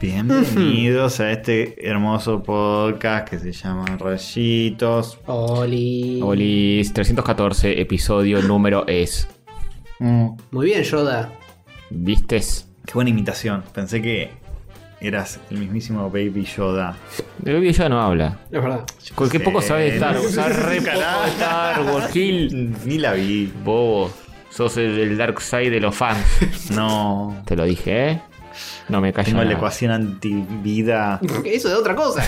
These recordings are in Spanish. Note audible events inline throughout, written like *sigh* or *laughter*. Bienvenidos a este hermoso podcast que se llama Rayitos. Oli. Olis 314, episodio número es. Mm, Muy bien, Yoda. ¿Vistes? qué buena imitación. Pensé que eras el mismísimo Baby Yoda. El baby ya no habla. Es verdad. *laughs* Con qué Sí. poco sabe de *laughs* Star Wars. Sabe re poco de Star Wars, Gil. Ni la vi. Bobo, sos el, el dark side de los fans. No. Te lo dije, ¿eh? No me callo. Tengo la nada. ecuación antivida. Eso es otra cosa.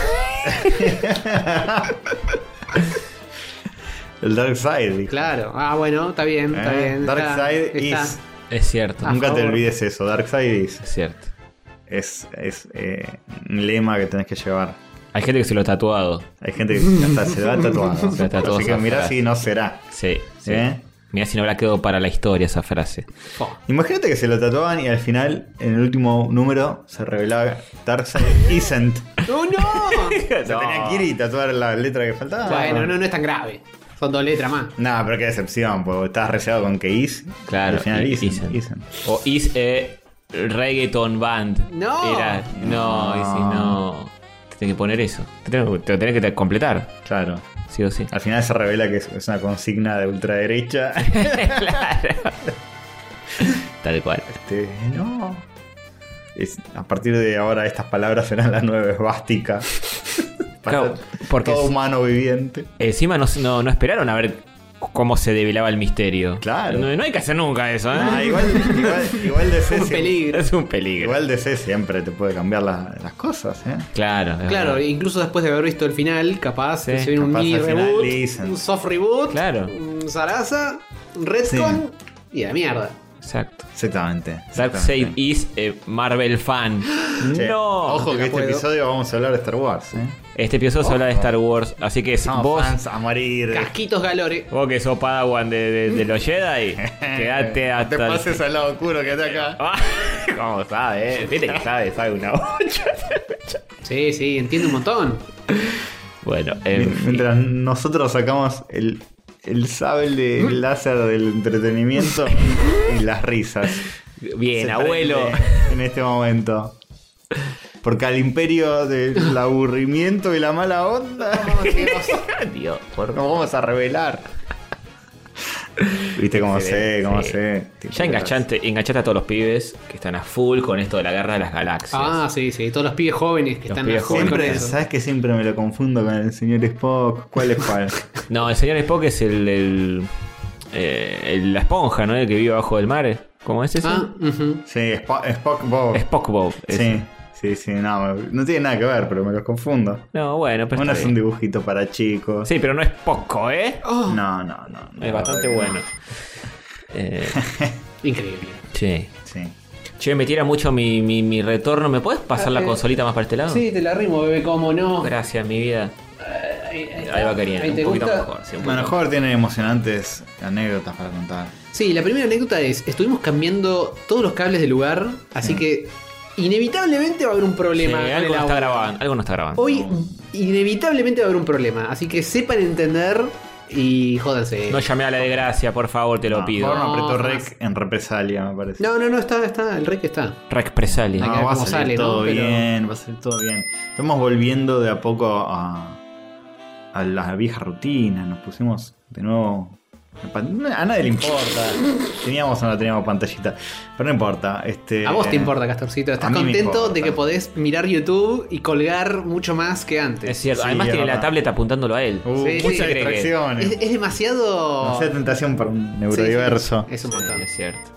El Dark Side. dijo. Claro. Ah, bueno, está bien, está Eh, bien. Dark está- Side está. is. Es cierto. Ah. Nunca te favor. olvides eso. Dark Side is. Es cierto. Es, es eh, un lema que tenés que llevar. Hay gente que se lo ha tatuado. Hay gente que hasta se lo ha tatuado. Se tatuó Así que esa mirá frase. si no será. Sí. sí. ¿Eh? Mirá si no habrá quedado para la historia esa frase. Fo. Imagínate que se lo tatuaban y al final, en el último número, se revelaba Darkseid Isn't. ¡No, no! *laughs* Se tenía que ir y tatuar la letra que faltaba. *laughs* bueno, no, no es tan grave. Son dos *laughs* letras más. Nah, pero qué decepción, porque estabas rayado con que Is. Claro, y Al final y- Isn't. Isn't. Isn't. O Is eh, Reggaeton Band. No. Era, No. no, Is is no. Te tenés que poner eso. Te tenés, te lo tenés que te- completar. Claro. Sí o sí. Al final se revela que es- es una consigna de ultraderecha. Tal cual. este, no. Es- a partir de ahora estas palabras serán las nueve esvásticas. *laughs* Para Claro, porque todo es- humano viviente. Encima no, no, no esperaron a ver cómo se develaba el misterio. Claro. No, no hay que hacer nunca eso, ¿eh? Ah, igual, igual, igual de Un Ceci- peligro. *laughs* Es un peligro. Igual DC siempre te puede cambiar la- las cosas, ¿eh? Claro. es Claro, verdad. incluso después de haber visto el final, capaz Sí, que se viene un capaz mini al final reboot, dicen. un soft reboot, Claro. un Sarasa, un Redcon y a la mierda. Exacto. Exactamente. Dark Side is eh, Marvel fan. Che, no. Ojo que no este puedo. episodio vamos a hablar de Star Wars, ¿eh? Este episodio se habla de Star Wars, así que si Somos vos, fans a morir. Casquitos galore. vos que sos Padawan de, de- de los *laughs* Jedi, quedate No hasta te el- *laughs* pases al lado oscuro que está acá. Ah, ¿Cómo sabe? eh? Viste que sabe, sabe una bocha. Sí, sí, entiendo un montón. Bueno, em, en fin. Mientras nosotros sacamos el, el sable *laughs* láser del entretenimiento y las risas. bien, Se abuelo. prende En este momento. Porque al imperio del aburrimiento y la mala *laughs* onda. Dios, por Nos vamos a revelar. Viste cómo sé, cómo Sí. sé. Ya enganchaste, enganchaste a todos los pibes que están a full con esto de la guerra de las galaxias. Ah, sí, sí, todos los pibes jóvenes que Los están pibes a full con Siempre, eso. ¿Sabes que siempre me lo confundo con el señor Spock? ¿Cuál es *laughs* cuál? No, el señor Spock es el, el, eh, el- la esponja, ¿no? El que vive abajo del mar. ¿Cómo es eso? Ah, ujú. sí, Spock, Spock Bob. Spock Bob. ese. Sí, sí, sí, no, me- no tiene nada que ver, pero me los confundo. No, bueno, pero Uno está es un bien. dibujito para chicos. Sí, pero no es poco, ¿eh? Oh, No, no, no, no. Es bastante bueno. Eh, Increíble. che. Sí. Che, me tira mucho mi, mi, mi retorno. ¿Me puedes pasar Ah, la eh. consolita más para este lado? Sí, te la rimo, bebé, cómo no. Gracias, mi vida. Ahí, está. Ahí va queriendo. Ahí Un te poquito gusta. mejor. Sí, un Bueno, poquito. Howard tiene emocionantes anécdotas para contar. Sí, la primera anécdota es, estuvimos cambiando todos los cables de lugar, así que inevitablemente va a haber un Mm. Sí, problema. con el algo no está audio. grabando. Algo no está grabando. Hoy inevitablemente va a haber un problema, así que sepan entender y jódanse. No llamé a la desgracia, por favor, te lo Ah, pido. Howard no apretó No, rec en represalia, me parece. No, no, no, está, está, el rey que está. Represalia. Hay que No, ver Ah, va a cómo salir sale, ¿no? todo Pero- bien, va a salir todo bien. Estamos volviendo de a poco a, a la vieja rutina. Nos pusimos de nuevo. la pan- A nadie le *laughs* importa. Teníamos o no teníamos pantallita. Pero no importa. Este, A vos Eh, te importa, Castorcito. a Estás mí me contento de importa. que podés mirar YouTube y colgar mucho más que Es antes. cierto. Sí, Además es tiene la verdad. tableta apuntándolo a él. Uh, Sí, sí. muchas Segregue. distracciones. Es, es demasiado. Demasiada tentación para un Sí, sí, neurodiverso. es un Sí, montón. es cierto.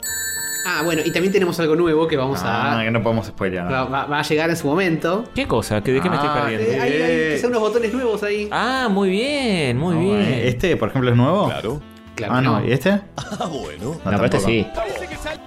Ah, bueno, y también tenemos algo nuevo que vamos Ah, a. que no podemos spoilear. Va, va- va a llegar en su momento. ¿Qué cosa? ¿De qué me estoy Ah, perdiendo? Eh, hay, hay Bien. quizá unos botones nuevos ahí. Ah, muy bien, muy No, bien. eh, ¿Este, por ejemplo, es nuevo? Claro. Claro Ah, que no. ¿Y este? No, *laughs* Ah, bueno. No, pero este tampoco. sí. Parece que salió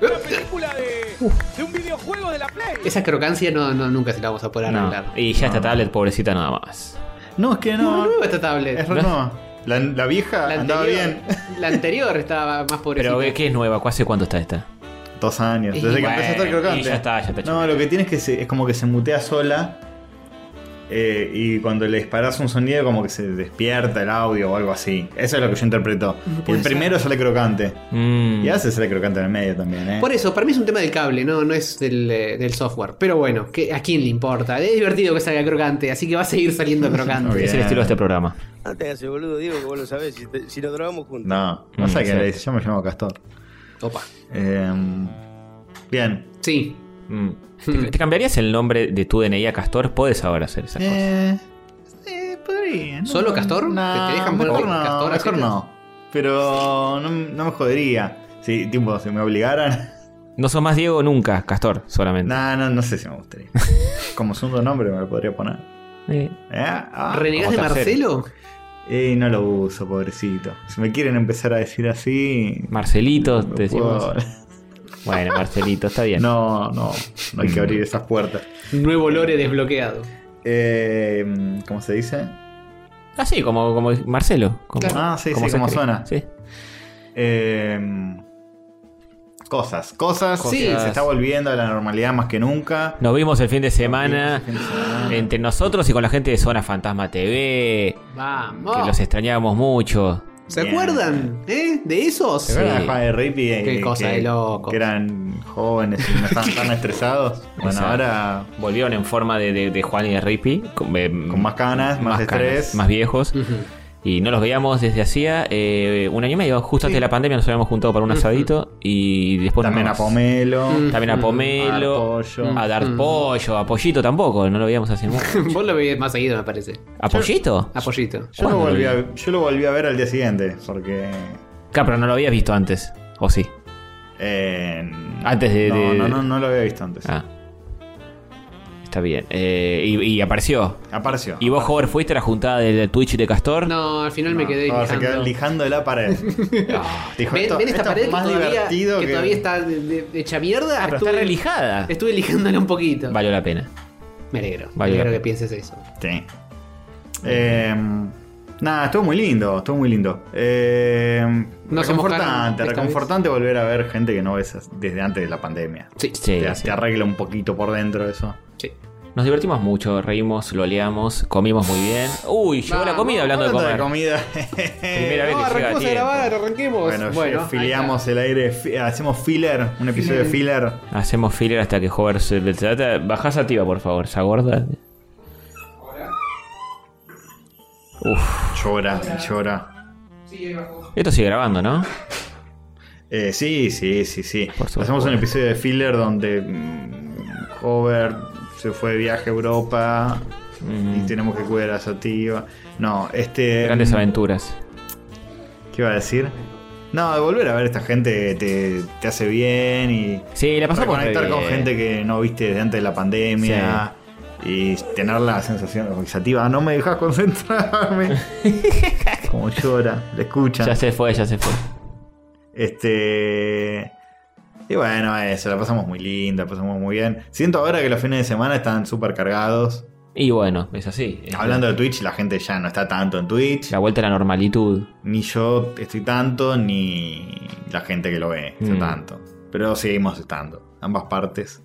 una película de, de un videojuego de la Play. Esa crocancia no, no, nunca se la vamos a poder No. arreglar. Y ya No. esta tablet, pobrecita nada más. No, es que no. No, nueva esta tablet. Es re nueva. La, la vieja La andaba anterior, bien. *laughs* la anterior estaba más pobrecita. Pero ¿qué es nueva? ¿Hace cuánto está esta? Dos años, Y desde que bueno, empezó a estar crocante. y ya está, ya está No, lo que tiene es que se- es como que se mutea sola. eh, y cuando le disparas un sonido como que se despierta el audio o algo así. Eso es lo que yo interpreto. puede el ser. primero sale crocante. Mm. Y hace sale crocante en el medio también, ¿eh? Por eso, para mí es un tema del cable, no, no es del, eh, del software. Pero bueno, ¿qué- ¿a quién le importa? Es divertido que salga crocante, así que va a seguir saliendo *laughs* crocante. Muy bien. Es el estilo de este programa. No te hagas el boludo, Diego, que vos lo sabés. Si, te- si nos drogamos juntos. No, no sé Mm, qué sí. le dice. Yo me llamo Castor. Opa. Eh, bien. Sí. Mm. ¿Te, te cambiarías el nombre de tu DNI a Castor? Podés ahora hacer esas cosas. Eh, eh, podría. ¿no? ¿Solo Castor? No, ¿Te- te dejan mejor poner no, Castor a mejor secas? no. Pero no, no me jodería. Si, tipo, si me obligaran. No sos más Diego nunca, Castor, solamente. No, no, no sé si me gustaría. Como segundo nombre me lo podría poner. Eh, ¿Eh? Ah, ¿Renegás de como tercero. Marcelo? Eh, no lo uso, pobrecito. Si me quieren empezar a decir así. Marcelito, no te decimos. puedo. Bueno, Marcelito, está *laughs* bien. No, no, no hay que abrir esas puertas. Nuevo lore desbloqueado. Eh, ¿Cómo se dice? Así, Ah, como, como Marcelo. Como, Ah, sí, sí, se como escribe. suena. Sí. Eh, cosas, cosas. Cosas. Sí, se está volviendo a la normalidad más que nunca. Nos vimos el fin de semana entre nosotros y con la gente de Zona Fantasma TV. Vamos. Ah. Que los extrañábamos mucho. ¿Se Bien. acuerdan? ¿Eh? ¿De esos? ¿Se acuerdan Sí. de Juan de Ripi? Eh, Qué que- cosa de locos. Que eran jóvenes y no estaban tan estresados. Bueno, Exacto. ahora Volvieron en forma de, de- de Juan y de Rippy. Con, eh, con más canas, más, canas, estrés. más viejos. Ujú. Y no los veíamos desde hacía eh, un año y medio. Justo antes de la pandemia nos habíamos juntado para un asadito. Y después También no a más. Pomelo. Mm. También a A Pomelo. Dar Pollo. A Dar Mm. Pollo. A Pollito tampoco. No lo veíamos hace mucho. *laughs* *laughs* Vos lo veías más seguido, me parece. ¿A Pollito? Apoyito. Yo lo, ¿Cuándo volví lo a, yo lo volví a ver al día siguiente, porque. Claro, Ah, pero no lo habías visto antes. ¿O sí? eh, Antes de- no, de- No, no, no lo había visto antes. Ah. Está bien. Eh, y, y apareció. Apareció. ¿Y vos, Hover, fuiste a la juntada del Twitch de Castor? No, al final me quedé Ah, se lijando. quedó lijando la *laughs* pared. Ah, Dijo, ¿Ven, esto- ven esto esta es pared que más todavía, divertido que todavía está de- de- hecha mierda? Ah, pero está Estuve- relijada. Estuve lijándola un poquito. Valió la pena. Me alegro. Vale. Me alegro que pienses eso. Sí. Eh, nada, estuvo muy lindo, estuvo muy lindo. Eh, Nos enojaron reconfortante, esta reconfortante volver a ver gente que no ves as- desde antes de la pandemia. Sí. Sí, te, sí. te arregla un poquito por dentro eso. sí. Nos divertimos mucho, reímos, loleamos, comimos muy bien. Uy, llegó la comida hablando de Hablando comer. comida. *laughs* Primera vez que llega a arranquemos tiempo. arranquemos. bueno, Pues, eh, Bueno, filiamos el aire, fi- hacemos filler, un episodio de filler. Hacemos filler hasta que Hover se le trata. Bajá sativa, por favor, esa gorda. Uf, Llora, llora. esto sigue grabando, ¿no? Eh, sí, sí, sí, sí. Por supuesto. Hacemos un episodio de filler donde mm, Hover se fue de viaje a Europa y tenemos que cuidar a Sativa. No, este. Mm. Grandes mm, aventuras. ¿Qué iba a decir? No, de volver a ver a esta gente te, te hace bien y. Sí, la pasamos re conectar con bien. gente que no viste desde antes de la pandemia. Y tener la sensación organizativa, no me dejas concentrarme. *laughs* Como llora, le escuchan. Ya se fue, ya se fue. Este. Y bueno, eso, la pasamos muy linda, la pasamos muy bien. Siento ahora que los fines de semana están súper cargados. Y bueno, es así. Hablando de Twitch, la gente ya no está tanto en Twitch. La vuelta a la normalitud. Ni yo estoy tanto, ni la gente que lo ve está Mm. tanto. Pero seguimos estando, ambas partes.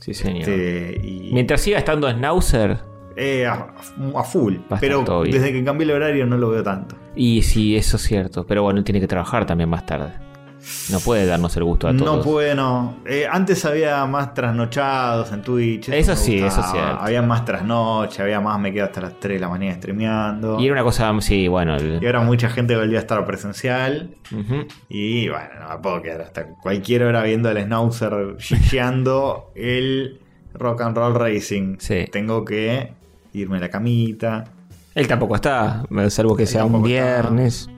Sí, señor. Este, y- Mientras siga estando Snauzer, eh, a, a full. estar todo pero bien. desde que cambié el horario no lo veo tanto. y sí, eso es cierto. Pero bueno, él tiene que trabajar también más tarde. No puede darnos el gusto a todos. No puede, no. Eh, antes había más trasnochados en Twitch. Eso me sí, gustaba. eso es cierto. Había más trasnoche, había más me quedo hasta las 3 de la mañana streameando. Y era una cosa, sí, bueno. el- Y ahora mucha gente volvió a estar presencial. Ujú. Y bueno, no me puedo quedar hasta cualquier hora viendo al Snauzer chicheando el Rock and Roll Racing. Sí. Tengo que irme a la camita. Él tampoco está, salvo que Él sea un tampoco está. viernes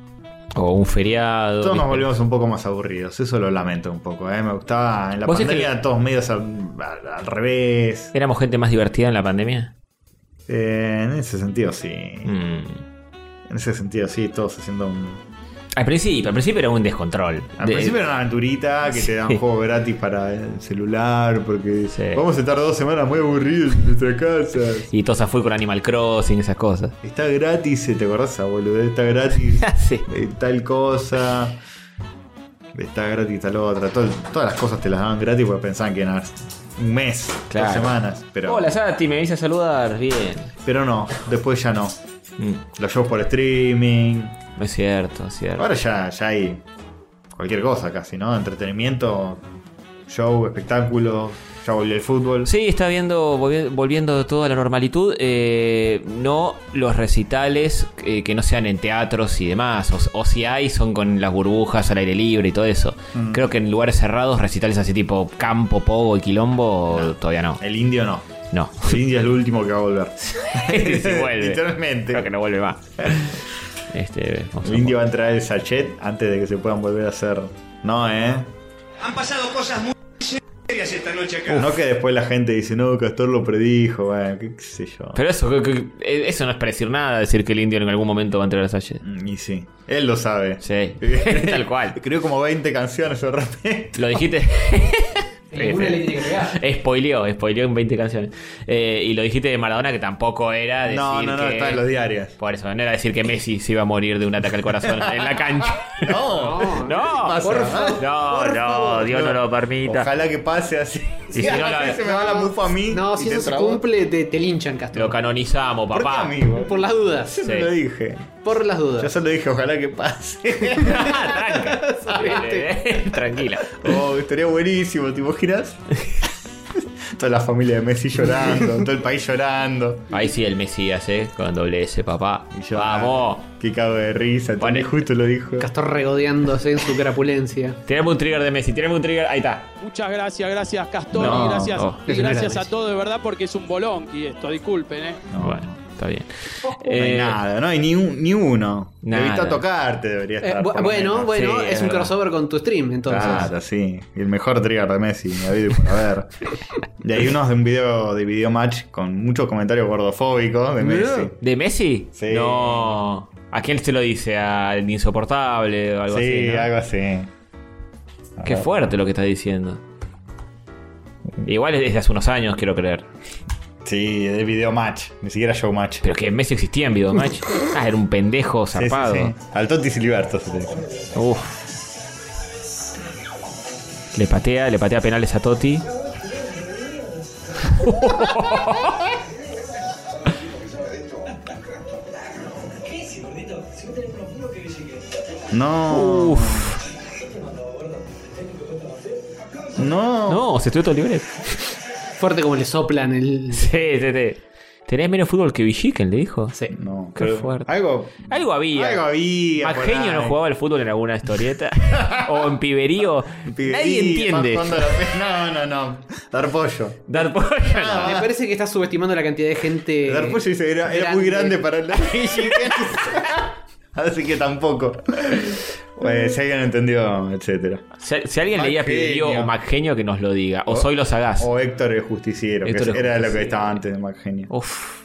o un feriado. Todos nos ¿viste? volvimos un poco más aburridos, eso lo lamento un poco. ¿eh? Me gustaba en la Vos es pandemia todos medios al, al- al revés. ¿Éramos gente más divertida en la pandemia? Eh, en ese sentido sí. Mm. En ese sentido sí, todos haciendo un... Al principio, al principio era un descontrol. Al De- principio era *laughs* una aventurita que te dan Sí. juego gratis para el celular, porque Sí. vamos a estar dos semanas muy aburridos en nuestra casa. Y todos a full con Animal Crossing, esas cosas. *laughs* Está gratis, ¿te acordás, boludo? Está gratis sí. eh, tal cosa. Está gratis a la otra. Todo- todas las cosas te las daban gratis porque pensaban que eran un mes, Claro. dos semanas. Pero, Hola, Sati, me venís a saludar. Bien. pero no, después ya no. Mm, Los shows por streaming. no es cierto, es cierto. Ahora ya, ya hay cualquier cosa casi, ¿no? Entretenimiento, show, espectáculo. Ya volvió el fútbol. Sí, está viendo, volvi- volviendo todo a la normalitud. eh, no los recitales eh, que no sean en teatros y demás. O, o si hay, son con las burbujas al aire libre y todo eso. Mm. Creo que en lugares cerrados, recitales así tipo campo, pogo y quilombo, todavía no. El indio no. *laughs* No. *laughs* El indio es lo último que va a volver. Si *laughs* vuelve. Literalmente. Creo que no vuelve más. Este, vamos El a- indio va a entrar el sachet antes de que se puedan volver a hacer. No, ¿eh? Han pasado cosas muy serias esta noche acá. No que después la gente dice, no, Castor lo predijo, bueno, qué, qué sé yo. Pero eso, que- que- eh, eso no es predecir nada, decir que el indio en algún momento va a entrar a Sachet. Mm, Y sí, él lo sabe. *laughs* Sí, tal cual. Escribió como 20 canciones de *laughs* repente. *laughs* Lo dijiste. Ninguna le tiene que pegar. spoileó, spoileó en 20 canciones. Eh, y lo dijiste de Maradona, que tampoco era decir. No, no, no, que- está en los diarios. Por eso, no era decir que Messi se iba a morir de un ataque al corazón en la cancha. *laughs* No, No, No, pasa, por ¿eh? favor. no, Por no, favor, Dios no lo permita. Ojalá que pase así. *laughs* si no, la- se me va la mufa a mí. No, y si te eso se trabo. cumple, te, te linchan, Castro. Lo canonizamos, ¿Por qué papá. a mí, boludo? Por las dudas. Yo no Sí. lo dije. Por las Yo dudas. solo dije, ojalá que *laughs* pase. Tranca. Eh, Tranquila. Oh, estaría buenísimo, ¿te imaginas? *laughs* Toda la familia de Messi llorando, todo el país llorando. Ahí sí el Mesías, eh, con doble S, papá. Y yo, Vamos. ah, Qué cago de risa, Tony Pone- justo lo dijo. Castor regodeándose en su crapulencia. Tirame un trigger de Messi, tirame un trigger. Ahí está. Muchas gracias, gracias Castor No, y gracias, oh, y es una gracias gracia. a todos de verdad porque es un bolonqui esto, disculpen, eh. No, Bueno, está bien. no hay Eh, nada, no hay ni, un- ni uno. nada. Evita tocarte, debería Eh, estar. bu- por lo bueno, menos. bueno, es, Sí, es un verdad. crossover con tu stream, entonces. Claro, sí. El mejor trigger de Messi, me habido por haber. Y hay unos de un video de video match con muchos comentarios gordofóbicos de Mirá. Messi. ¿De Messi? Sí. No. ¿A quién se lo dice? ¿Al insoportable o algo sí, Ah. así? no? algo así. Qué fuerte lo que estás diciendo. Igual es desde hace unos años, quiero creer. Sí, de video match, ni siquiera show match. Pero que Messi existía en *laughs* Videomatch. ah, era un pendejo Sí, sí, zarpado. sí. Al Totti Silberto se le dice. Uf. Le patea, le patea penales a Totti. No. Uf. No. No, se estuvo todo libre. Fuerte como le soplan *laughs* el. Sí, sí, sí. Tenés menos fútbol que Villiquen, le dijo. Sí. No, Qué pero fuerte. Algo, Algo había. algo había. por Magenio ahí. no jugaba al fútbol en alguna historieta. *laughs* o en piberío. Pibe, Nadie y, entiende. más cuando lo- No, no, no. Dar pollo. Dar *laughs* pollo. Me parece que estás subestimando la cantidad de Eh, gente. Dar pollo dice, era, era muy grande para *laughs* el Así que tampoco. Pues, si alguien entendió, etcétera. Si, si alguien leía Magenio. piberío o Magenio, que nos lo diga. O, soy lo sagaz. O Héctor el Justiciero, Héctor que el era lo que Justiciero. estaba antes de Magenio. Uf.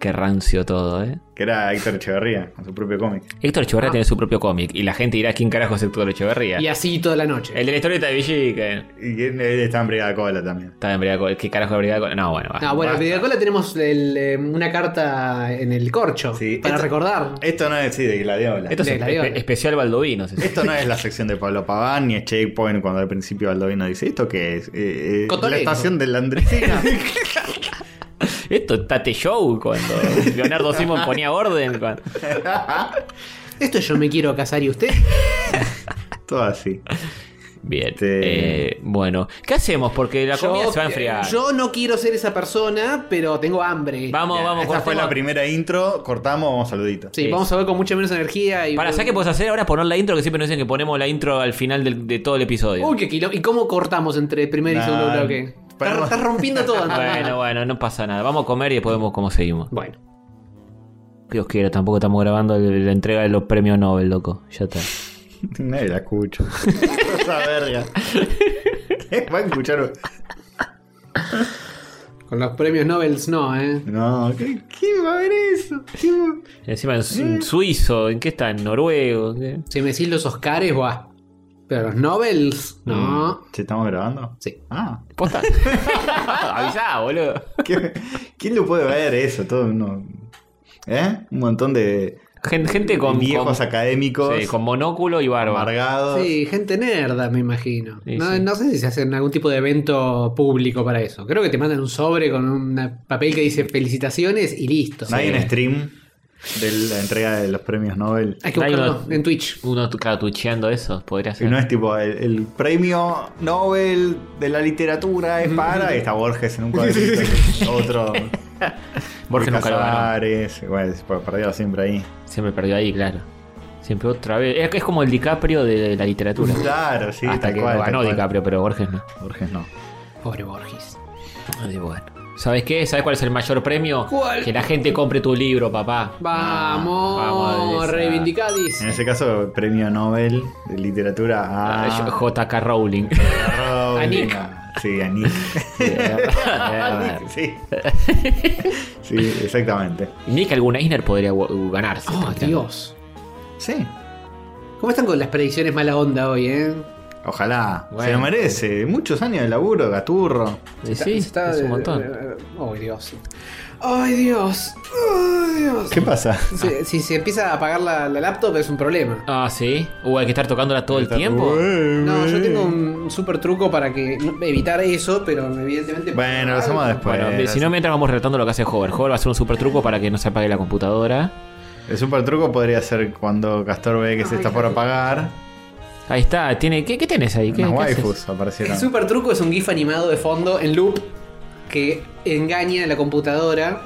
Qué rancio todo, eh. Que era Héctor Echeverría, con su propio cómic. Héctor Echeverría tiene su propio cómic. Y la gente dirá quién carajo es Héctor Echeverría. Y así toda la noche. El de la historieta de Villiquen. Y él él estaba en Brigada Cola también. Está en Brigaco. ¿Qué carajo de Brigaco? No, bueno, va. Ah, bueno, basta. en Videocola tenemos el, eh, una carta en el corcho Sí. para Esto- recordar. Esto no es, sí, de Gladiola. Esto es de espe- Gladiola. especial Baldovino. se- *laughs* Esto no es la sección de Pablo Paván ni es Checkpoint cuando al principio Baldovino dice ¿Esto qué es? Eh, eh, la Cotolengo. estación de la Andresina. Esto es Tate Show cuando *laughs* Leonardo Simon ponía orden. cuando- Esto es yo me quiero casar y usted. *laughs* Todo así. Bien. Este- eh, bueno, ¿qué hacemos? Porque la comida se va a enfriar. Yo no quiero ser esa persona, pero tengo hambre. Vamos, vamos, Esta fue cortemos. la primera intro, cortamos, vamos saluditos. Sí, Es. vamos a ver con mucha menos energía y. Para, ¿sabes qué puedes hacer ahora? Poner la intro, que siempre nos dicen que ponemos la intro al final del- de, todo el episodio. Uy, qué kilo. ¿Y cómo cortamos entre primer y Nah, segundo bloque? pero- Estás, estás rompiendo todo, Antonio. bueno, bueno, no pasa nada. Vamos a comer y después vemos cómo seguimos. Bueno. Dios quiera, tampoco estamos grabando el- la entrega de los premios Nobel, loco. Ya está. *laughs* Nadie la escucha. Esa verga. *laughs* Va a escuchar. un- Con los premios Nobel no, ¿eh? No, ¿qué, qué va a ver eso? ¿Qué va- Encima en, su- Mm. en suizo, ¿en qué está? ¿En *laughs* noruego? ¿Qué? Si me decís los Oscars, va. Pero los Nobels, Mm. no. ¿Se estamos grabando? Sí. Ah, ¿Posta? Avisá, boludo. ¿qué- ¿quién lo puede ver eso? Todo uno. ¿Eh? Un montón de Gen- Gente con, viejos con, académicos, sí, con monóculo y barba. amargados. Sí, gente nerda, me imagino. Sí, no, sí. no sé si se hacen algún tipo de evento público para eso. Creo que te mandan un sobre con un papel que dice felicitaciones y listo. No hay Sí. un stream de la entrega de los premios Nobel. Hay que No hay buscarlo una- en Twitch. Uno claro, tucheando eso, podría Y ser. no es tipo el, el premio Nobel de la literatura es para. Y está Borges en un cuadrito. otro. Borges nunca lo ganó. Casares, Bueno, se perdió siempre ahí. Siempre perdió ahí, claro. Siempre otra vez. Es, es como el DiCaprio de la literatura. Claro, sí, Hasta tal que cual. lo tal ganó cual. DiCaprio, pero Borges no. Borges no. Pobre Borges. Y bueno. ¿Sabes qué? ¿Sabes cuál es el mayor premio? ¿Cuál? Que la gente compre tu libro, papá. Vamos, Ah, vamos, esa. En reivindicadis. ese caso, premio Nobel de literatura a. Ah, JK Rowling. a Rowling, a Nick. a- Sí, a Nick. *laughs* *laughs* sí. sí, exactamente. Nick alguna Isner podría gu- ganarse. Oh, Está claro. Dios. Sí. ¿Cómo están con las predicciones mala onda hoy, eh? Ojalá. Se Bueno. lo merece. Muchos años de laburo, gaturro. Y Sí, Está- es un montón. eh, eh, Oh, Dios. Ay, Dios. Ay, Dios. ¿Qué pasa? Si, si se empieza a apagar la, la laptop es un problema. Ah, sí. Uh, hay que estar tocándola todo el tiempo. No, Mm. yo tengo un super truco para que evitar eso, pero evidentemente. Bueno, lo hacemos después. Bueno, si no, mientras vamos relatando lo que hace Hover. Hover va a hacer un super truco para que no se apague la computadora. El super truco podría ser cuando Castor ve que se está por apagar. Ahí está. Tiene, ¿qué, qué tenés ahí? ¿Qué, Unas qué haces? waifus aparecieron. El super truco es un GIF animado de fondo en loop que engaña a la computadora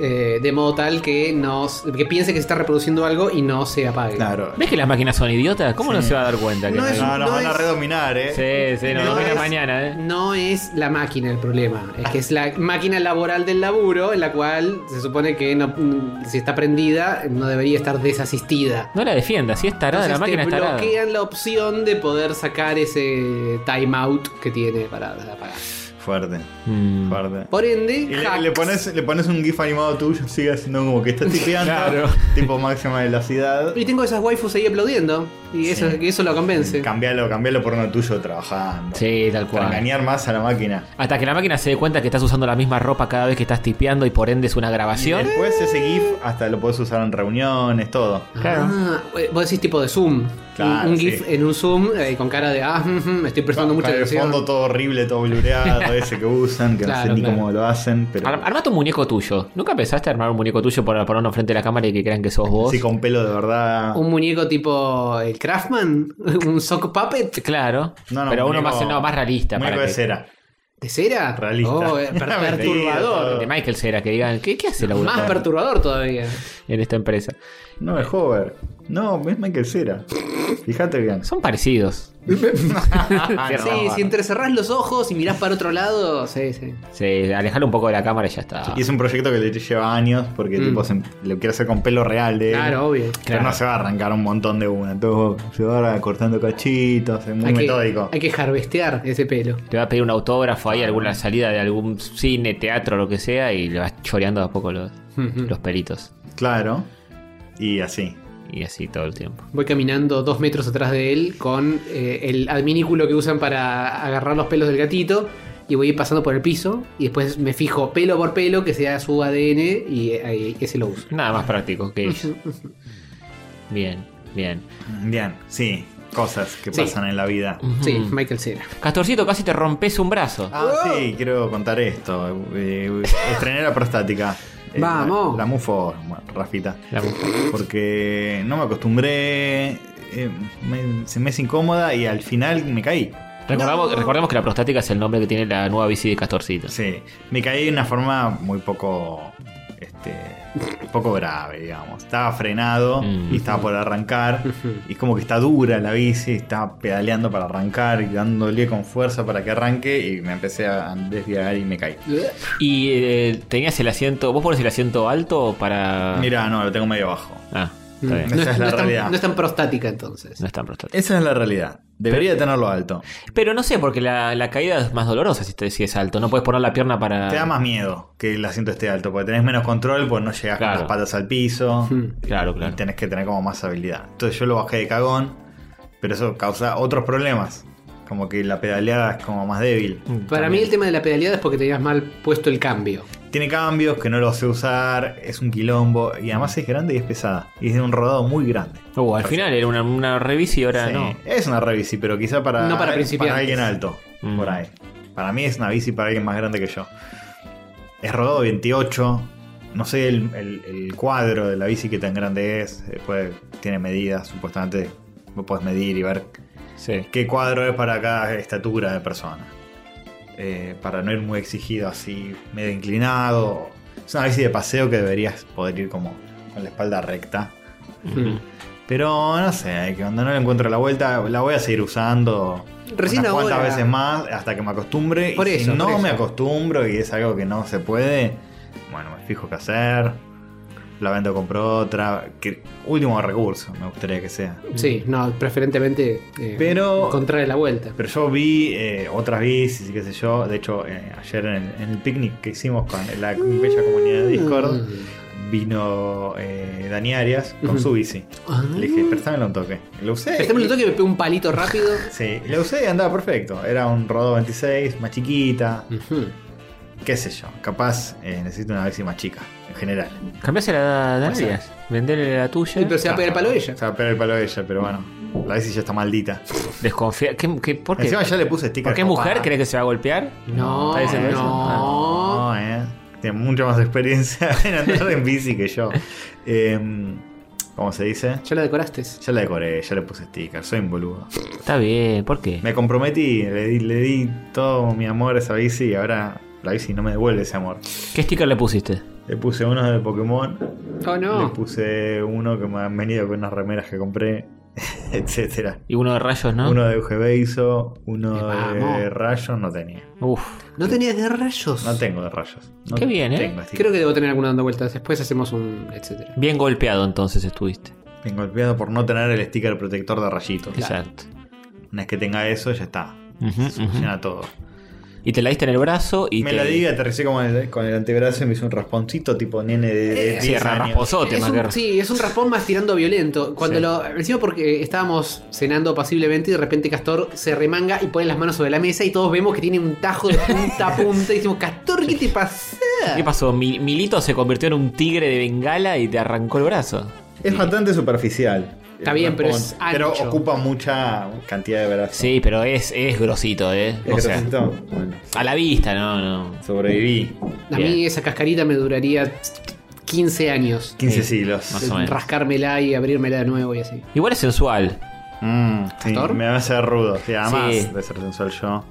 eh, de modo tal que nos que piense que se está reproduciendo algo y no se apague. Claro. ¿Ves que las máquinas son idiotas? ¿Cómo no Sí. se va a dar cuenta? que No hay- es- No, nos no van a es- redominar, eh. Sí, sí, nos no domina es- mañana, ¿eh? No es la máquina el problema, es que es la máquina laboral del laburo en la cual se supone que no, si está prendida no debería estar desasistida. No la defienda, si es tarada, la Entonces máquina te es tarada. bloquean la opción de poder sacar ese timeout que tiene para apagar. Fuerte, Mm. fuerte. Por ende, Y le, hacks. le pones, le pones un GIF animado tuyo, sigue haciendo como que está tipeando. Claro. Tipo máxima velocidad. Y tengo esas waifus ahí aplaudiendo. Y Sí. eso, que eso lo convence. Cambialo, cambialo por uno tuyo trabajando. Sí, tal Para cual. engañar más a la máquina. Hasta que la máquina se dé cuenta que estás usando la misma ropa cada vez que estás tipeando y por ende es una Y grabación. después ese GIF hasta lo podés usar en reuniones, todo. Claro. Ah, vos decís tipo de Zoom. Claro, un un sí. GIF en un Zoom eh, con cara de ah, mm, mm, me estoy prestando mucha Con el atención. fondo todo horrible, todo *laughs* blureado, ese que usan, que no Claro, sé ni claro. cómo lo hacen, pero Ar- Armate un muñeco tuyo. ¿Nunca pensaste armar un muñeco tuyo para ponerlo frente a la cámara y que crean que sos vos? sí con pelo de verdad. Un muñeco tipo el Craftman, *laughs* un sock puppet Claro. No, no, Pero uno muñeco- más, no, más realista. Muñeco para de que- cera. de cera. Realista. Oh, eh, *laughs* per- Mentira, perturbador. todo. De Michael Cera, que digan, ¿qué, qué hace la Más perturbador todavía. en esta empresa? No, es Hover. No, es Michael Cera. Fíjate bien. Son *laughs* parecidos. Ah, sí, no. si entrecerrás los ojos y mirás para otro lado, sí, sí. Sí, alejalo un poco de la cámara y ya está. Y es un proyecto que le lleva años porque Mm. tipo, se- lo quiere hacer con pelo real de él. Claro, obvio. Pero no se va a arrancar un montón de una. Todo se va cortando cachitos, es muy hay, metódico. Que, hay que harvestear ese pelo. Te va a pedir un autógrafo ahí, Ah. alguna salida de algún cine, teatro, lo que sea, y le vas choreando de a poco los, los pelitos. Claro. Y así. Y así todo el tiempo. Voy caminando dos metros atrás de él con eh, el adminículo que usan para agarrar los pelos del gatito. Y voy pasando por el piso y después me fijo pelo por pelo que sea su ADN y eh, ahí ese lo uso. Nada más práctico que ello. Bien, bien. Bien, sí. Cosas que Sí. Mm. pasan en la vida. Sí, *laughs* Michael Cera. Castorcito, casi te rompes un brazo. Ah, sí, quiero contar esto. Eh, estrené la prostática. Eh, Vamos. La, la mufo, bueno, Rafita. La mujer. Porque no me acostumbré. eh, me- se me es incómoda y al final me caí. Recordamos, Recordemos que la prostática es el nombre que tiene la nueva bici de Castorcito. Sí, me caí de una forma muy poco. Este, poco grave, digamos. Estaba frenado Mm. y estaba por arrancar. Y es como que está dura la bici, estaba pedaleando para arrancar y dándole con fuerza para que arranque. Y me empecé a desviar y me caí. Y eh, tenías el asiento. ¿Vos pones el asiento alto para.? Mira, Mm. no, lo tengo medio abajo. Ah, está bien. Esa No es la no tan, realidad. no es tan prostática entonces. No es tan prostática. Esa es la realidad. Debería tenerlo alto. Pero no sé, porque la, la caída es más dolorosa si, te, si es alto. No puedes poner la pierna para. Te da más miedo que el asiento esté alto, porque tenés menos control, pues no llegas Claro. con las patas al piso. eh, Mm. *laughs* Claro, claro. Y tenés que tener como más habilidad. Entonces yo lo bajé de cagón, pero eso causa otros problemas. Como que la pedaleada es como más débil. Mm, Para mí el tema de la pedaleada es porque tenías mal puesto el cambio. Tiene cambios que no lo sé usar, es un quilombo y además es grande y es pesada. Y es de un rodado muy grande. Uh, al final era una, una revisi y ahora Sí, no. Es una rebici, pero quizá para, No para principiantes. alguien alto. Mm. Por ahí. Para mí es una bici para alguien más grande que yo. Es rodado 28. No sé el, el- el cuadro de la bici que tan grande es. eh, puede- tiene medidas, supuestamente. Vos podés medir y ver Sí. qué cuadro es para cada estatura de persona. Eh, para no ir muy exigido así, medio inclinado. Es una bici de paseo que deberías poder ir como con la espalda recta. Mm. Pero no sé, que cuando no le encuentro la vuelta, la voy a seguir usando Recién unas cuantas ahora. veces más hasta que me acostumbre. Por y eso, si no por eso. me acostumbro y es algo que no se puede, bueno, me fijo qué hacer. La vendo, compro otra. que- último recurso, me gustaría que sea. Sí, no, preferentemente eh, Pero- encontrarle la vuelta. Pero yo vi eh, otras bicis y qué sé yo. De hecho, eh, ayer en el, en el picnic que hicimos con la bella comunidad de Discord, vino eh, Dani Arias con Mm. Ujú. su bici. Ah. Le dije, préstamelo un toque. Lo usé. Préstame un toque que Este me pego un palito rápido. Sí, la usé y andaba perfecto. Era un Rodó 26, más chiquita, Ujú. Mm. qué sé yo. Capaz eh, necesito una bici más chica, en general. Cambiase la de Puede ser. Arias. Venderle la tuya. Sí, pero se va a pegar el palo ella. O sea, pero el palo de ella, pero bueno. La bici ya está *laughs* maldita. Desconfía. ¿Qué, qué, por qué? Encima ya le puse sticker. ¿Por qué mujer? copada. ¿Crees que se va a golpear? No, ¿Está diciendo Ah. eso? no. No, eh. Tiene mucha más experiencia *laughs* en andar en bici que yo. Eh, ¿Cómo se dice? Ya la decoraste. Ya la decoré, ya le puse sticker, soy un boludo. Está bien, ¿por qué? Me comprometí, le di, le di todo mi amor a esa bici y ahora la bici no me devuelve ese amor. ¿Qué sticker le pusiste? Le puse uno de Pokémon, Oh, Le no. puse uno que me han venido con unas remeras que compré, *laughs* etcétera. Y uno de rayos, ¿no? Eh, Uno de UGB hizo, uno Vamos. de rayos no tenía. Uf. No tenías de rayos. No tengo de rayos. No Qué bien, ¿eh? tengo, así Creo que debo tener alguna dando vueltas. Después hacemos un etcétera. Bien golpeado entonces estuviste. Me golpeado por no tener el sticker protector de rayitos. Exacto. Una vez que tenga eso, ya está. Ujú, Se soluciona todo. Y te la diste en el brazo y me te... la di, aterricé con el, con el antebrazo y me hizo un rasponcito tipo nene de, de 10 Eh, Cierra años. rasposote, Es más que- un, sí, es un raspón más tirando violento. Cuando Sí. lo. Encima porque eh, estábamos cenando pasiblemente y de repente Castor se remanga y pone las manos sobre la mesa y todos vemos que tiene un tajo de punta a punta. Y decimos, Castor, ¿qué te pasa? ¿Qué pasó? Mi- Milito se convirtió en un tigre de bengala y te arrancó el brazo. Es bastante superficial. Está el bien, pero raspón, es Pero ancho. ocupa mucha cantidad de brazo. Sí, pero es, es grosito, ¿eh? Es o sea, grosito. Bueno, a la vista, no, no. sobreviví. A Bien. mí esa cascarita me duraría 15 años. 15 Sí, siglos. Más o menos. Rascármela y abrírmela de nuevo y así. Igual es sensual. Mm, sí, ¿Actor? me va a hacer rudo. Sí, además Sí. de ser sensual yo.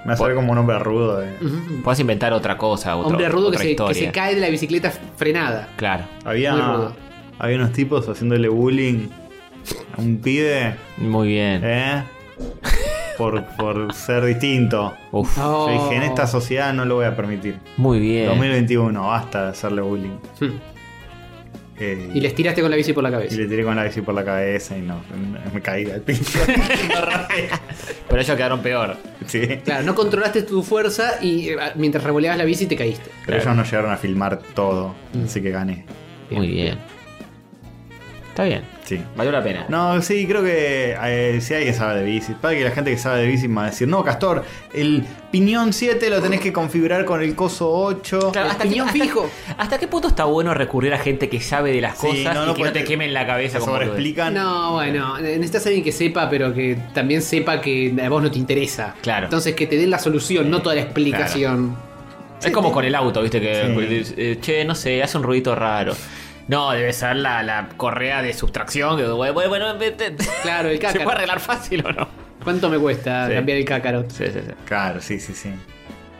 Me va a hacer como un hombre rudo. eh. de- Ujú. Puedes inventar otra cosa, otro- Hombre rudo que otra se, que historia. se cae de la bicicleta frenada. Claro. Había, Muy rudo. había unos tipos haciéndole bullying a un pibe, Muy bien. ¿eh? Por, por ser distinto. Uf. Oh. Yo dije, en esta sociedad no lo voy a permitir. Muy bien. 2021, basta de hacerle bullying. *laughs* Hmm. Eh, Y les tiraste con la bici por la y cabeza. le tiré con la bici por la cabeza y no, me caí al piso. *laughs* Pero ellos quedaron peor. sí. Claro, no controlaste tu fuerza y eh, mientras revoleabas la bici te caíste. Pero ellos no llegaron a filmar todo, Mm. así que gané. Muy bien. Está bien. Sí. Valió la pena. No, sí, creo que eh, si alguien sabe de bici, para que la gente que sabe de bici me va a decir, no, Castor, el piñón 7 lo tenés que configurar con el coso 8. Claro, El qué- piñón fijo. ¿Hasta qué punto está bueno recurrir a gente que sabe de las Sí, no, cosas y no, que no porque te te- quemen la cabeza Se como sobreexplican. No, bueno, necesitas alguien que sepa, pero que también sepa que a vos no te interesa. Claro. Entonces que te den la solución, no toda la explicación. Es como con el auto, viste, que Sí. eh, che, no sé, hace un ruido raro. No, debe ser la, la correa de sustracción. Que, bueno, bueno, vete. *laughs* Claro, el ¿Se cácaro. puede arreglar fácil o no? ¿Cuánto me cuesta Sí. cambiar el cácaro? Sí, sí, sí. Claro, sí, sí, sí.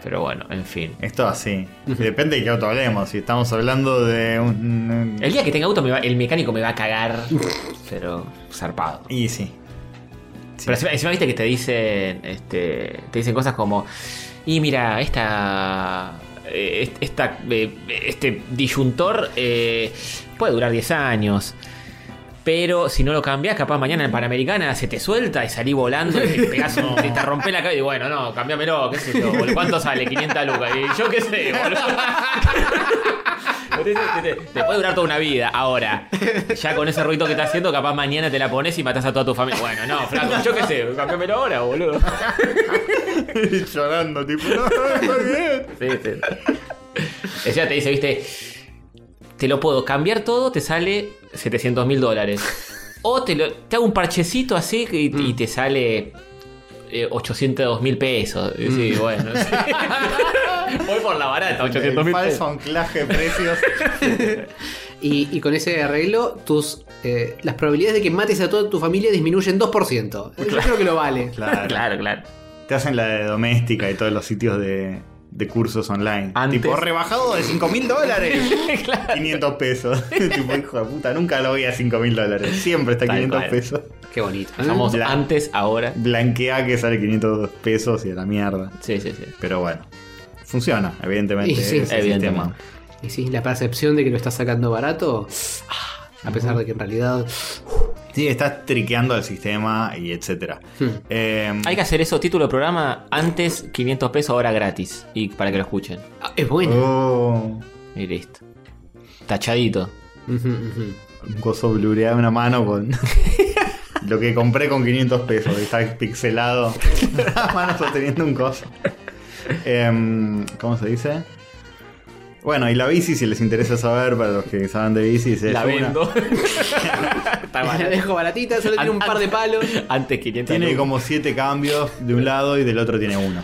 Pero bueno, en fin. Es todo así. Y Depende de qué auto hablemos. Si estamos hablando de un. un- El día que tenga auto, me va- el mecánico me va a cagar. *laughs* pero zarpado. Y sí. Sí. Pero encima, encima viste que te dicen. Este, te dicen cosas como. Y mira, esta. eh, esta eh, este disyuntor eh, puede durar 10 años. Pero si no lo cambias, capaz mañana en Panamericana se te suelta y salí volando y te, *laughs* pegás un- te rompes la cabeza. Y bueno, no, cambiamelo, qué sé yo. boludo. ¿Cuánto sale? 500 lucas. Y yo qué sé, boludo. Te puede durar toda una vida. Ahora, ya con ese ruido que estás haciendo, capaz mañana te la pones y matás a toda tu familia. Bueno, no, flaco, yo qué sé, cambiamelo ahora, boludo. *laughs* *laughs* Llorando, tipo, no, está bien. Sí, sí. Encima te dice, viste, te lo puedo cambiar todo, te sale 700 mil dólares. O te, lo- te hago un parchecito así y, y te sale eh, 802 mil pesos. Y Sí, bueno. sí. Voy por la barata, 800 El mil falso pesos. anclaje de *laughs* precios. Y, y con ese arreglo, tus eh, las probabilidades de que mates a toda tu familia disminuyen 2%. Yo creo que lo vale. Claro. Claro, claro. Te hacen la de doméstica y todos los sitios de, de cursos online. Antes- Tipo, rebajado de 5 mil dólares. *laughs* 500 pesos. *laughs* tipo, hijo de puta, nunca lo voy a 5 mil dólares. Siempre está Tal 500 cual. pesos. Qué bonito. Somos Bla- antes, ahora. Blanquea que sale 500 pesos y a la mierda. Sí, sí, sí. Pero bueno, funciona, evidentemente. Y sí, ese evidentemente. sistema. Y sí, la percepción de que lo estás sacando barato, ah, a pesar de que en realidad... Sí, estás triqueando el sistema y etcétera. Hmm. Eh, Hay que hacer eso, título de programa, antes 500 pesos, ahora gratis. Y para que lo escuchen. Ah, Es bueno. oh, Y listo. Tachadito. Ujú, ujú. *laughs* un coso blureado una mano *laughs* con. Lo que compré con 500 pesos, que está pixelado. *laughs* Una mano sosteniendo un coso. Em, ¿Cómo se dice? Bueno, y la bici, si les interesa saber, para los que saben de bici, es una- *laughs* La vendo. Está La *laughs* mal. dejo baratita, solo tiene un par *laughs* de palos. Antes 500 Tiene lucas. como siete cambios de un lado y del otro tiene uno.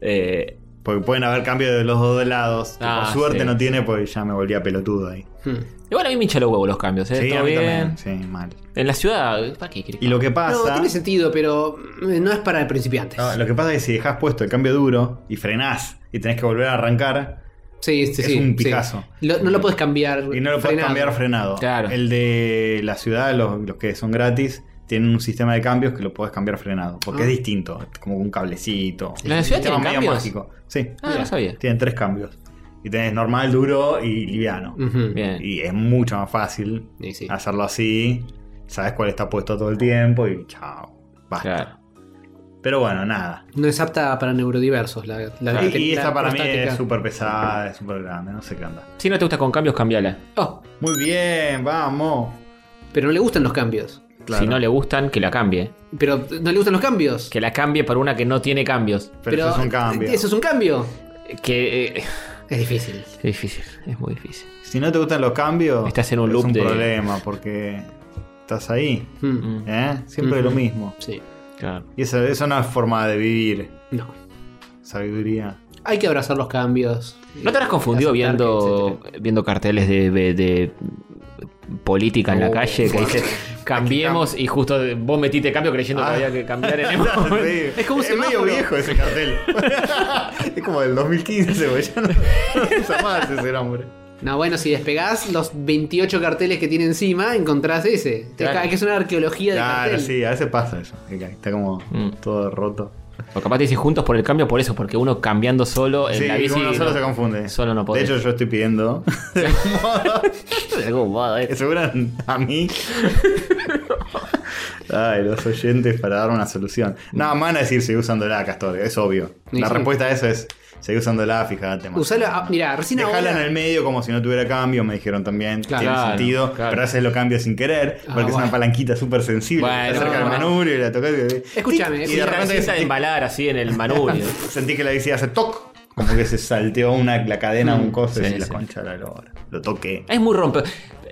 Eh, Porque pueden haber cambios de los dos lados. Ah, Por suerte sí. no tiene porque ya me volvía pelotudo ahí. Hmm. Igual a mí me hincha los huevos los cambios, ¿eh? Sí, Todo a mí bien. también. Sí, mal. En la ciudad, ¿para qué querés? Y lo que pasa. No, tiene sentido, pero mm, no es para principiantes. no, lo que pasa es que si dejas puesto el cambio duro y frenás y tenés que volver a arrancar sí, sí, es sí, un sí. picazo. Lo- no lo puedes cambiar. y no lo puedes frenado. cambiar frenado. Claro. El de la ciudad, los, los que son gratis, tienen un sistema de cambios que lo podés cambiar frenado. Porque Ah. es distinto. es Como un cablecito. ¿La ciudad sistema tiene cambios? mágico. Sí. Ah, no sabía. Tienen tres cambios. Y tenés normal, duro y liviano. Mm. Ujú. Bien. Y es mucho más fácil Y sí. hacerlo así. Sabes cuál está puesto todo el tiempo y chao. Basta. Claro. Pero bueno, nada. No es apta para neurodiversos. La, la- Ah, Y, y la esta para mí prostática. es súper pesada, es súper grande, no sé qué onda. Si no te gusta con cambios, cambiala. Oh, Muy bien, vamos. pero no le gustan los cambios. Claro. Si no le gustan, que la cambie. Pero no le gustan los cambios. Que la cambie por una que no tiene cambios. Pero, eso es un cambio. Eso es un cambio. Que eh, Es difícil. es difícil, es muy difícil. Si no te gustan los cambios, Estás en un loop es un de- problema porque estás ahí. Mm, Mm, ¿eh? Siempre Ujú. lo mismo. Sí. claro. Y eso, eso no es forma de vivir. No. Sabiduría. Hay que abrazar los cambios. ¿No te habrás confundido Aceptar que, viendo, etcétera. viendo carteles de, de- de política en la Oh, calle que wow. dice cambiemos y justo vos metiste cambio creyendo Ah. que había que *laughs* cambiar en el momento? Sí. Es como un es medio semáforo. viejo ese cartel. *laughs* es como del 2015, güey. Ya no, *laughs* no usa más ese nombre. No, bueno, si despegás los 28 carteles que tiene encima, encontrás ese. Te- Claro. Hay que hacer una arqueología de Claro, cartel. sí, a veces pasa eso. que Está como Mm. todo roto. O capaz te dice juntos por el cambio por eso, porque uno cambiando solo en Sí, la bici. uno solo no- se confunde. Solo no de podés. hecho, yo estoy *laughs* pidiendo de algún modo De algún modo, eh. que aseguran a mí. Ay, los oyentes para dar una solución. No, me van a decir seguí usándola, Castor, es obvio. Sí, La sí. respuesta a eso es seguí usándola, fíjate más. Usala, ah, mirá, recién Dejala ahora- en el medio como si no tuviera cambio, me dijeron también. Claro. Tiene Claro, sentido, claro. pero a veces lo cambio sin querer, Ah, porque es bueno. una palanquita súper sensible. Bueno, está cerca del bueno. manubrio y la tocas y- Escúchame, y de repente *laughs* empieza a sentí- embalar así en *laughs* el manubrio. Pues Sentí que la bici hace toc. Como que se salteó una, la cadena, un coso Mm, sí, y la sí. concha de la lora. Lo toqué. es muy rompe.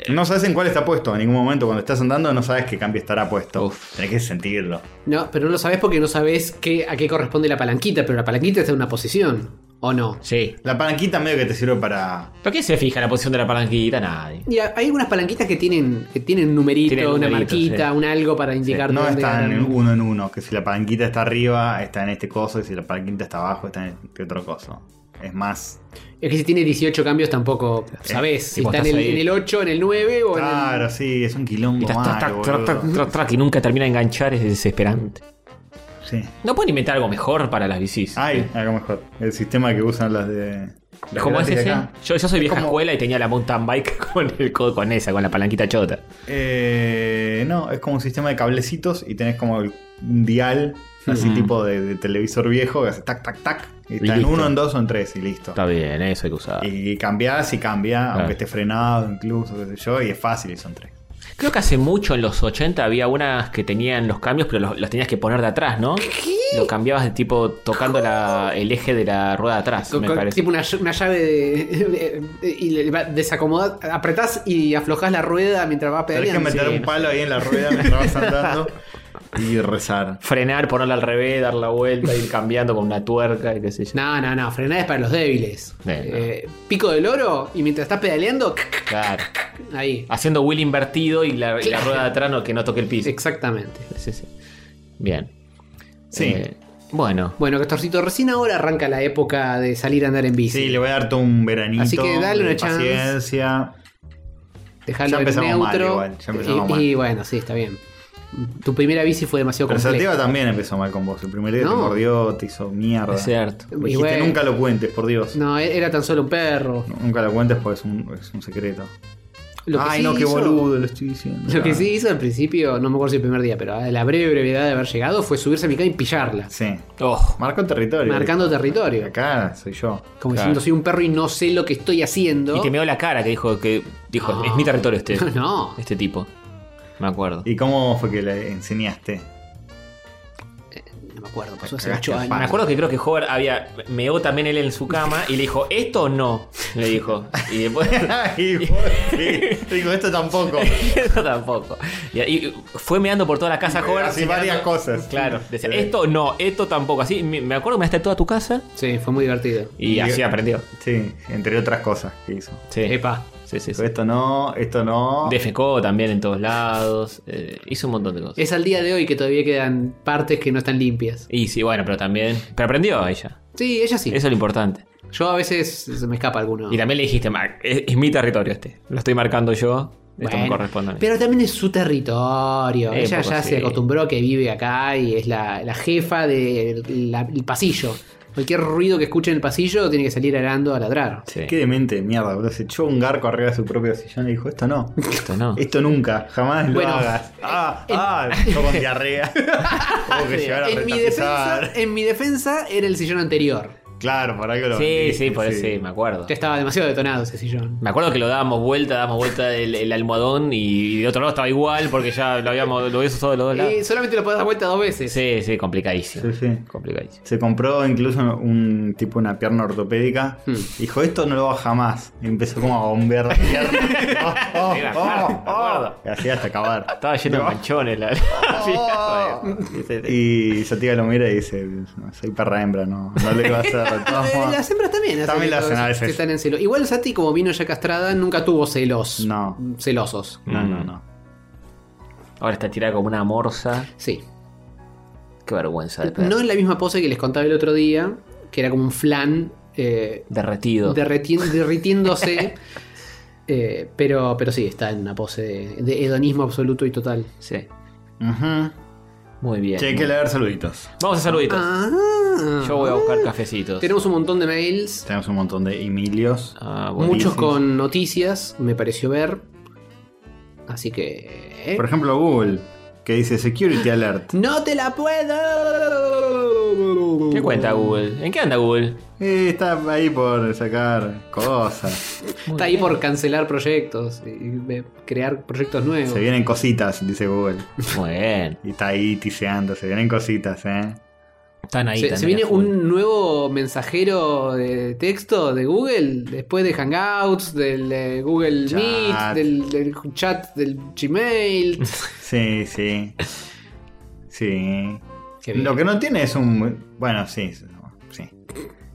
No sabes en cuál está puesto. En ningún momento cuando estás andando no sabes qué cambio estará puesto. Uf. Tenés que sentirlo. No, pero no lo sabes porque no sabes qué, a qué corresponde la palanquita, pero la palanquita está en una posición, ¿o no? Sí. La palanquita medio que te sirve para... ¿Por qué se fija la posición de la palanquita? Nadie. Y a- hay algunas palanquitas que tienen, que tienen un numerito, Tienen una numerito, marquita, sí. un algo para indicar No dónde están ganan. en uno en uno. Que si la palanquita está arriba, está en este coso. Y si la palanquita está abajo, está en este otro coso. Es más... Es que si tiene 18 cambios tampoco sabes si Y vos está en el, estás en ahí. el 8, en el 9 o en Claro, el... sí, es un Y quilombo estás trac, malo, trac, trac, boludo. trac, trac, trac, y nunca termina de enganchar, es desesperante. Sí. No pueden inventar algo mejor para las bicis. Ay, algo mejor. El sistema que usan las de... las ¿Cómo es gratis de ese? acá. Yo, yo soy vieja como- escuela y tenía la mountain bike *laughs* con, el, co- con esa, con la palanquita chota. Eh, no, es como un sistema de cablecitos y tenés como el- un dial así Mm. tipo de, de televisor viejo que hace tac, tac, tac. Y está en listo. uno, en dos o en tres y listo. Está bien, eso hay que usar. Y cambiás y cambia, aunque Claro. esté frenado incluso, qué sé yo, y es fácil y son tres. Creo que hace mucho, en los 80, había unas que tenían los cambios, pero los, los tenías que poner de atrás, ¿no? Lo cambiabas de tipo tocando la- el eje de la rueda de atrás, Co- me co- parece. Tipo una, ll- una llave de, de- y le va- desacomodás, apretás y aflojás la rueda mientras va Tenés que pedaleando. meter sí, un no palo ahí en la rueda mientras vas *laughs* andando y rezar. Frenar, ponerla al revés, dar la vuelta, ir cambiando con una tuerca y qué sé yo. No, no, no, frenar es para los débiles. Bien, Eh, Pico del oro y mientras estás pedaleando, Claro. ahí. Haciendo wheel invertido y la, y la rueda de atrás no, que no toque el piso. Exactamente. Sí, sí. Bien. Sí. Eh, bueno, Bueno, Castorcito, recién ahora arranca la época de salir a andar en bici. Sí, le voy a darte un veranito. Así que dale una de chance. Paciencia. Dejarlo Ya en empezamos mal neutro. igual, ya empezamos y, mal. y bueno, sí, está bien. Tu primera bici fue demasiado Pero Sativa compleja. también empezó mal con vos. El primer día No. te mordió, te hizo mierda. es cierto. Me dijiste, Y bueno. nunca lo cuentes, por Dios. No, e- era tan solo un perro. Nunca lo cuentes porque es un, es un secreto. Lo que Ay, sí no, qué hizo- boludo lo estoy diciendo. Lo que Ah, sí hizo al principio, no me acuerdo si el primer día, pero a la breve brevedad de haber llegado fue subirse a mi cara y pillarla. Sí. Oh, Marcó el territorio. Marcando territorio. Acá soy yo. Como Claro. diciendo, soy un perro y no sé lo que estoy haciendo. *laughs* y te meó la cara que dijo que dijo, No. es mi territorio *laughs* este. No, Este tipo. Me acuerdo. ¿Y cómo fue que le enseñaste? *laughs* no me acuerdo, pasó hace Cagaste 8 a años. palo. Me acuerdo que creo que Hover había meó también él en su cama y le dijo, ¿esto o no? Le dijo. Y después *laughs* Ay, vos, sí. Digo, esto tampoco. Eso tampoco. Y, y fue meando por toda la casa Hover. Así varias cosas. Claro. Decía, Sí. esto no, esto tampoco. Así me me acuerdo que me hasta toda tu casa Sí, fue muy divertido. y, Y- así aprendió. Sí, entre otras cosas que hizo. Sí. Epa. Sí, sí, Dijo, sí. Esto no, esto no. Defecó también en todos lados. eh, hizo un montón de cosas. Es al día de hoy que todavía quedan partes que no están limpias. Y sí, bueno, pero también. Pero aprendió ella. Sí, ella sí. Eso es lo importante. Yo a veces se me escapa alguno. Y también le dijiste, "Mar- es, es mi territorio este. Lo estoy marcando yo. Esto me Bueno, corresponde. a mí". Pero también es su territorio. Eh, Ella un poco ya sí. se acostumbró a que vive acá y es la, la jefa del pasillo. Cualquier ruido que escuche en el pasillo tiene que salir arando a ladrar. Sí. Qué demente de mierda, boludo. Se echó un garco arriba de su propio sillón y dijo, esto no. *laughs* Esto no. Esto nunca, jamás lo Bueno, eh, hagas. Ah, en- *laughs* ah, yo con diarrea. Tengo que llegar a En mi, defensa, retapizar. en mi defensa era el sillón anterior. Claro, por algo lo Sí, vendiste, sí, por eso sí, me acuerdo. Ya estaba demasiado detonado ese sillón. Me acuerdo que lo dábamos vuelta, dábamos vuelta el, el almohadón y, de otro lado estaba igual porque ya lo habíamos lo habíamos usado de los dos lados. Y Eh, solamente lo podés dar vuelta dos veces. Sí, sí, complicadísimo. Sí, sí. Complicadísimo. Se compró incluso un tipo una pierna ortopédica. Hmm. Dijo, esto no lo hago jamás. Y empezó como a *laughs* bombear la pierna. Oh, oh, Sí, me oh, acuerdo, me oh. acuerdo. Y así hasta acabar. Estaba lleno de manchones la. la- *laughs* sí, Oh. Y Sativa lo mira y dice, soy perra hembra, no, no le iba a hacer. Eh, No, Las hembras también, hacen También lo eso, hacen a que veces. están en celo. Igual Sati, como vino ya castrada, nunca tuvo celos. No. Celosos. no, no. no. Ahora está tirada como una morsa. Sí. Qué vergüenza de perro. No es la misma pose que les contaba el otro día, que era como un flan eh, Derretido. derreti- *laughs* derritiéndose. Eh, pero, pero sí, está en una pose de, de hedonismo absoluto y total. Sí. Ujú. Muy bien. Che, hay que leer saluditos. Vamos a saluditos. Ah. Yo voy a buscar cafecitos. Tenemos un montón de mails, Tenemos un montón de Emilios. Ah, bueno. muchos buenísimo. con noticias, me pareció ver. Así que. ¿eh? Por ejemplo, Google, que dice Security Alert. ¡No te la puedo! ¿Qué cuenta Google? ¿En qué anda *laughs* Google? Eh, está ahí por sacar cosas. Está ahí por cancelar proyectos y y crear proyectos nuevos. Se vienen cositas, dice Google. Muy bien. Y está ahí tiseando, se vienen cositas, ¿eh? Están ahí. Se, también se viene a full. un nuevo mensajero de texto de Google después de Hangouts, del eh, Google Chat. Meet, del, del chat del *laughs* Gmail. Sí, sí. Sí. Qué bien. Lo que no tiene es un. Bueno, sí, sí.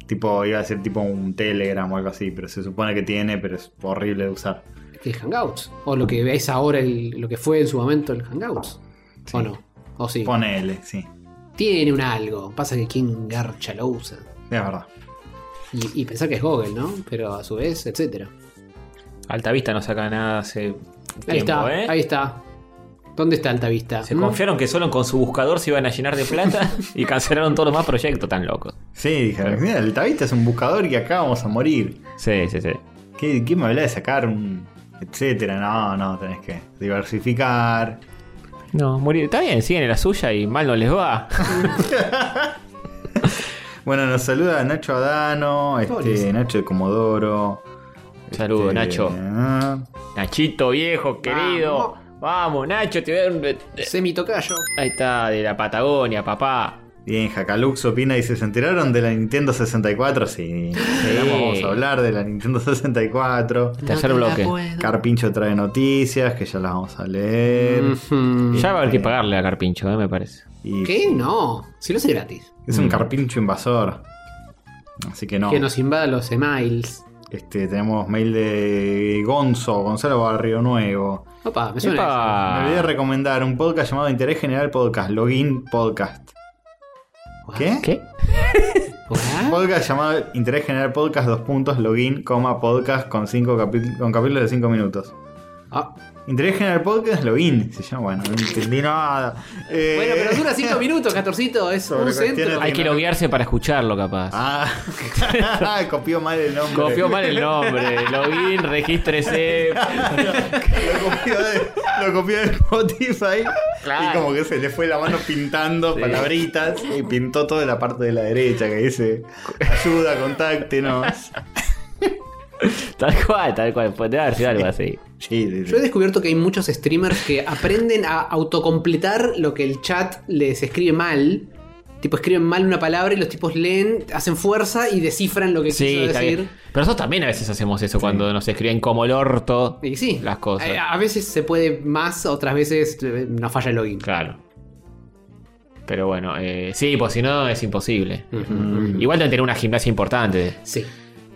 Tipo, iba a ser tipo un Telegram o algo así, pero se supone que tiene, pero es horrible de usar. El Hangouts. O lo que es ahora, el- lo que fue en su momento el Hangouts. Sí. O no. O sí. Ponele, sí. Tiene un algo. Pasa que quien garcha lo usa. Es verdad. Y, y pensar que es Google, ¿no? Pero a su vez, etcétera. Altavista no saca nada hace Ahí tiempo, está, ¿eh? ahí está. ¿Dónde está Altavista? Se ¿Mm? confiaron que solo con su buscador se iban a llenar de plata y cancelaron todos los más proyectos tan locos. Sí, dijeron, mira, el Tavista es un buscador y acá vamos a morir. Sí, sí, sí. ¿Qué, qué me habla de sacar un etcétera? No, no, tenés que diversificar. No, morir. Está bien, siguen en la suya y mal no les va. Bueno, nos saluda Nacho Adano, este, Pobrecito. Nacho de Comodoro. Este, Saludo, Uh, Nacho. ah, Nachito, viejo, querido. Mm, Vamos, Nacho, te voy a dar un... Semitocayo. Ahí está, de la Patagonia, papá. Bien, Jacalux opina y dice, ¿se enteraron de la Nintendo 64? Sí, queremos, vamos a hablar de la Nintendo 64. Tercer bloque. Carpincho trae noticias que ya las vamos a leer. Mm. Ujú. Ya va a haber que pagarle a Carpincho, eh, me parece. Y ¿Qué? No. Si lo hace gratis. Es un carpincho invasor. Así que no. Que nos invada los emails. Este, tenemos mail de Gonzo, Gonzalo Barrio Nuevo. Opa, me suena. eso. Epa. Me olvidé de recomendar un podcast llamado Interés General Podcast, Login Podcast. ¿Qué? ¿Qué? *laughs* Un Hola. Podcast llamado Interés General Podcast, dos puntos, login, coma, podcast con, cinco capi- con capítulos de 5 minutos. Ah. Interés General Podcast, login, se llama, bueno, no entendí nada. Eh, Bueno, pero dura *laughs* 5 minutos, Catorcito. Es Sobre un cuestiones centro. de- Hay que loguearse para escucharlo, capaz. Ah, *laughs* copió mal el nombre. Copió mal el nombre. Login, regístrese. Lo copió de, lo copió de Spotify. Y como que se le fue la mano pintando palabritas y pintó toda la parte de la derecha que dice ayuda, contáctenos. Tal cual, tal cual. Puede haber sido algo así. *laughs* Sí, sí, sí. Yo he descubierto que hay muchos streamers que aprenden a autocompletar lo que el chat les escribe mal. Tipo, escriben mal una palabra y los tipos leen, hacen fuerza y descifran lo que Sí, quiso está decir. bien. Pero nosotros también a veces hacemos eso cuando nos escriben como el orto. Y sí, Las cosas. A, a veces se puede más, otras veces eh, nos falla el login. Claro. Pero bueno, eh, sí, pues si no es imposible. Igual deben tener una gimnasia importante. Sí,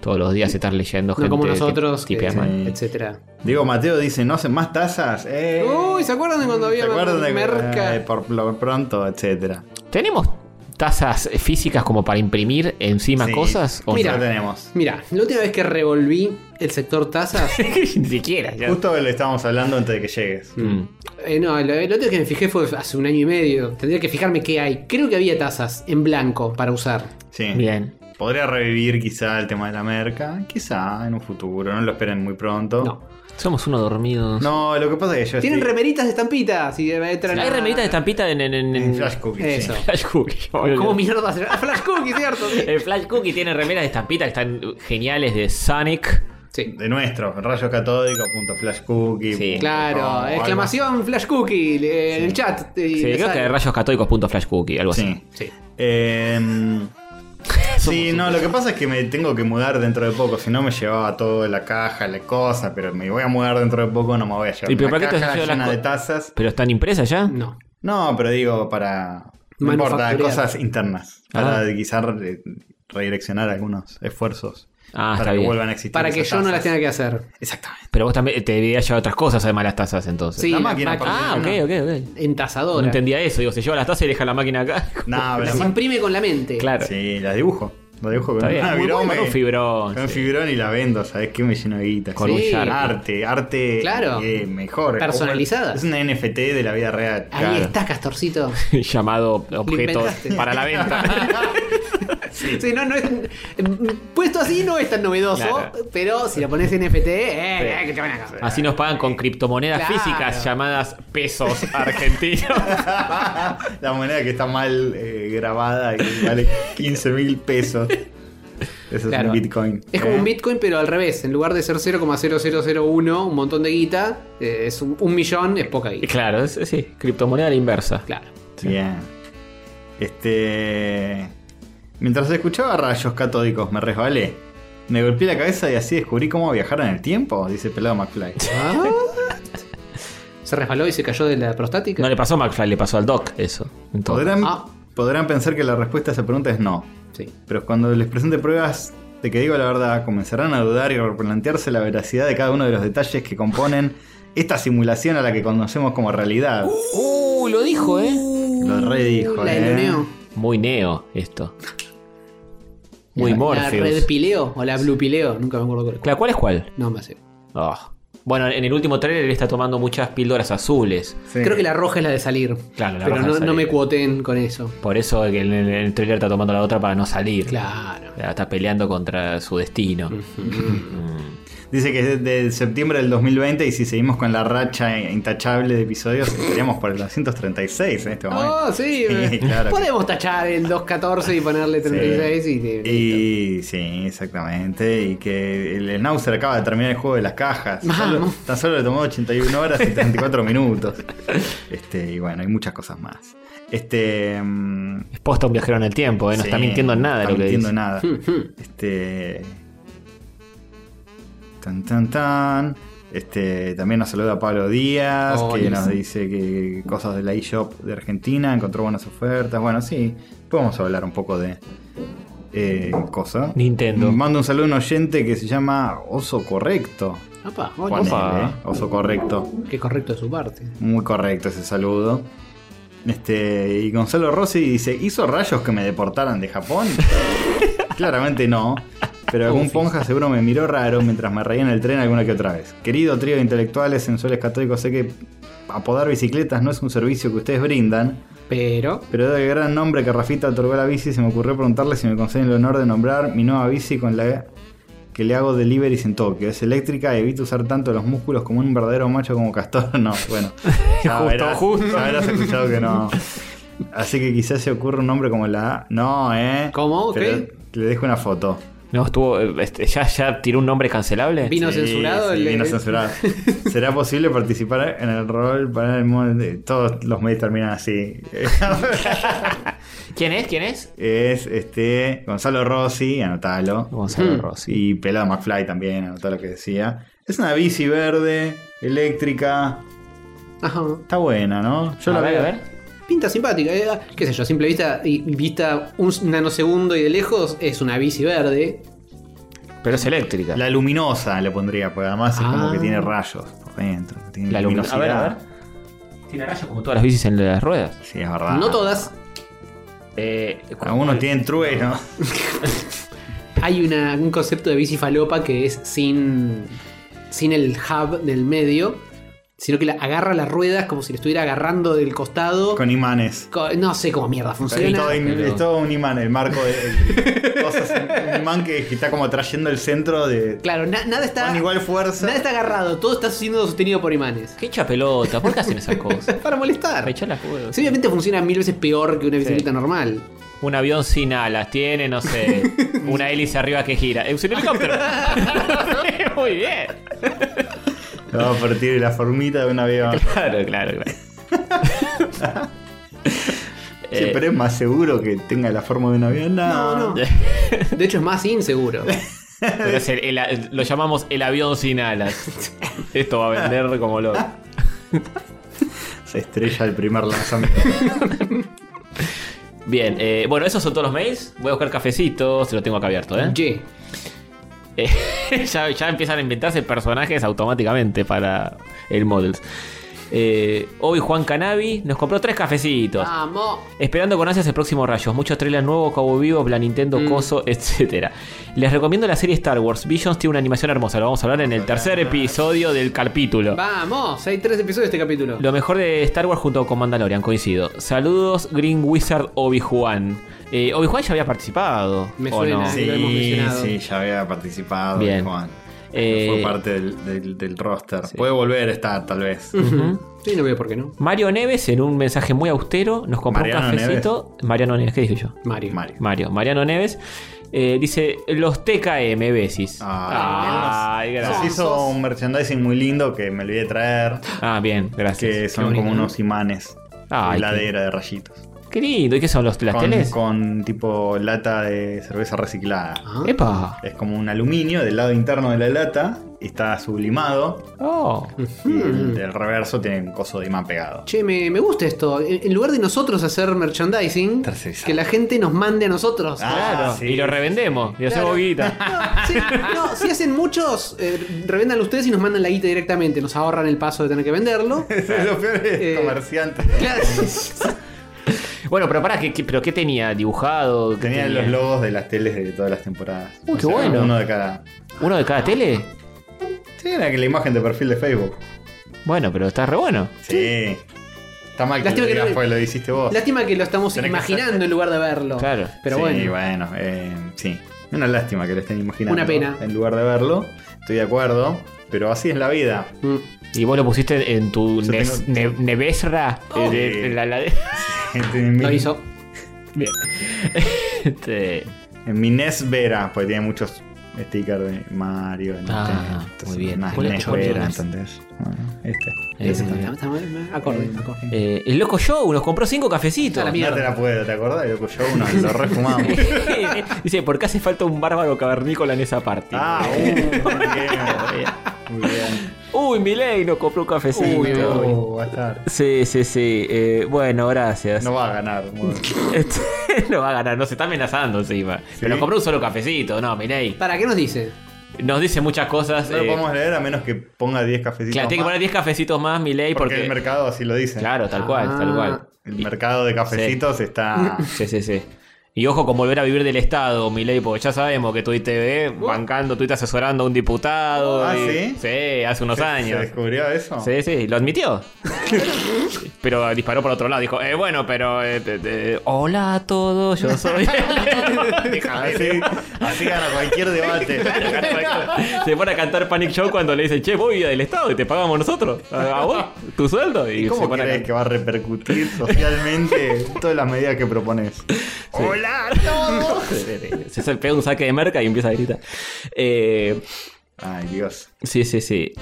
Todos los días estar leyendo gente. no como que nosotros, que- tipea mal. Sí. etcétera. Diego Mateo dice, ¿no hacen más tazas? Eh, Uy, ¿se acuerdan de cuando había Mm, ¿se acuerdan de- merca? eh, por lo pronto, etcétera. ¿Tenemos tazas físicas como para imprimir encima Sí. cosas? ¿O Mira, no? tenemos. Mira, la última vez que revolví el *laughs* sector tazas, no? *laughs* Ni siquiera. ya. Justo lo estábamos hablando antes de que llegues. Mm. eh, no, lo, lo último que me fijé fue hace un año y medio. Tendría que fijarme qué hay. Creo que había tazas en blanco para usar. Sí. Bien. Podría revivir quizá el tema de la merca, quizá en un futuro, no lo esperen muy pronto. No. Somos unos dormidos. No, lo que pasa es que yo Tienen estoy- remeritas de estampitas y entran Hay a- remeritas de estampita en, en, en- en- en Flash Cookie, sí. Eso. Flash Cookie. ¿Cómo mierda será? *laughs* Flash Cookie, ¿cierto? Eh, Sí. El Flash Cookie tiene remeras de estampita que están geniales de Sonic. Sí. De nuestro, rayo catódico, punto flash cookie. Sí. punto com, o Claro, oh, algo. exclamación Flash Cookie eh, en el chat. eh, Sí, le creo sale. que rayoscatódicos.flashcookie, algo así. Sí. Sí. Em, *laughs* sí, no, lo que pasa es que me tengo que mudar dentro de poco. Si no, me llevaba toda la caja, la cosa, pero me voy a mudar dentro de poco, no me voy a llevar. ¿Y pero una para qué te caja has llevado llena las de co- tazas. ¿Pero están impresas ya? No. No, pero digo, para. No importa, Manufacturear. cosas internas. Para Ah. quizás re- redireccionar algunos esfuerzos. Ah, para está que bien. vuelvan a existir. Para que esas yo no las tazas. tenga que hacer. Exactamente. Pero vos también te debías llevar otras cosas además de las tazas entonces. Sí, la la máquina, máquina. Ah, ok, ok, ok. No Entazadora. entendía eso. Digo, se lleva las tazas y deja la máquina acá. No, pero Las la- imprime con la mente. claro. Sí, las dibujo. Las dibujo con Está bien. una Muy virome. bueno, un fibrón. Con sí. fibrón y la vendo, ¿sabes qué? Me lleno de guita. Con un sharp. Arte, arte Claro. eh, mejor. Personalizada. Es una NFT de la vida real. Ahí Claro. está, Castorcito. *laughs* Llamado objeto inventaste. para *laughs* la venta. Sí. no, no es, puesto así no es tan novedoso, Claro. pero si lo pones en FT, eh, eh, que te van a cagar. Así nos pagan con criptomonedas Claro. físicas llamadas pesos argentinos. *laughs* *laughs* la moneda que está mal eh, grabada y vale 15 mil pesos. Eso es Claro. un Bitcoin. Es como ¿eh? un Bitcoin, pero al revés. En lugar de ser 0,0001, un montón de guita, eh, es un, un millón, es poca *laughs* guita. claro, es- sí, criptomoneda a la inversa. Claro. Bien. Este. Mientras escuchaba rayos catódicos, me resbalé. Me golpeé la cabeza y así descubrí cómo viajar en el tiempo, dice Pelado McFly. Ah. Se resbaló y se cayó de la prostática. No le pasó a McFly, le pasó al Doc eso. Entonces, Podrán, Ah. podrán pensar que la respuesta a esa pregunta es no. Sí. Pero cuando les presente pruebas de que digo la verdad, comenzarán a dudar y a replantearse la veracidad de cada uno de los detalles que componen esta simulación a la que conocemos como realidad. Uh, lo dijo, ¿eh? Lo re dijo, Uh, la eh. Eloneo. Muy neo esto. Muy la, La Morpheus. red pileo o la blue pileo, nunca me acuerdo cuál. es. Claro, ¿cuál es cuál? No me hace. Ah. Bueno, en el último trailer él está tomando muchas píldoras azules. Sí. Creo que la roja es la de salir. Claro, la Pero roja no, es la no de me salir. cuoten con eso. Por eso que en el, en el trailer está tomando la otra para no salir. Claro. Está peleando contra su destino. Mm. Dice que es desde septiembre del 2020 y si seguimos con la racha intachable de episodios, estaríamos por el 236 en este momento. Oh, sí. Sí, *laughs* claro. Podemos tachar el 214 y ponerle 36 y, te- Y sí, exactamente. Y que el Schnauzer acaba de terminar el juego de las cajas. Tan solo- Vamos. tan solo le tomó 81 horas y 34 minutos. Este, y bueno, hay muchas cosas más. Este. mm, Es posta un viajero en el tiempo, eh, no sí, está mintiendo en nada está lo que mintiendo dice. en nada. Este. Tan, tan, tan. Este, también nos saluda Pablo Díaz, Oh, que buenísimo. nos dice que cosas de la eShop de Argentina, encontró buenas ofertas. Bueno, sí, podemos hablar un poco de eh, cosas. Nintendo. Mando un saludo a un oyente que se llama Oso Correcto. Apa, bueno, Ponele, opa. eh, Oso Correcto. qué correcto de su parte. Muy correcto ese saludo. Este, y Gonzalo Rossi dice, ¿hizo rayos que me deportaran de Japón? Claramente no. Pero algún ponja seguro me miró raro mientras me reía en el tren alguna que otra vez. Querido trío de intelectuales sensuales católicos, sé que apodar bicicletas no es un servicio que ustedes brindan, Pero. pero dado el gran nombre que Rafita otorgó a la bici, se me ocurrió preguntarle si me conceden el honor de nombrar mi nueva bici con la que le hago deliveries en Tokio. Es eléctrica y evita usar tanto los músculos como un verdadero macho como Castor. *laughs* No, *laughs* bueno. Ya Justo, verás- justo. ya habrás escuchado que no. Así que quizás se ocurra un nombre como la... No, ¿eh? ¿Cómo? Pero Ok. Le dejo una foto. No, estuvo. eh, este, ya, ya tiró un nombre cancelable. Vino censurado. Sí, el- vino *laughs* censurado. ¿Será posible participar en el rol para el molde? Todos los medios terminan *laughs* así. ¿Quién es? ¿Quién es? es este Gonzalo Rossi, anotalo. Gonzalo Mm. Rossi. Y Pelado McFly también, anotá lo que decía. Es una bici verde, eléctrica. Ajá. Está buena, ¿no? Yo a la ver, veo. a ver. Pinta simpática, eh. qué sé yo, a simple vista y vista un nanosegundo y de lejos es una bici verde. Pero es eléctrica. La luminosa le pondría, porque además es como Ah. que tiene rayos por dentro. Tiene La luminosidad. luminosidad. A ver, a ver. Tiene rayos como todas las bicis en las ruedas. Sí, es verdad. No todas. Eh, Algunos tienen trueno. Hay una- un concepto de bici falopa que es sin, sin el hub del medio, sino que la, agarra las ruedas como si le estuviera agarrando del costado. Con imanes. Co- no sé cómo mierda Es funciona. todo, in- pero- es todo un imán, el marco de. *laughs* el- cosas, un imán que, que está como trayendo el centro de. Claro, na- nada está. Con igual fuerza. Nada está agarrado, todo está siendo sostenido por imanes. Qué hincha pelota, ¿por qué hacen esas cosas? *laughs* Para molestar. Para echar las huevos. Sí, obviamente funciona mil veces peor que una bicicleta Sí. normal. Un avión sin alas, tiene, no *laughs* sé, una hélice arriba que gira. Es un *laughs* helicóptero. Muy bien. No, pero tiene la formita de un avión. Claro, claro, claro. Che, *laughs* Eh, pero es más seguro que tenga la forma de un avión. No, *laughs* No, no. De hecho, es más inseguro. ¿Eh? pero es el- el- lo llamamos el avión sin alas. Esto va a vender como loco. Se estrella el primer *laughs* lanzamiento. Bien, eh, bueno, esos son todos los mails. Voy a buscar cafecitos, lo tengo acá abierto, ¿eh? Ye. Eh, *laughs* ya, ya empiezan a inventarse personajes automáticamente para el Models. Eh, hoy Juan Canavi nos compró tres cafecitos. Ah. Vamos. Esperando con ansias el próximo Rayos. Muchos trailers nuevos, Cabo Vivo, la Nintendo, Mm. Coso, etc. Les recomiendo la serie Star Wars. Visions tiene una animación hermosa. Lo vamos a hablar en el tercer episodio del capítulo. Vamos. Hay tres episodios de este capítulo. Lo mejor de Star Wars junto con Mandalorian, coincido. Saludos, Green Wizard Obi-Wan. Eh, Obi-Wan ya había participado. Me ¿o suena. no? lo hemos Sí, mencionado. sí, ya había participado Bien. Juan. Eh, Fue parte del, del- del roster. sí. Puede volver a estar, tal vez. Ujú. *laughs* Sí, no veo por qué no. Mario Neves, en un mensaje muy austero, nos compró Mariano un cafecito. Mariano Neves, ¿qué dije yo? Mario. Mario. Mario, Mariano Neves. eh, dice, los TKM, besis. Ay, Ay, nos- gracias. Nos hizo un merchandising muy lindo que me olvidé traer. Ah, bien, gracias. Que son bonito. como unos imanes. Ay, de ladera de rayitos. Qué lindo. ¿Y qué son los, las Con, teles? con tipo lata de cerveza reciclada. Ah. ¡Epa! Es como un aluminio del lado interno de la lata. y Está sublimado. ¡Oh! Y el Mm. del reverso tiene un coso de imán pegado. Che, me, me gusta esto. En en lugar de nosotros hacer merchandising, Tercerizado. que la gente nos mande a nosotros. Ah, claro. sí. Y lo revendemos. Y *laughs* Claro. hacemos guita. *laughs* No, sí, no, si hacen muchos, eh, revendan ustedes y nos mandan la guita directamente. Nos ahorran el paso de tener *laughs* que venderlo. Los peores Eh, comerciantes. Claro. Bueno, pero pará, ¿qué, qué- pero qué tenía? ¿Dibujado? ¿Qué Tenían los logos de las teles de todas las temporadas. Uy, qué bueno. Uno de cada. ¿Uno de cada tele? Sí, era que la imagen de perfil de Facebook. Bueno, pero está re bueno. Sí. Está mal que, Lástima lo, que no digas, le- pues, lo hiciste vos. Lástima que lo estamos Tenés que imaginando en lugar de verlo. Claro. Pero sí, bueno. eh, sí. Una lástima que lo estén imaginando. Una pena. En lugar de verlo. Estoy de acuerdo. Pero así es la vida. *laughs* Mm. Y vos lo pusiste en tu Yo nes- tengo- Oh. ne- nevesra. eh, de- Sí. de *laughs* la lade- En mi, Lo hizo. Bien. Este, En mi NES Vera, E porque tiene muchos sticker de Mario. de Ah, Nintendo, muy entonces, bien. Una, ¿Cuál es- una cuál esfera, es? ¿entendés? Bueno, este. Eh, Ese también. Está- está mal, mal. Acorde, acorde. Eh, el loco Joe nos compró cinco cafecitos. A la No mierda. te la puedo, ¿te acordás? Loco, yo uno *laughs* lo refumamos. *laughs* Dice, ¿por qué hace falta un bárbaro cavernícola en esa parte? ah, uh, muy eh, bien, *laughs* muy bien, muy bien. Uy, Milei nos compró un cafecito. Uy, uy. Uh, va a estar. Sí, sí, sí. Eh, bueno, gracias. *laughs* No va a ganar. bueno. Este, no va a ganar, nos está amenazando encima. Pero nos compró un solo cafecito, no, Milei. ¿Para qué nos dice? Nos dice muchas cosas. No lo eh, podemos leer a menos que ponga 10 cafecitos. claro, tiene que más, poner 10 cafecitos más, Milei, porque, porque. el mercado así lo dice. Claro, tal cual, Ah. tal cual. El mercado de cafecitos *laughs* está. Ah, Sí, sí, sí. Y ojo con volver a vivir del Estado, Milei, porque ya sabemos que tuviste eh, bancando, tuviste asesorando a un diputado. Ah, y- ¿sí? Sí, hace unos ¿Se- ¿Se años. descubrió eso? Sí, sí, lo *laughs* admitió. pero disparó por otro lado. Dijo, eh, bueno, pero. eh, eh, eh, hola a todos, yo soy. *laughs* Déjame *laughs* Así, así gana cualquier *laughs* debate. *laughs* Se pone a cantar Panic Show cuando le dicen, che, vos vivías del Estado y te pagamos nosotros. A a vos, tu sueldo. Y, ¿Y se cómo pone a crees que va a repercutir socialmente *laughs* todas las medidas que propones? ¡Hola a todos! cantar. *laughs* Se se pega un saque de merca y empieza a gritar. Eh, Ay, Dios. sí, sí, sí.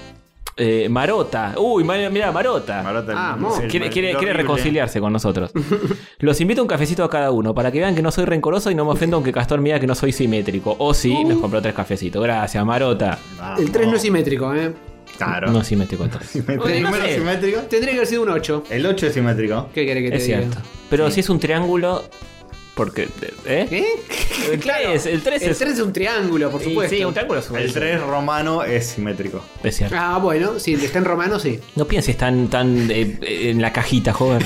Eh, Marota. Uy, ma- mira, Marota. Marota, Ah, el- mo. el- Quiere, el- quiere- lo quiere horrible. reconciliarse *laughs* con nosotros. Los invito a un cafecito a cada uno para que vean que no soy rencoroso y no me ofendo aunque Castor mira que no soy simétrico. O sí, Uh. nos compró tres cafecitos. Gracias, Marota. Vamos. El 3 no es simétrico, ¿eh? Claro. No *laughs* simétrico entonces. Simétrico. Oye, ¿El no número sé. simétrico? Tendría que haber sido un 8. El 8 es simétrico. ¿Qué quiere que te Es diga? cierto. Pero si es un triángulo. Porque. ¿Eh? ¿Qué? El Claro. tres, el tres El es- 3 es un triángulo, por Y supuesto. Sí, un triángulo es un- El 3 romano es simétrico. Es cierto. Ah, bueno, si está en romano, sí. No pienses tan, tan eh, eh, en la *laughs* cajita, joven.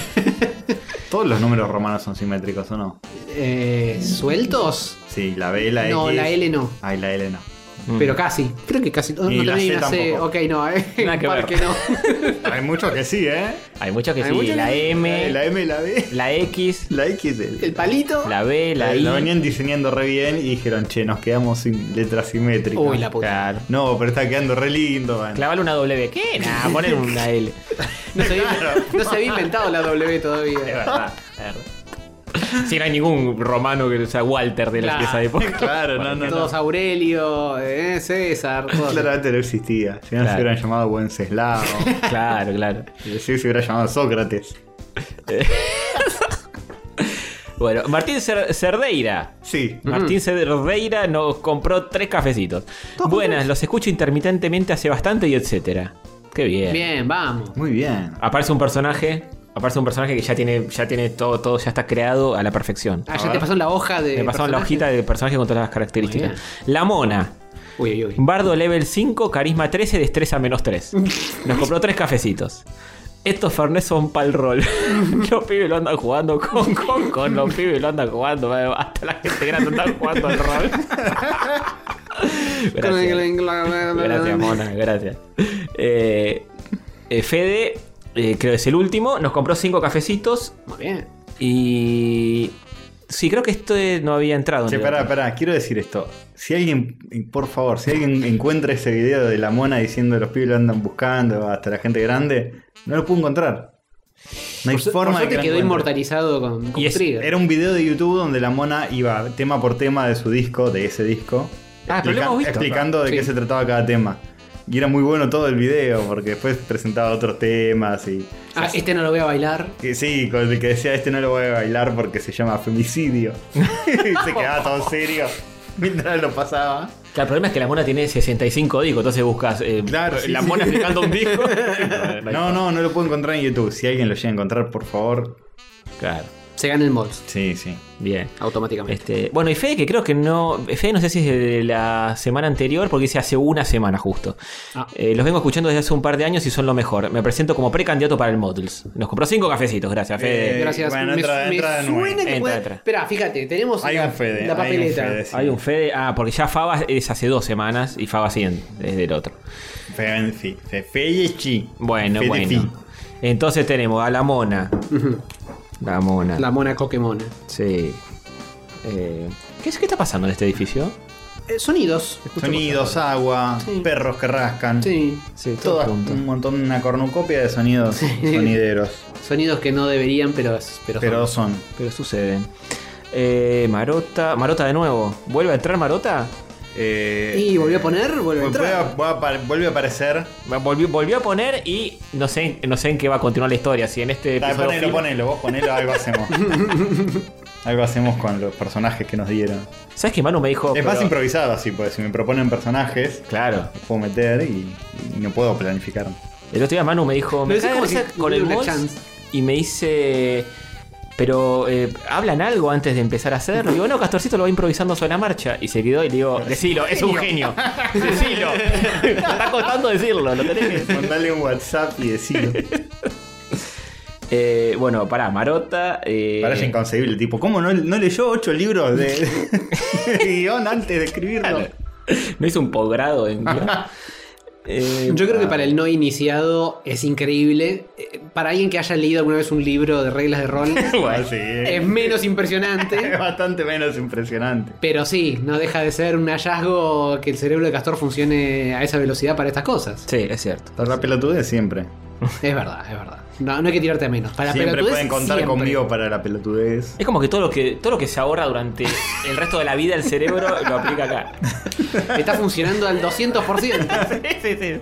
Todos los números romanos son simétricos, ¿o no? Eh, ¿Sueltos? Sí, la B, la X. No, la L no. Ay, la L no. Mm. Pero casi. Creo que casi. No, Y no la tenía C una C. tampoco. Ok, no, ¿eh? Nada *laughs* que Par ver. no. Hay muchos que sí, ¿eh? Hay muchas que Hay sí. muchas la que- M, La la, M, la B, X, la X. El palito. la B, la Eh, I. Lo venían diseñando re bien y dijeron, che, nos quedamos sin letra simétrica. Uy, la puta. Claro. No, pero está quedando re lindo. man. Clavale una W. ¿Qué? Nah, poner una L. No se, había, no se había inventado la *laughs* W todavía. Si no hay ningún romano que sea Walter de la Claro. pieza de época. Claro, no, no, no. Todos Aurelio, eh, César. todos. Claramente no existía. Si no Claro. se hubieran llamado *laughs* Wenceslao. Claro, claro. si se hubiera llamado Sócrates. Bueno, Martín Cer- Cerdeira. Sí. Mm. Martín Cerdeira nos compró tres cafecitos. Buenas, los escucho intermitentemente hace bastante y etcétera. Qué bien. Bien, vamos. Muy bien. Aparece un personaje. Aparece un personaje que ya tiene, ya tiene todo, todo, ya está creado a la perfección. Ah, A ya te ver. pasó la hoja de. Me pasaron la personajes. hojita del personaje con todas las Muy características. La mona. Uy, uy, uy. Bardo level 5, carisma 13, destreza menos 3. Nos compró tres cafecitos. Estos Fernés son pal rol. *laughs* los pibes lo andan jugando con con con. Los pibes lo andan jugando. eh, Hasta la gente grande anda jugando al rol. gracias. gracias, Mona. Gracias. Eh, eh, Fede, eh, creo que es el último. Nos compró cinco cafecitos. Muy bien. Y. Sí, creo que esto eh, no había entrado. en Che, el- pará, pará, quiero decir esto. Si alguien, por favor, si alguien encuentra ese video de la mona diciendo los pibes lo andan buscando, hasta la gente grande, no lo puedo encontrar. No hay Por su- por forma de suerte que lo quedó encuentre. inmortalizado con, con Y es- Trigger. Era un video de YouTube donde la mona iba tema por tema de su disco, de ese disco, Ah, pero lo hemos visto, explicando de Sí. qué se trataba cada tema. Y era muy bueno todo el video, porque después presentaba otros temas y. Ah, este no lo voy a bailar. Que sí, con el que decía este no lo voy a bailar porque se llama *laughs* femicidio. y se quedaba todo serio mientras lo pasaba. Claro, el problema es que la mona tiene 65 discos, entonces buscas eh, Claro, sí, la sí. mona explicando un disco. No, no, no lo puedo encontrar en YouTube. Si alguien lo llega a encontrar, por favor. *laughs* Claro, Se gana el Mods Sí, sí. bien. automáticamente. Este, bueno, y Fede, que creo que no. Fede, no sé si es de la semana anterior, porque dice hace una semana justo. Ah. Eh, los vengo escuchando desde hace un par de años y son lo mejor. Me presento como precandidato para el Models. Nos compró cinco cafecitos, gracias, Fede. Eh, Gracias. bueno, entra- entra de nuevo. suena que Entra, puede- entra. Esperá, fíjate, tenemos Hay la, un Fede. la hay un papeleta. Fede, sí. Hay un Fede. Ah, porque ya Faba es hace dos semanas y Faba 100 es del otro. Fede, sí. Fe- Fedechi. Bueno, Fede, sí. bueno. Entonces tenemos a la mona. La mona. La mona coquemona. Sí. Eh, ¿qué, es- qué está pasando en este edificio? Eh, sonidos. Sonidos, agua, Sí. perros que rascan. Sí. Sí, Todas Mm. un montón, una cornucopia de sonidos sonideros. Sonidos que no deberían, pero, pero, Pero son. son. Pero suceden. Eh, Marota. Marota de nuevo. ¿Vuelve a entrar Marota? Eh, Y volvió a poner, vuelve vuelve a a- entrar. va a apar- vuelve a aparecer. Volvió, volvió a poner y no sé, no sé en qué va a continuar la historia. Si en este Dale, episodio ponelo, fin- ponelo, vos ponelo, algo hacemos. *laughs* algo hacemos con los personajes que nos dieron. ¿Sabes que Manu me dijo? es más pero- improvisado así, pues si me proponen personajes, Claro. los puedo meter y, y no puedo planificar. El otro día Manu me dijo, me Pero eso cae es de como risa que con el una Mols chance. y me dice, pero eh, hablan algo antes de empezar a hacerlo. Y digo, no, Castorcito lo va improvisando sobre la marcha. Y se quedó y le digo, decilo, es un genio. *laughs* decilo. *laughs* Me está costando decirlo, lo tenés que... Mandale un WhatsApp y decirlo. Eh, bueno, pará, Marota... eh, *laughs* Parece inconcebible, tipo, ¿cómo no, no leyó ocho libros de, de *laughs* guión antes de escribirlo? no hizo un *laughs* posgrado en... Eh, Yo creo que ah, para el no iniciado es increíble. Eh, Para alguien que haya leído alguna vez un libro de reglas de rol, Igual Ah, sí, es es, menos impresionante. bastante menos impresionante. Pero sí, no deja de ser un hallazgo que el cerebro de Castor funcione a esa velocidad para estas cosas. Sí, es cierto. Para la pelotudez siempre. Es verdad, es verdad. No, no hay que tirarte a menos. Para siempre pelotudez, pueden contar siempre. conmigo para la pelotudez. Es como que todo lo que todo lo que se ahorra durante el resto de la vida el cerebro lo aplica acá. Está funcionando *laughs* al 200%.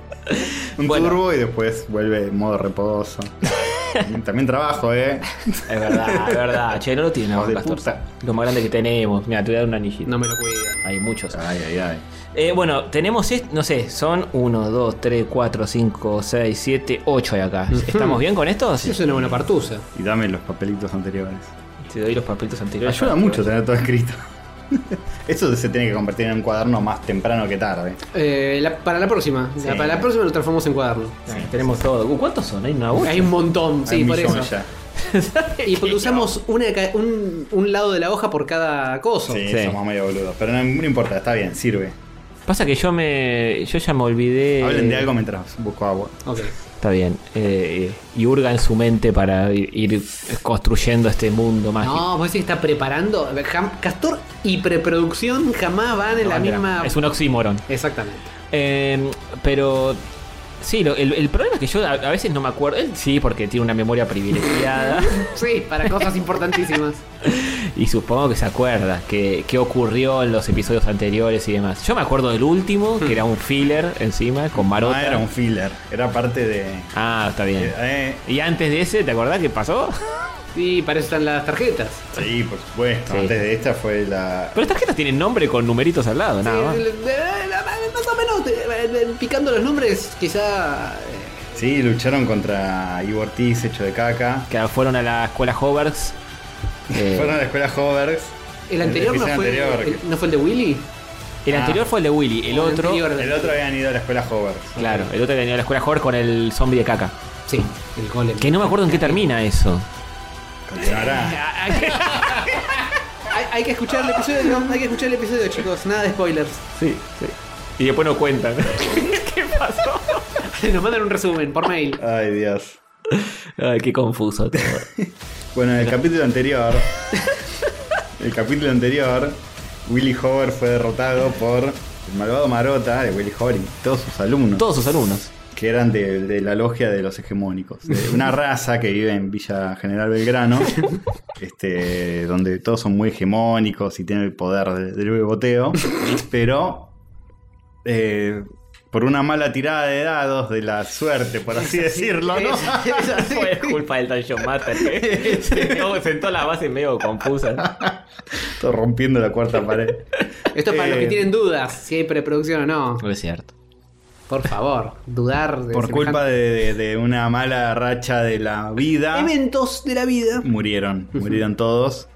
Un Bueno. turbo y después vuelve en modo reposo. también, también trabajo, ¿eh? Es verdad, es verdad. Che, no lo tiene Hijos de Castor. puta. Lo más grande que tenemos. Mira, te voy a dar un anillito. No me lo cuidan. Hay muchos. Ay, ay, ay. Eh, bueno, tenemos, est- no sé, son 1, 2, 3, 4, 5, 6, 7, 8 de acá. Ujú. ¿Estamos bien con estos? Eso es una buena partusa. Y dame los papelitos anteriores. Te doy los papelitos anteriores. Ayuda mucho tener todo escrito. *laughs* Eso se tiene que convertir en un cuaderno más temprano que tarde. Eh, la- para la próxima. La- para la próxima lo transformamos en cuaderno. Sí, tenemos todo. Uh, ¿Cuántos son? Hay una bocha. Hay un montón, sí, Hay un por millón eso. ya. *laughs* Y porque usamos una ca- un, un lado de la hoja por cada coso. Sí, Sí. somos medio boludos. Pero no, no importa, está bien, sirve. Pasa que yo me. Yo ya me olvidé. Hablen de algo mientras busco agua. Ok. Está bien. Eh, y hurga en su mente para ir, ir construyendo este mundo mágico. No, vos decís que está preparando. A ver, jam- Castor y preproducción jamás van en No, la mentira. misma. Es un oxímoron. Exactamente. Eh, pero. Sí, lo- el, el problema es que yo a, a veces no me acuerdo. Él sí, porque tiene una memoria privilegiada. Sí, para cosas importantísimas. y supongo que se acuerda que, que ocurrió en los episodios anteriores y demás. Yo me acuerdo del último, que era un filler encima, con No Marota. era un filler, era parte de. Ah, está bien. eh, Y antes de ese, ¿te acordás qué pasó? Y para eso están las tarjetas. sí, por supuesto. Sí. Antes de esta fue la. Pero las tarjetas tienen nombre con numeritos al lado, nada más. Sí, eh, eh, más o menos, eh, eh, picando los nombres, quizá. eh, Sí, lucharon contra Ivo Ortiz, hecho de caca. Que fueron a la escuela Hogwarts. Eh, *laughs* Fueron a la escuela Hogwarts. El anterior, no, episodio fue, anterior, el- ¿no fue el de Willy? el anterior fue el de Willy, el O otro. anterior. El otro habían ido a la escuela Hogwarts. Claro, el otro que venía a la escuela Hogwarts con el zombie de caca. Sí, el golem. Que no me acuerdo en qué termina eso. Continuará. Hay, hay- hay que escuchar el episodio, ¿no? hay que escuchar el episodio, chicos. Nada de spoilers. *laughs* Sí, sí. Y después no cuentan. *laughs* ¿Qué pasó? Nos mandan un resumen por mail. Ay, Dios. Ay, qué confuso todo. Bueno, en el capítulo anterior. el capítulo anterior, Willy Howard fue derrotado por el malvado Marota de Willy Howard y todos sus alumnos. Todos sus alumnos. Que eran de, de la logia de los hegemónicos. de una raza que vive en Villa General Belgrano. este, donde todos son muy hegemónicos y tienen el poder de- del beboteo. pero. eh, por una mala tirada de dados de la suerte, por así decirlo, ¿no? Es- es así. *laughs* *laughs* Fue culpa del Dungeon Master. que *laughs* sentó, sentó la base medio confusa. Todo rompiendo la cuarta pared. Esto es para los que Eh, tienen dudas si hay preproducción o no. No es cierto. Por favor, dudar de Por culpa semejante- de, de- de una mala racha de la vida. eventos de la vida. Murieron, murieron todos.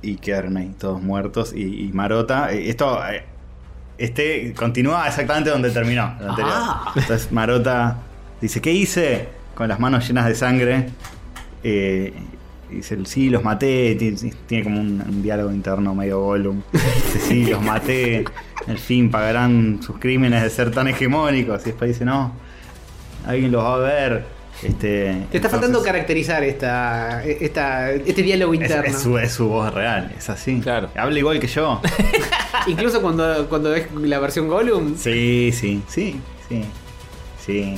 Y quedaron ahí todos muertos. Y, y Marota. eh, Esto. eh, Este continúa exactamente donde terminó. el anterior. Ah. Entonces Marota dice: ¿Qué hice? Con las manos llenas de sangre. Eh, dice: Sí, los maté. Tiene, tiene como un, un diálogo interno medio Gollum. Dice: Sí, los maté. Al fin pagarán sus crímenes de ser tan hegemónicos. Y después dice: No, alguien los va a ver. Este, Te está faltando entonces- caracterizar esta, esta, este diálogo es, interno. es su, es su voz real, es así. Claro. Habla igual que *laughs* yo. Incluso cuando, cuando ves la versión Gollum. sí, sí, sí, sí. Sí.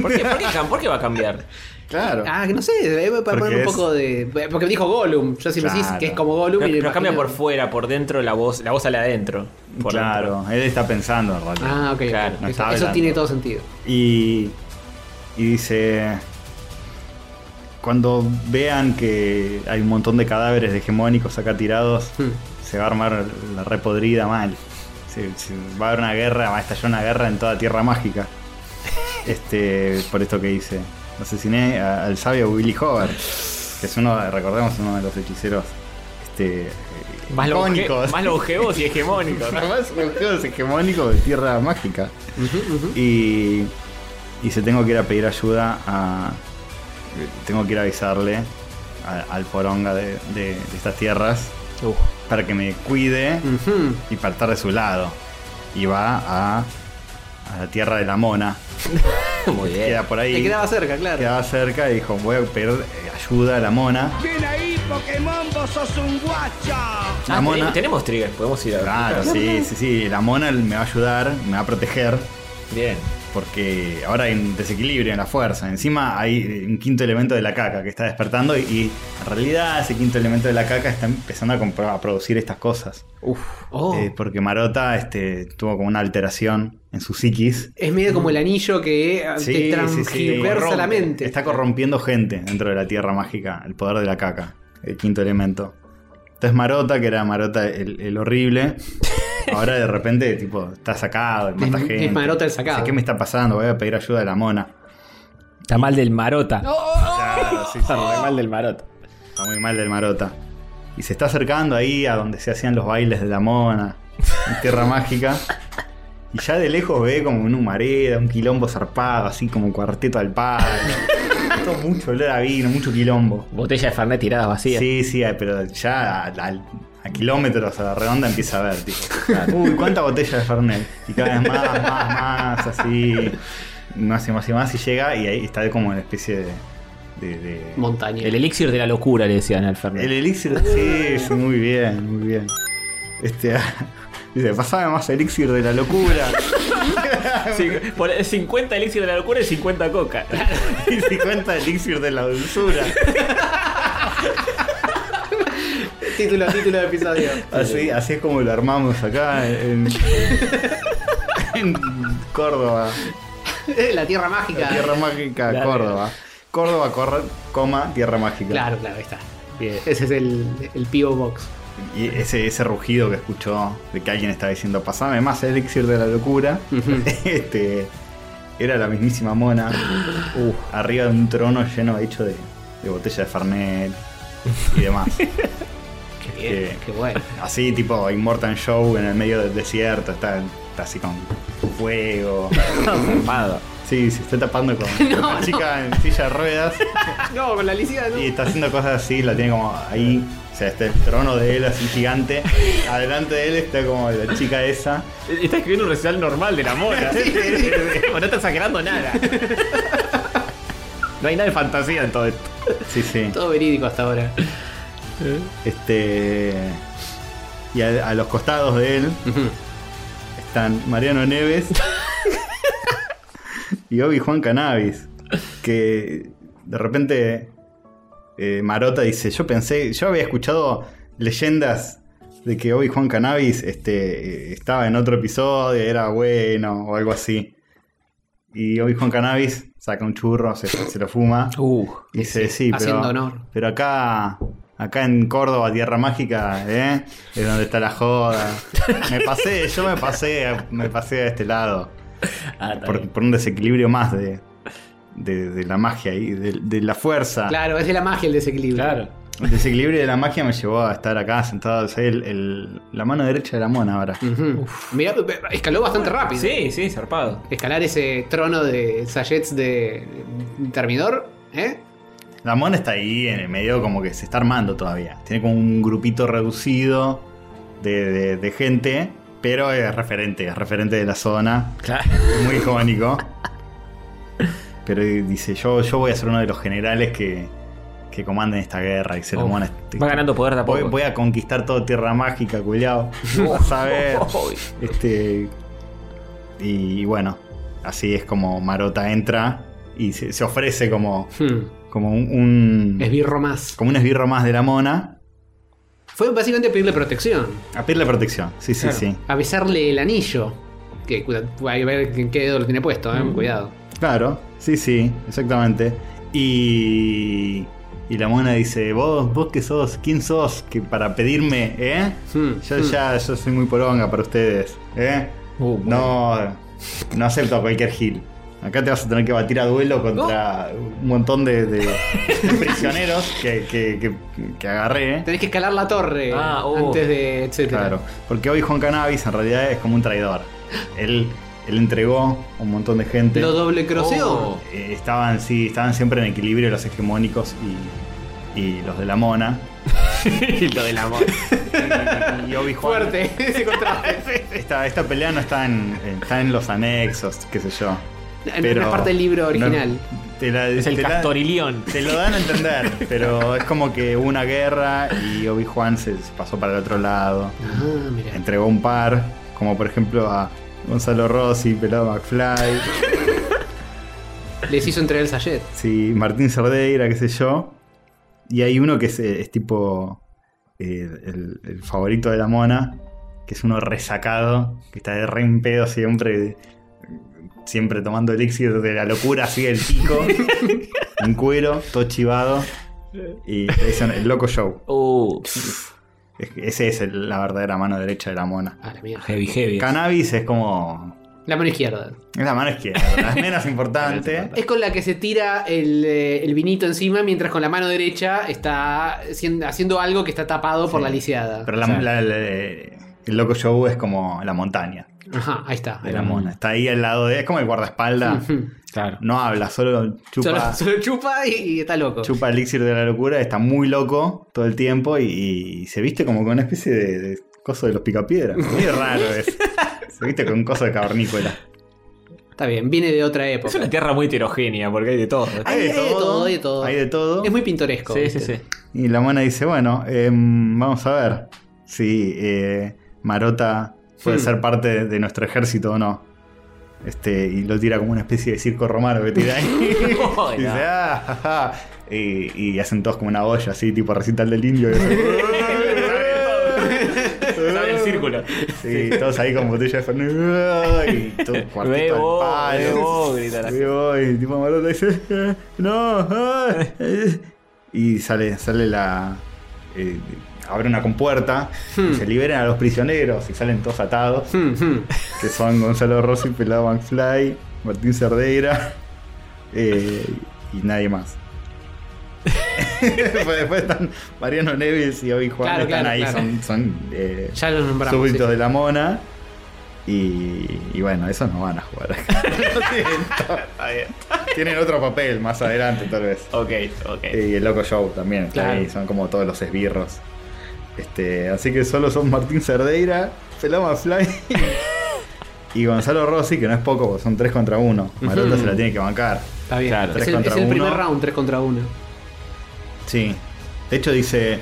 ¿Por qué, por qué cam- por qué va a cambiar? Claro. Ah, que no sé, eh, para Porque poner un es- poco de. Porque me dijo Gollum. Yo si me decís Claro. que es como Gollum. Pero, y le pero cambia por imagino- fuera, por dentro la voz, la voz sale adentro. Por claro, él está pensando en realidad. Ah, ok. ok. Claro, no eso estaba eso hablando. tiene todo sentido. Y, y dice, cuando vean que hay un montón de cadáveres hegemónicos acá tirados, Hmm. se va a armar la repodrida mal. Se, se va a haber una guerra, va a estallar una guerra en toda Tierra *laughs* Mágica. Este, por esto que hice. Asesiné a- al sabio Willy Hover, que es uno, recordemos, uno de los hechiceros este, dentro. Más, longe- icónicos. más longevos y hegemónicos. ¿no? Además, los juegos hegemónicos de Tierra Mágica. Y. Y se tengo que ir a pedir ayuda a. Tengo que ir a avisarle a- al poronga de, de- de estas tierras Uf. para que me cuide Ujú. y para estar de su lado. Y va a, a la tierra de la mona. *laughs* Muy bien. Queda por ahí. Te quedaba cerca, claro. quedaba cerca y dijo: Voy a pedir eh, ayuda a la mona. Ven ahí, Pokémon, vos sos un guacha. La Ah, mona- Ah. tenemos, tenemos trigger, podemos ir a Claro, sí, sí, sí. La mona me va a ayudar, me va a proteger. Bien. Porque ahora hay un desequilibrio en la fuerza. Encima hay un quinto elemento de la caca que está despertando y, y en realidad ese quinto elemento de la caca está empezando a, compro- a producir estas cosas. Uf. Oh. Eh, porque Marota este, tuvo como una alteración en su psiquis. es medio como el anillo que eh, Sí, te sí, sí, transversa corrompe. la mente. Está corrompiendo gente dentro de la Tierra Mágica, el poder de la caca, el quinto elemento. Entonces Marota, que era Marota el, el *laughs* horrible, ahora de repente tipo está sacado, mata Es- es gente. Marota el sacado. Dice, ¿Qué me está pasando? Voy a pedir ayuda de la mona. Está mal del marota. Oh. Claro, sí, sí. *laughs* Está re mal del marota. Está muy mal del Marota. Y se está acercando ahí a donde se hacían los bailes de la mona, en Tierra Mágica. Y ya de lejos ve como un humareda, un quilombo zarpado, así como un cuarteto al palo. Todo mucho olor a vino, mucho quilombo. Botella de Fernet tirada vacía. Sí, sí, ay, pero ya a, a- a kilómetros a la redonda empieza a ver, tipo. Uy, cuánta botella de Fernet. Y cada vez más, más, más, así. Más y más y más. Y llega y ahí está como una especie de- de- de Montaña. El elixir de la locura le decían al el Fernet. elixir, sí, sí, muy bien, muy bien. Este, *laughs* dice, pasame más elixir de la locura. *laughs* Sí, por- 50 elixir de la locura y 50 coca. Y 50 elixir de la dulzura. *laughs* Título, título de episodio. Así, así es como lo armamos acá *laughs* en, en Córdoba. *laughs* la tierra mágica. La Tierra Mágica, Claro. Córdoba. Córdoba, corre- coma, Tierra Mágica. Claro, claro, ahí está. Ese es el, el P.O. Box. Y ese, ese rugido que escuchó de que alguien estaba diciendo, pasame más elixir de la locura. Ujú. *laughs* este Era la mismísima mona. Uf, arriba de un trono lleno hecho de, de botella de Fernet y demás. Eh, Qué bueno. *laughs* así tipo Immortal Show en el medio del desierto. Está, está así con fuego. Zarpado. Sí, se está tapando con una chica en silla de ruedas. No, con la Alicia no. Y está haciendo cosas así, la tiene como ahí. O sea, está el trono de él así gigante. Adelante de él está como la chica esa. Está escribiendo un recital normal de la mona. *laughs* no está exagerando nada. No hay nada de fantasía en todo esto. Sí, sí. Todo verídico hasta ahora. Este. Y a, a los costados de él están Mariano Neves y Obi Juan Cannabis. Que de repente eh, Marota dice: Yo pensé, yo había escuchado leyendas de que Obi Juan Cannabis este, eh, estaba en otro episodio, era bueno o algo así. Y Obi Juan Cannabis saca un churro, se, se lo fuma. Uh. Y dice, sí, haciendo pero, honor. pero acá, acá en Córdoba, Tierra Mágica, ¿eh? es donde está la joda. Me pasé, yo me pasé, me pasé a este lado. Ah, Por, por un desequilibrio más de, de, de la magia y de, de la fuerza. Claro, es de la magia el desequilibrio. Claro. El desequilibrio de la magia me llevó a estar acá sentado. o sea, el- el- la mano derecha de la mona ahora. Ujú. Mirá, escaló bastante rápido. Sí, sí, zarpado. Escalar ese trono de sachets de Terminador, ¿eh? La mona está ahí en el medio, como que se está armando todavía. Tiene como un grupito reducido de, de- de gente, pero es referente, es referente de la zona. Claro. Es muy icónico. Pero dice: yo, yo voy a ser uno de los generales que, que comanden esta guerra. Y se la Oh, mona. va ganando poder de a este- voy, poco. voy a conquistar todo Tierra Mágica, *laughs* culiao. Vas a ver. Este. Y, y bueno, así es como Marota entra y se, se ofrece como, Hmm, como un, un- Esbirro más. como un esbirro más de la mona Fue básicamente pedirle protección. a pedirle protección. Sí, sí, Claro. sí. A besarle el anillo. Que cuida- hay que ver en qué dedo lo tiene puesto, eh, cuidado. Claro, sí, sí, exactamente. Y, y la mona dice, vos, vos qué sos, quién sos, que para pedirme, ¿eh? Hmm, Yo hmm. ya, yo soy muy poronga para ustedes, ¿eh? Uh, No, no acepto a cualquier gil. Acá te vas a tener que batir a duelo contra un montón de, *laughs* de- de prisioneros que, que, que, que agarré. eh. Tenés que escalar la torre Ah, oh. antes de. etcétera. Claro, porque hoy Juan Cannabis en realidad es como un traidor. Él, él entregó a un montón de gente. Lo doble croseo. Oh. Eh, estaban, sí, estaban siempre en equilibrio los hegemónicos y, y los de la *laughs* mona. Lo del amor. Y Obi-Wan- Fuerte ese contraste. *laughs* Esta, esta pelea no está en, eh, está en los anexos, qué sé yo. no es parte del libro original. no- te la- Es el te la- castorilión. Te lo dan a *laughs* entender, pero es como que hubo una guerra y Obi-Wan se se pasó para el otro lado. Ah, mira. Entregó un par, como por ejemplo a Gonzalo Rossi, Pelado McFly, Les hizo entregar el sachet. sí, Martín Cerdeira, qué sé yo. Y hay uno que es, eh, es tipo eh, el, el favorito de la mona, que es uno resacado, que está de re en pedo siempre, siempre tomando elixir de la locura, así el pico, en cuero, todo chivado. Y le dicen el loco show. Uh, Es que Ese es el- la verdadera mano derecha de la mona. Ah, la mierda. Heavy, heavy. Cannabis es como. La mano izquierda. Es la mano izquierda, la menos importante. Es con la que se tira el, eh, el vinito encima mientras con la mano derecha está haciendo, haciendo algo que está tapado por la lisiada. Pero la- la- la- el loco show es como la montaña Ajá, ahí está. de la mona. Está ahí al lado de. Es como el guardaespaldas. *laughs* Ujú. Claro. No habla, solo Solo, chupa, solo chupa y, y está loco. chupa elixir de la locura. Está muy loco todo el tiempo y, y se viste como con una especie de, de coso de los picapiedras. Muy raro es. Se viste con un coso de cavernícola. Está bien, viene de otra época. es una tierra muy heterogénea porque hay de todo. este. Hay- hay de todo, hay de todo. Hay de todo. Es muy pintoresco. Sí, sí, ¿viste? sí. Y la mona dice, bueno, em, vamos a ver si eh, Marota puede Hmm. ser parte de, de nuestro ejército o no. Este, y lo tira como una especie de circo romano que tira *laughs* ahí. *laughs* y dice, ah, jaja. Y, y hacen todos como una olla así, tipo recital del indio. *laughs* Sabe el círculo. Sí, todos ahí con botella de Fernet. Y todo cuartito Bebo, al palo. bebo, grita la- Bebo, y tipo Marota dice: *laughs* "Eh, No, ah, eh". Y sale, sale la. eh, abre una compuerta. y se liberan a los prisioneros y salen todos atados. Hmm, hmm. que son Gonzalo Rossi, Pelado McFly, Martín Cerdeira. *laughs* eh, y nadie más. *laughs* después, después están Mariano Neves y Obi Juan. Claro, están claro, ahí, claro. son. son, eh, Ya los nombramos. súbditos sí. de la mona. Y, y bueno, esos no van a jugar. *laughs* Está bien. Tienen otro papel más adelante, tal vez. Ok, ok. Y el Loco Show también está Claro. ahí, son como todos los esbirros. Este, así que solo son Martín Cerdeira, Pelama *laughs* Fly y Gonzalo Rossi, que no es poco, porque son 3 contra 1. Marota Ujú. se la tiene que bancar. Está bien. Claro. es Tres el, contra es el primer uno. round, 3 contra 1. Sí. De hecho dice,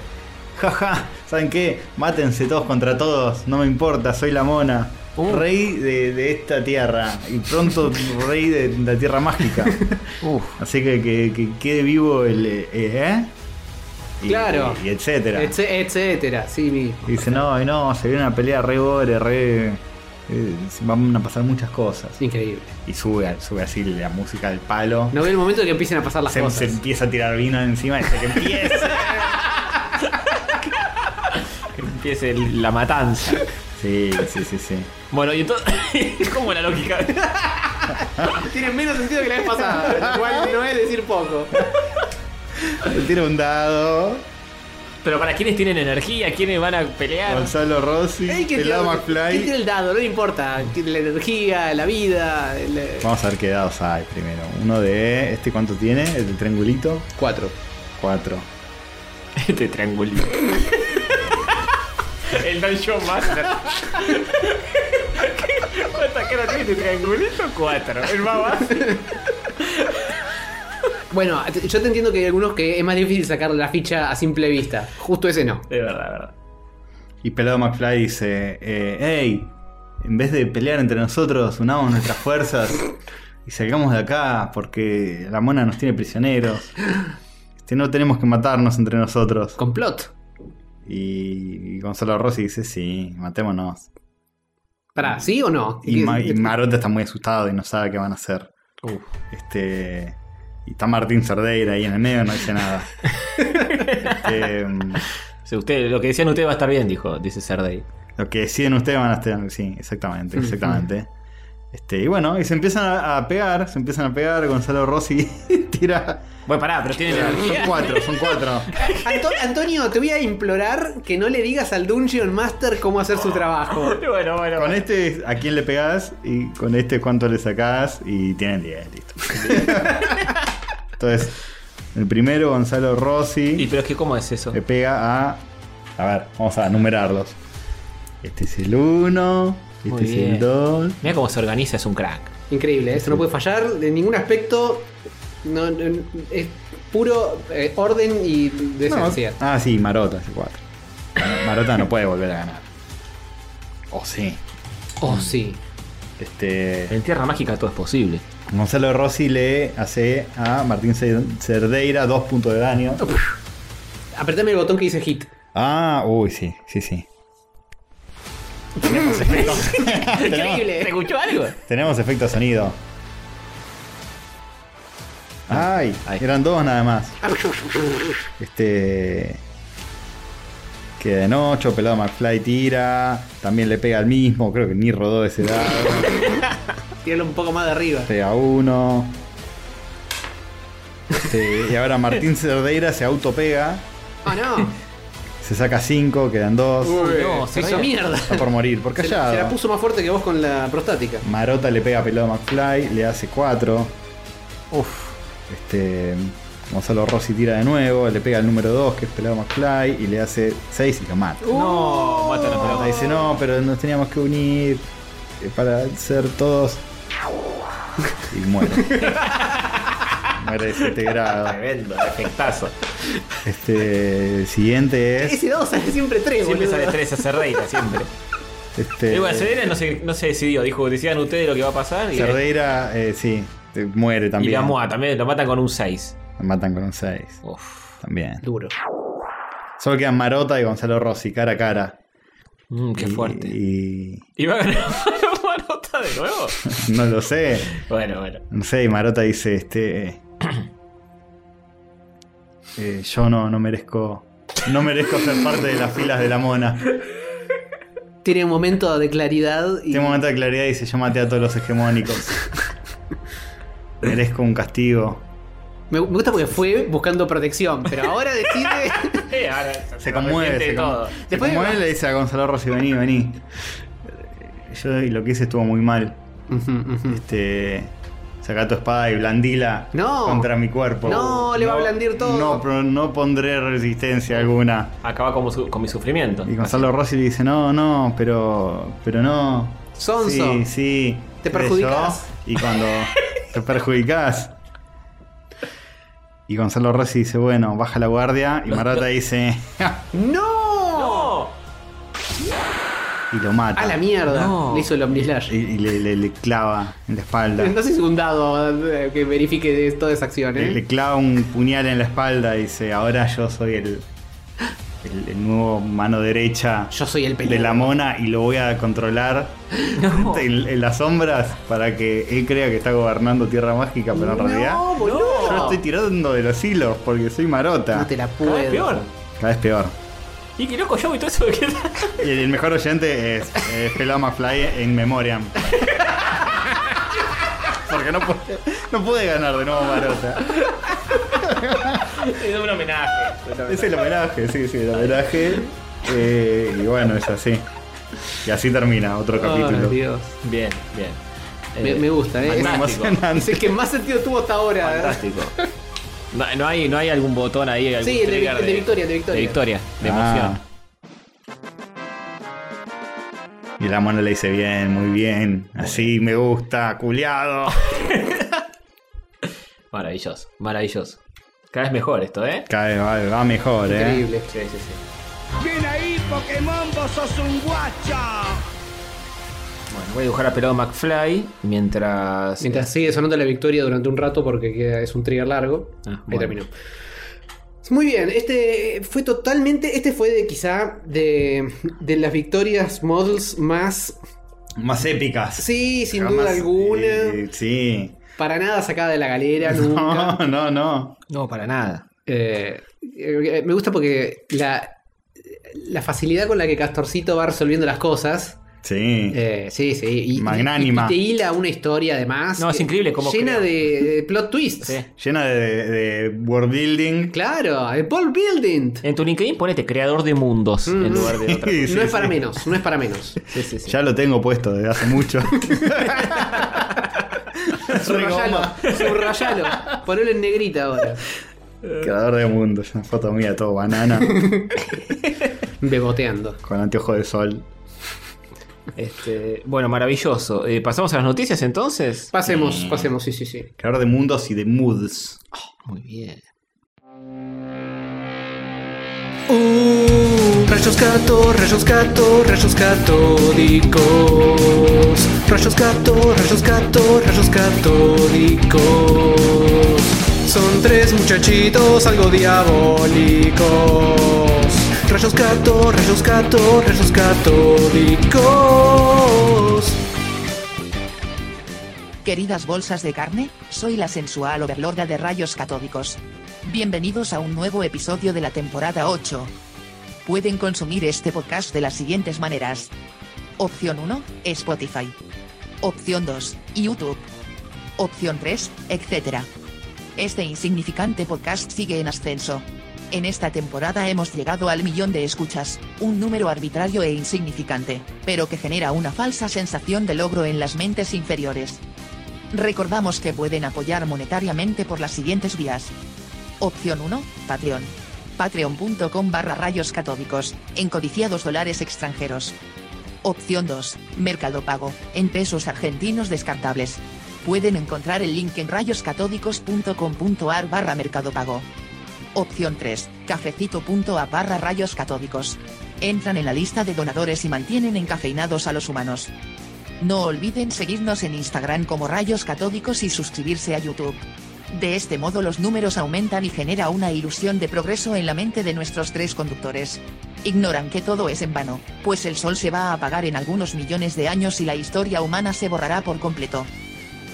jaja, ¿saben qué? Mátense todos contra todos, no me importa, soy la mona. Uh. Rey de, de esta tierra y pronto rey de la tierra *laughs* mágica. Así que que, que quede vivo el... eh, ¿Eh? Y- Claro. Y, etcétera. etcétera, sí, mi. Y dice, no, y no, se viene una pelea re gore, re... eh, van a pasar muchas cosas. Es increíble. Y sube, sube así la música del palo. No veo el momento de que empiecen a pasar las se, cosas. se empieza a tirar vino encima y dice *laughs* que empiece. Que empiece el- la matanza. Sí, sí, sí, sí. Bueno, y entonces. *laughs* ¿Cómo la lógica? Tiene menos sentido que la vez pasada. *laughs* Igual no es decir poco. Le tira un dado. Pero para quienes tienen energía, quienes van a pelear. Gonzalo Rossi, Ey, ¿qué pelado tiene- ¿qué tiene McFly. el dado? No le importa. La energía, la vida. El... eh. Vamos a ver qué dados hay primero. Uno de. ¿Este cuánto tiene? El del triangulito. Cuatro. Cuatro. Este triangulito. *laughs* El Dungeon Master. ¿Qué- ¿Cuánta cara tiene este triangulito? Cuatro. El más básico. Bueno, yo te entiendo que hay algunos que es más difícil sacar la ficha a simple vista. Justo ese no. De verdad, de verdad. Y pelado McFly dice: eh, ¡Hey! En vez de pelear entre nosotros, unamos nuestras fuerzas y salgamos de acá porque la mona nos tiene prisioneros. Este, no tenemos que matarnos entre nosotros. Complot. Y, y Gonzalo Rossi dice, sí, matémonos. Pará, ¿sí o no? Y, Ma- este- y Marota está muy asustado y no sabe qué van a hacer. Este, y está Martín Cerdeira ahí en el medio, no dice nada. Este, mm, Si usted, lo que decían ustedes va a estar bien, dijo, dice Sardey. Lo que deciden ustedes van a estar. Sí, exactamente, exactamente. Este, y bueno, y se empiezan a, a pegar, se empiezan a pegar. Gonzalo Rossi *laughs* tira. Bueno, pará, pero tiene Son cuatro, son cuatro. Anto- Antonio, te voy a implorar que no le digas al Dungeon Master cómo hacer su trabajo. *laughs* Bueno, bueno. Con este a quién le pegás y con este cuánto le sacás y tienen 10, listo. Entonces, el primero, Gonzalo Y Rossi, pero es que cómo es eso. le pega a. A ver, vamos a numerarlos. Este es el 1, Muy este es el bien. 2, Mira cómo se organiza, es un crack. Increíble, eso no puede fallar de ningún aspecto. No, no- es puro eh, orden y No, decencia. Ah, sí, Marota es el 4. Marota no puede volver a ganar. O sí. Oh, sí. Este. En Tierra Mágica todo es posible. Gonzalo Rossi le hace a Martín Cer- Cerdeira dos puntos de daño. Apretame el botón que dice hit. Ah, uy, sí, sí, sí. *laughs* Increíble. ¿Te escuchó algo? Tenemos efecto sonido. Ay, Ay. eran dos nada más. Este. Queda en 8, pelado McFly tira. También le pega al mismo, creo que ni rodó ese dado. *laughs* Tíralo un poco más de arriba. Pega uno. Este, y ahora Martín Cerdeira se autopega. Ah, no. Se saca 5, quedan dos. no, Eh, se hizo Cerdeira. mierda. Está por morir, por Se, la- se la callado. puso más fuerte que vos con la prostática. Marota le pega pelado a McFly, le hace 4. Uf. Este, Gonzalo Rossi tira de nuevo, le pega el número 2, que es pelado McFly, y le hace 6 y lo mata. No, mata la Marota pelota. dice, no, pero nos teníamos que unir eh, para ser todos... Y muere. muere de 7 grados. Tremendo, efectazo. Este, el siguiente es... Ese dado sale siempre tres, Siempre boludo. sale tres a Cerdeira, siempre. Este, Eh, bueno, Cerdeira no se, no se decidió, dijo, decían ustedes lo que va a pasar y, Cerdeira, eh, sí, eh, muere y también. la MOA también lo matan con un 6. Lo matan con un 6. Uf. También. Duro. Solo quedan Marota y Gonzalo Rossi, cara a cara. Mm, qué Y- fuerte. Y, Y, *laughs* va a ganar *laughs* Marota de nuevo? no lo sé. Bueno, bueno. *laughs* No sé, y Marota dice, este... eh, eh, yo no, no merezco... No merezco ser parte de las filas de la mona. Tiene un momento de claridad Tiene un y. Este momento de claridad y dice, yo maté a todos los hegemónicos. Merezco un castigo. Me, me gusta porque fue buscando protección, pero ahora decide. *laughs* Eh, ahora se, Se conmueve. arrepiente de Se, todo. conmueve. Se Después de- conmueve, le dice a Gonzalo Rossi, vení, vení. Yo y lo que hice estuvo muy mal. Ujú, ujú. Este. Saca tu espada y blandila No. contra mi cuerpo. No, le va a blandir todo. No, pro- no pondré resistencia alguna. Acaba con, su- con mi sufrimiento. Y Gonzalo Rossi le dice, no, no, pero. pero no. Sonso. Sí, sí. Te Qué sé perjudicás. yo. Y cuando te perjudicás. Y Gonzalo Rossi dice, bueno, baja la guardia. Y Marata dice. "Ja", ¡No! ¡No! y lo mata. A la mierda. No. Le hizo el y Omnislash. y le, le- le clava en la espalda. No sé si es un dado eh, que verifique de toda esa acción, Le, ¿eh? le clava un puñal en la espalda y dice, ahora yo soy el, el, el nuevo mano derecha Yo soy el de peligro. la mona y lo voy a *laughs* controlar *laughs* en, en las sombras para que él crea que está gobernando Tierra Mágica, pero en realidad No, boludo. yo estoy tirando de los hilos porque soy marota. No te la Cada vez puedo. *laughs* peor. Cada vez peor. Y que loco yo y todo eso que *laughs* Y el mejor oyente es eh, Pelado McFly en *laughs* Memoriam. Porque no puede, no puede ganar de nuevo Marota. es un homenaje. Es el homenaje, sí, sí, el homenaje. Eh, y bueno, es así. Y así termina otro capítulo. Ay, Dios. Bien, bien. Me, Eh, me gusta, ¿eh? Muy fantástico. Es emocionante. el que más sentido tuvo hasta ahora. *laughs* Fantástico. No, no hay, no hay algún botón ahí. algún Sí, el de trigger vic- el de victoria, el de victoria. De victoria, de Ah. emoción. Y la mona le dice bien, muy bien. Así me gusta, culiado. Maravilloso, maravilloso. Cada vez mejor esto, ¿eh? Cada vez va, va mejor, eh. Increíble. Sí, sí, sí. Ven ahí, Pokémon, vos sos un guacho. Bueno, Voy a dibujar a pelado McFly mientras. Mientras sigue sonando la victoria durante un rato porque queda- es un trigger largo. Ah, Ahí bueno. terminó. Muy bien, este fue totalmente. Este fue de, quizá de, de las victorias models más. Más épicas. Sí, sin Jamás- duda alguna. eh, sí. Para nada sacada de la galera, nunca. *laughs* No, no, no. No, para nada. Eh, eh, me gusta porque la, la facilidad con la que Castorcito va resolviendo las cosas. Sí. eh, sí, sí. y- Y, Magnánima. y te hila una historia además. No, es eh, increíble cómo Llena crea. de, de plot twists. Sí. Llena de, de world building. Claro, de Paul Building. En tu LinkedIn ponete creador de mundos Mm. en lugar de *laughs* otra. Sí, no sí, es para sí. menos, no es para menos. *laughs* Sí, sí, sí. Ya lo tengo puesto desde hace mucho. *laughs* Subrayalo, subrayalo. Ponelo en negrita ahora. Creador de mundo. Es una foto mía todo *laughs* banana. Beboteando. con anteojo de sol. Este, bueno, maravilloso. Eh, ¿Pasamos a las noticias entonces? Mm. Pasemos, pasemos, sí, sí, sí. Creador de mundos y de moods. Muy bien. Uh, rayos gato, rayos gato, rayos catódicos. Rayos gato, rayos gato, rayos catódicos. Son tres muchachitos algo diabólicos. Rayos gato, rayos gato, rayos catódicos. Queridas bolsas de carne, soy la sensual overlorda de rayos catódicos. Bienvenidos a un nuevo episodio de la temporada 8. Pueden consumir este podcast de las siguientes maneras. Opción 1, Spotify. Opción 2, YouTube. Opción 3, etc. Este insignificante podcast sigue en ascenso. En esta temporada hemos llegado al millón de escuchas, un número arbitrario e insignificante, pero que genera una falsa sensación de logro en las mentes inferiores. Recordamos que pueden apoyar monetariamente por las siguientes vías. Opción 1, Patreon. Patreon.com barra rayos catódicos, en codiciados dólares extranjeros. Opción 2, Mercado Pago, en pesos argentinos descartables. Pueden encontrar el link en rayoscatódicos.com.ar barra Mercado Pago. Opción 3, cafecito.a barra rayos catódicos. Entran en la lista de donadores y mantienen encafeinados a los humanos. No olviden seguirnos en Instagram como Rayos Catódicos y suscribirse a YouTube. De este modo los números aumentan y genera una ilusión de progreso en la mente de nuestros tres conductores. Ignoran que todo es en vano, pues el sol se va a apagar en algunos millones de años y la historia humana se borrará por completo.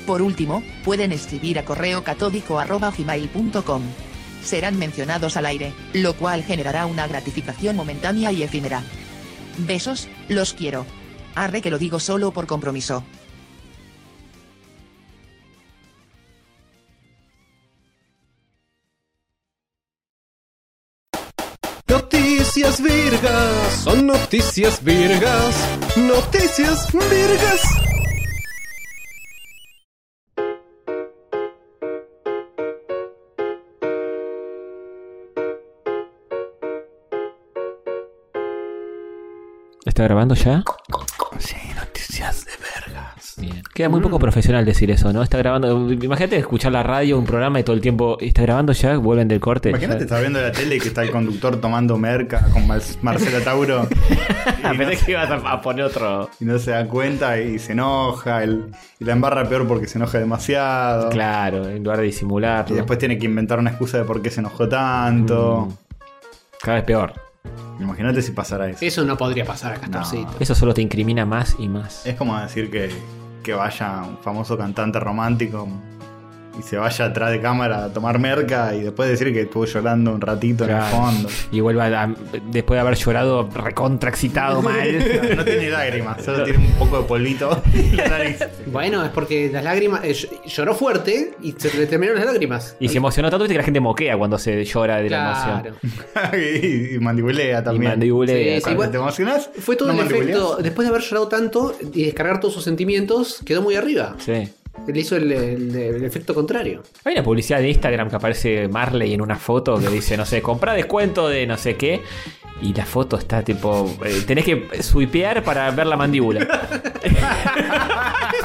Por último, pueden escribir a correo catódico.gmail.com. Serán mencionados al aire, lo cual generará una gratificación momentánea y efímera. Besos, los quiero. Arre que lo digo solo por compromiso. Noticias virgas, son noticias virgas, noticias virgas. ¿Está grabando ya? Sí, noticias de vergas. Bien. Queda muy poco profesional decir eso, ¿no? Está grabando. Imagínate escuchar la radio, un programa y todo el tiempo. ¿Está grabando ya? Vuelven del corte. Imagínate, estás viendo la tele y que está el conductor tomando merca con Mar- Marcela *laughs* Tauro. Y Ah, no pensé que ibas a a poner otro. y no se da cuenta y se enoja el- y la embarra peor porque se enoja demasiado. Claro, en lugar de Y disimularlo. después tiene que inventar una excusa de por qué se enojó tanto. Mm. Cada vez peor. Imagínate si pasara eso. Eso no podría pasar a Castorcito. Eso solo te incrimina más y más. Es como decir que, que vaya un famoso cantante romántico y se vaya atrás de cámara a tomar merca y después decir que estuvo llorando un ratito Claro. en el fondo. Y vuelva a- después de haber llorado recontra excitado mal. No tiene lágrimas, solo tiene un poco de polvito en la nariz. *laughs* Bueno, es porque las lágrimas. eh, ll- lloró fuerte y se le terminaron las lágrimas. Y se emocionó tanto viste que la gente moquea cuando se llora de la Claro. emoción. y, y mandibulea Y también. mandibulea. Sí, sí, Cuando bueno, ¿Te emocionás? Fue todo ¿No el mandibuleas? efecto. Después de haber llorado tanto y descargar todos sus sentimientos, quedó muy arriba. Sí. Le hizo el, el- el efecto contrario. Hay una publicidad de Instagram que aparece Marley en una foto que dice, no sé, compra descuento de no sé qué. Y la foto está tipo. eh, tenés que swipear para ver *laughs* la mandíbula. *laughs*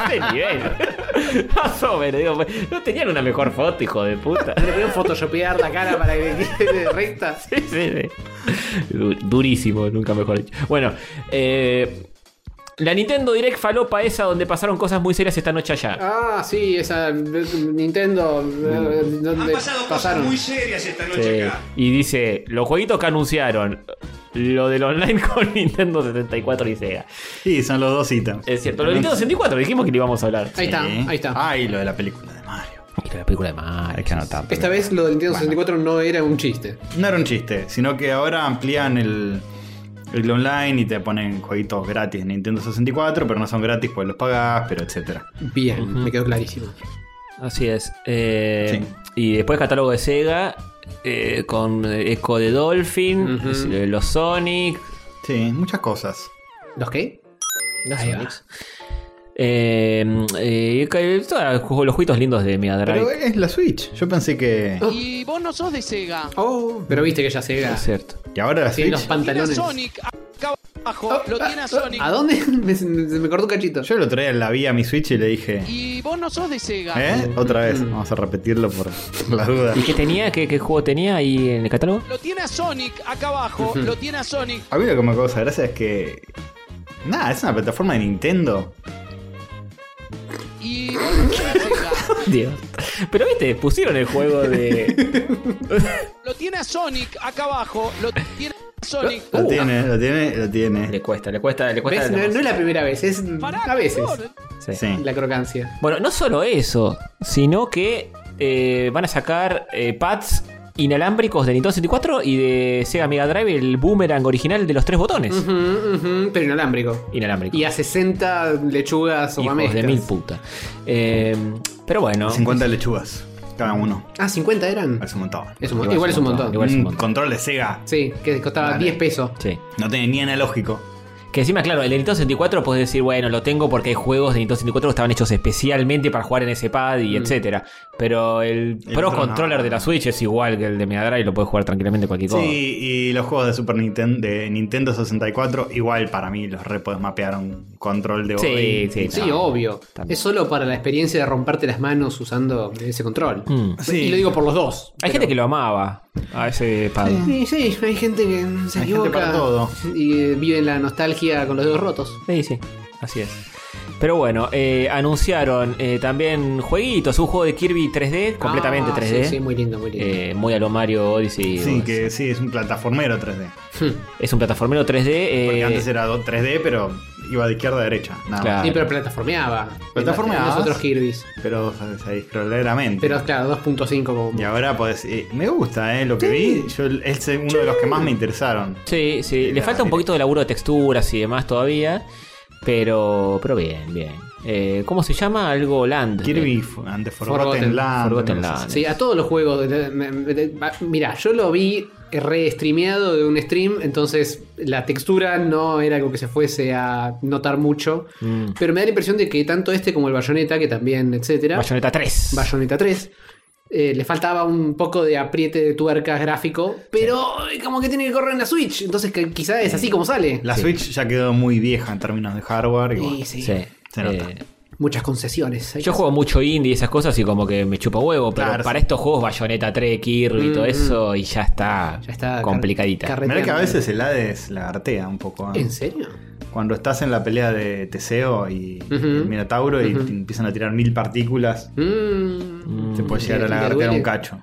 Ese nivel. Más o menos, digo, pues, no tenían una mejor foto, hijo de puta. Le pudieron photoshopear la cara para que *laughs* quede recta. Sí, sí, sí. Du- Durísimo, nunca mejor dicho. Bueno, eh, La Nintendo Direct falopa esa donde pasaron cosas muy serias esta noche allá. Ah, sí, esa Nintendo. eh, Han ¿Dónde pasado cosas pasaron? muy serias esta noche Sí. acá. Y dice, los jueguitos que anunciaron, lo del online *laughs* con Nintendo 74 y Sega. Sí, son los dos ítems. Es cierto, lo del Nintendo 64 dijimos que le íbamos a hablar. Ahí está, Sí. ahí está. Ay, lo de la película de Mario. Mira la película de Mario. Hay que anotar. Esta vez lo del Nintendo 64 no era un chiste. No era un chiste, sino que ahora amplían el, el online y te ponen jueguitos gratis en Nintendo 64, pero no son gratis pues los pagás, pero etcétera. Bien, me quedó clarísimo. Así es. Eh, Sí. Y después catálogo de Sega, eh, con Echo de Dolphin, Ujú. es- eh, los Sonic. Sí, muchas cosas. ¿Los qué? Los Ahí Sonics. Eh, eh, que- todos los juegos- los jueguitos lindos de Mega Drive. Pero es la Switch. Yo pensé que. Y vos no sos de Sega. Oh, pero viste que ya Sega Es cierto. ¿Y ahora la Switch? tiene los Tiene a pantalones. Sonic acá abajo. lo tiene a Sonic. ¿A dónde? *laughs* Me- se me cortó un cachito. Yo el otro día la vi a mi Switch y le dije. Y vos no sos de Sega. ¿Eh? Otra vez. Mm. Vamos a repetirlo por, *laughs* por la duda. ¿Y qué tenía? ¿Qué, qué juego tenía ahí en el *laughs* catálogo? Lo tiene a Sonic acá abajo. Lo tiene a Sonic. A mí lo que me causa gracia es que. Nada, es una plataforma de Nintendo. Y vos no sos de Sega. *laughs* Dios. Pero viste, pusieron el *laughs* juego de. Lo tiene a Sonic acá abajo. Lo tiene a Sonic. Lo tiene, lo tiene, lo tiene. Uh. le cuesta, le cuesta, le cuesta. ¿Ves? No, no es la primera vez, es Pará, a veces por favor. Sí. Sí. la crocancia. Bueno, no solo eso, sino que eh, van a sacar eh, pads inalámbricos de Nintendo 64 y de Sega Mega Drive el boomerang original de los tres botones. Ujú, ujú, pero inalámbrico. Inalámbricos. Y a 60 lechugas o Hijos de mamescas. mil puta. Eh, pero bueno. 50 lechugas. Cada uno. Ah, 50 eran. Es un montón. Es un mon- igual es un montón. Igual es un Un montón. control de Sega. Sí, que costaba Vale. 10 pesos. Sí. No tiene ni analógico. Que encima, claro, el de Nintendo 64 puedes decir, bueno, lo tengo porque hay juegos de Nintendo 64 que estaban hechos especialmente para jugar en ese pad y etcétera. Pero el, Mm. El Pro otro no. Controller de la Switch es igual que el de Mega Drive, lo puedes jugar tranquilamente cualquier cosa. Sí, y los juegos de Super Nintendo, de Nintendo 64, igual para mí los re podés mapear un control de Sí, hoy. sí, Sí, no. obvio. También. Es solo para la experiencia de romperte las manos usando ese control. Mm. Sí. Y lo digo por los dos. Hay gente que lo amaba a ese pad. Sí, sí, hay gente que se Hay gente equivoca para todo. y eh, vive la nostalgia con los dedos rotos. Sí, sí, así es. Pero bueno, eh, anunciaron eh, también jueguitos, un juego de Kirby 3D, completamente Ah, 3D. Sí, sí, muy lindo, muy lindo. Eh, muy a lo Mario Odyssey. Sí, o- que sí, es un plataformero 3D. Es un plataformero 3D. Porque eh, antes era do- 3D, pero iba de izquierda a derecha. Nada. Claro. Sí, pero plataformeaba. Plataformeabas. Los otros Kirby's. Pero sabes, ahí scrolleramente. Pero claro, 2.5 como. Y ahora podés. eh, me gusta, ¿eh? Lo que vi. Yo, es eh, uno de los que más me interesaron. Sí, sí. Le Era- falta un era- poquito de laburo de texturas y demás todavía. Pero, pero bien, bien. Eh, ¿Cómo se llama? Algo Land. Eh, Kirby fu- and the Forgotten, Forgotten- Land. Forgotten no sé. Land. Sí, a todos los juegos. de- de- de- de- Mirá, yo lo vi re-streameado de un stream, entonces la textura no era algo que se fuese a notar mucho. Mm. Pero me da la impresión de que tanto este como el Bayonetta, que también, etcétera, Bayonetta 3. Bayonetta 3, eh, le faltaba un poco de apriete de tuercas gráfico, pero ay, como que tiene que correr en la Switch, entonces que quizá es así como sale. La Switch ya quedó muy vieja en términos de hardware. Y, Y bueno, sí, Sí. Se nota. Eh, muchas concesiones. Hay yo que- juego mucho indie y esas cosas y como que me chupa huevo, pero Claro, para sí. estos juegos Bayonetta 3, Kirby y todo Mm, eso y ya está, Ya está car- complicadita. carreteando. Mirá que a veces el Hades lagartea un poco. ¿eh? ¿En serio? Cuando estás en la pelea de Teseo y Ujú. el Minotauro y Ujú. te empiezan a tirar mil partículas, Mm, te puede llegar a ¿Le- le lagartear duele? un cacho.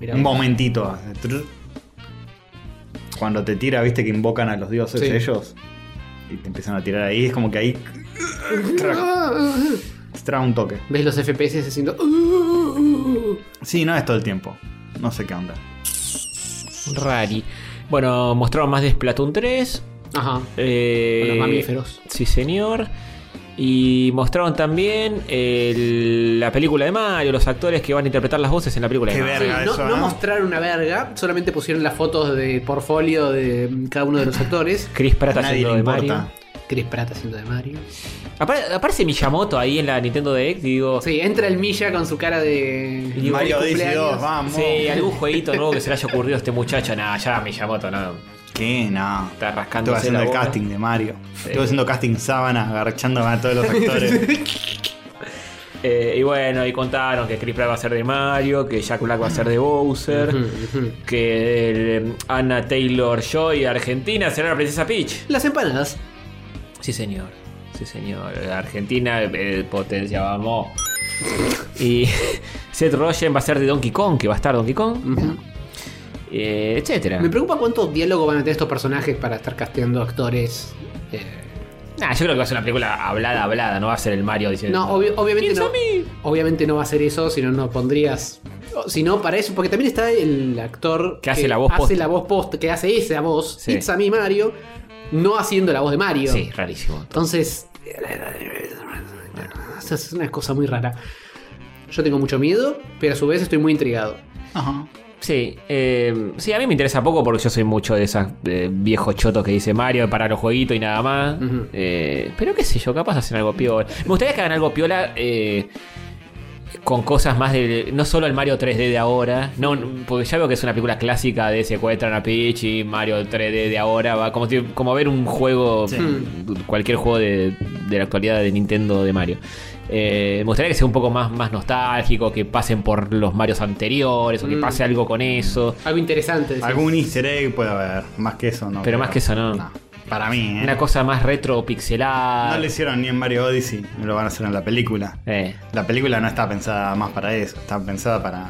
mirá. Un momentito. hace tru- Cuando te tira, viste que invocan a los dioses Sí. ellos. Y te empiezan a tirar ahí. Es como que ahí. Tra, Ah, tra un toque. ¿Ves los FPS haciendo... uh, Sí, no es todo el tiempo. No sé qué onda. Rari. Bueno, mostraron más de Splatoon 3. Ajá, eh, con los mamíferos. Sí, señor. Y mostraron también el- la película de Mario, los actores que van a interpretar las voces en la película de Qué Mario. verga Sí, no, eso, ¿eh? ¿no? no mostraron una verga, solamente pusieron las fotos de portfolio de cada uno *laughs* de los actores. Chris Pratt A nadie haciendo le de importa. Mario. Chris Pratt haciendo de Mario. Apare- aparece Miyamoto ahí en la Nintendo Direct y digo, sí, Sí, entra el Milla con su cara de. Y Mario de Odyssey cumpleaños. 2, vamos. algún jueguito nuevo que se le haya ocurrido a este muchacho. Nada, ya Miyamoto, no. ¿Qué? No. Está rascando Estuve haciendo el casting de Mario. Estuve haciendo casting sábanas, agarchándome a todos los *laughs* actores. Eh, y bueno, y contaron que Chris Pratt va a ser de Mario, que Jack Black va a ser de Bowser, que el, eh, Anna Taylor Joy, Argentina, será la princesa Peach. Las empanadas. Sí, Sí, señor. Sí, señor. Argentina, eh, potencia, vamos. y *laughs* Seth Rogen va a ser de Donkey Kong, que va a estar Donkey Kong. Eh, etcétera. Me preocupa cuánto diálogo van a tener estos personajes para estar casteando actores. eh, Nah, yo creo que va a ser una película hablada, hablada. No va a ser el Mario diciendo. No, obvi- obviamente no. Obviamente no va a ser eso, si no, no pondrías. Si no, para eso, porque también está el actor Que hace la voz posta. la voz post, que hace esa voz, Sí. It's a me Mario, no haciendo la voz de Mario. Sí, rarísimo. Entonces, esa es una cosa muy rara. Yo tengo mucho miedo, pero a su vez estoy muy intrigado. Ajá. Sí, eh, sí, a mí me interesa poco porque yo soy mucho de esos viejos chotos que dice Mario para los jueguitos y nada más. Ujú. Eh, pero qué sé yo, capaz hacen algo piola. Me gustaría que hagan algo piola eh, con cosas más de. No solo el Mario 3D de ahora. No, no, porque ya veo que es una película clásica de secuestran a Peach y Mario 3D de ahora. Va como, si- como ver un juego. mm, Cualquier juego de, de la actualidad de Nintendo de Mario. Eh, me gustaría que sea un poco más, más nostálgico, que pasen por los Marios anteriores o que Mm. pase algo con eso. Algo interesante. decís. Algún easter egg puede haber. Más que eso, no. Pero más que eso, no. Para mí, ¿eh? Una cosa más retro pixelada. No lo hicieron ni en Mario Odyssey, no lo van a hacer en la película. Eh, La película no está pensada más para eso, está pensada para.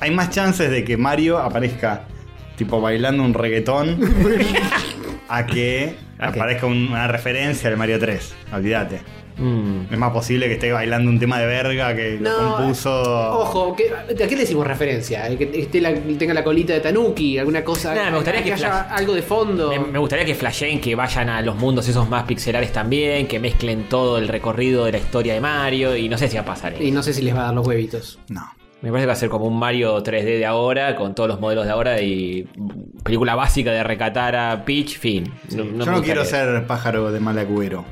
Hay más chances de que Mario aparezca tipo bailando un *laughs* reggaetón a que ¿A qué? aparezca un- una referencia al Mario 3. Olvídate. mm. Es más posible que esté bailando un tema de verga que No, lo compuso. Ojo, ¿qué- ¿a qué le decimos referencia? El que esté la- tenga la colita de Tanuki, alguna cosa. Nah, me gustaría que haya flash- algo de fondo. Me, me gustaría que flasheen, que vayan a los mundos esos más pixelares también, que mezclen todo el recorrido de la historia de Mario y no sé si va a pasar. eso. Y no sé si les va a dar los huevitos. No. Me parece que va a ser como un Mario 3D de ahora, con todos los modelos de ahora y mm, película básica de recatar a Peach, fin. No- no Yo me no quiero gustaría. ser pájaro de mal agüero.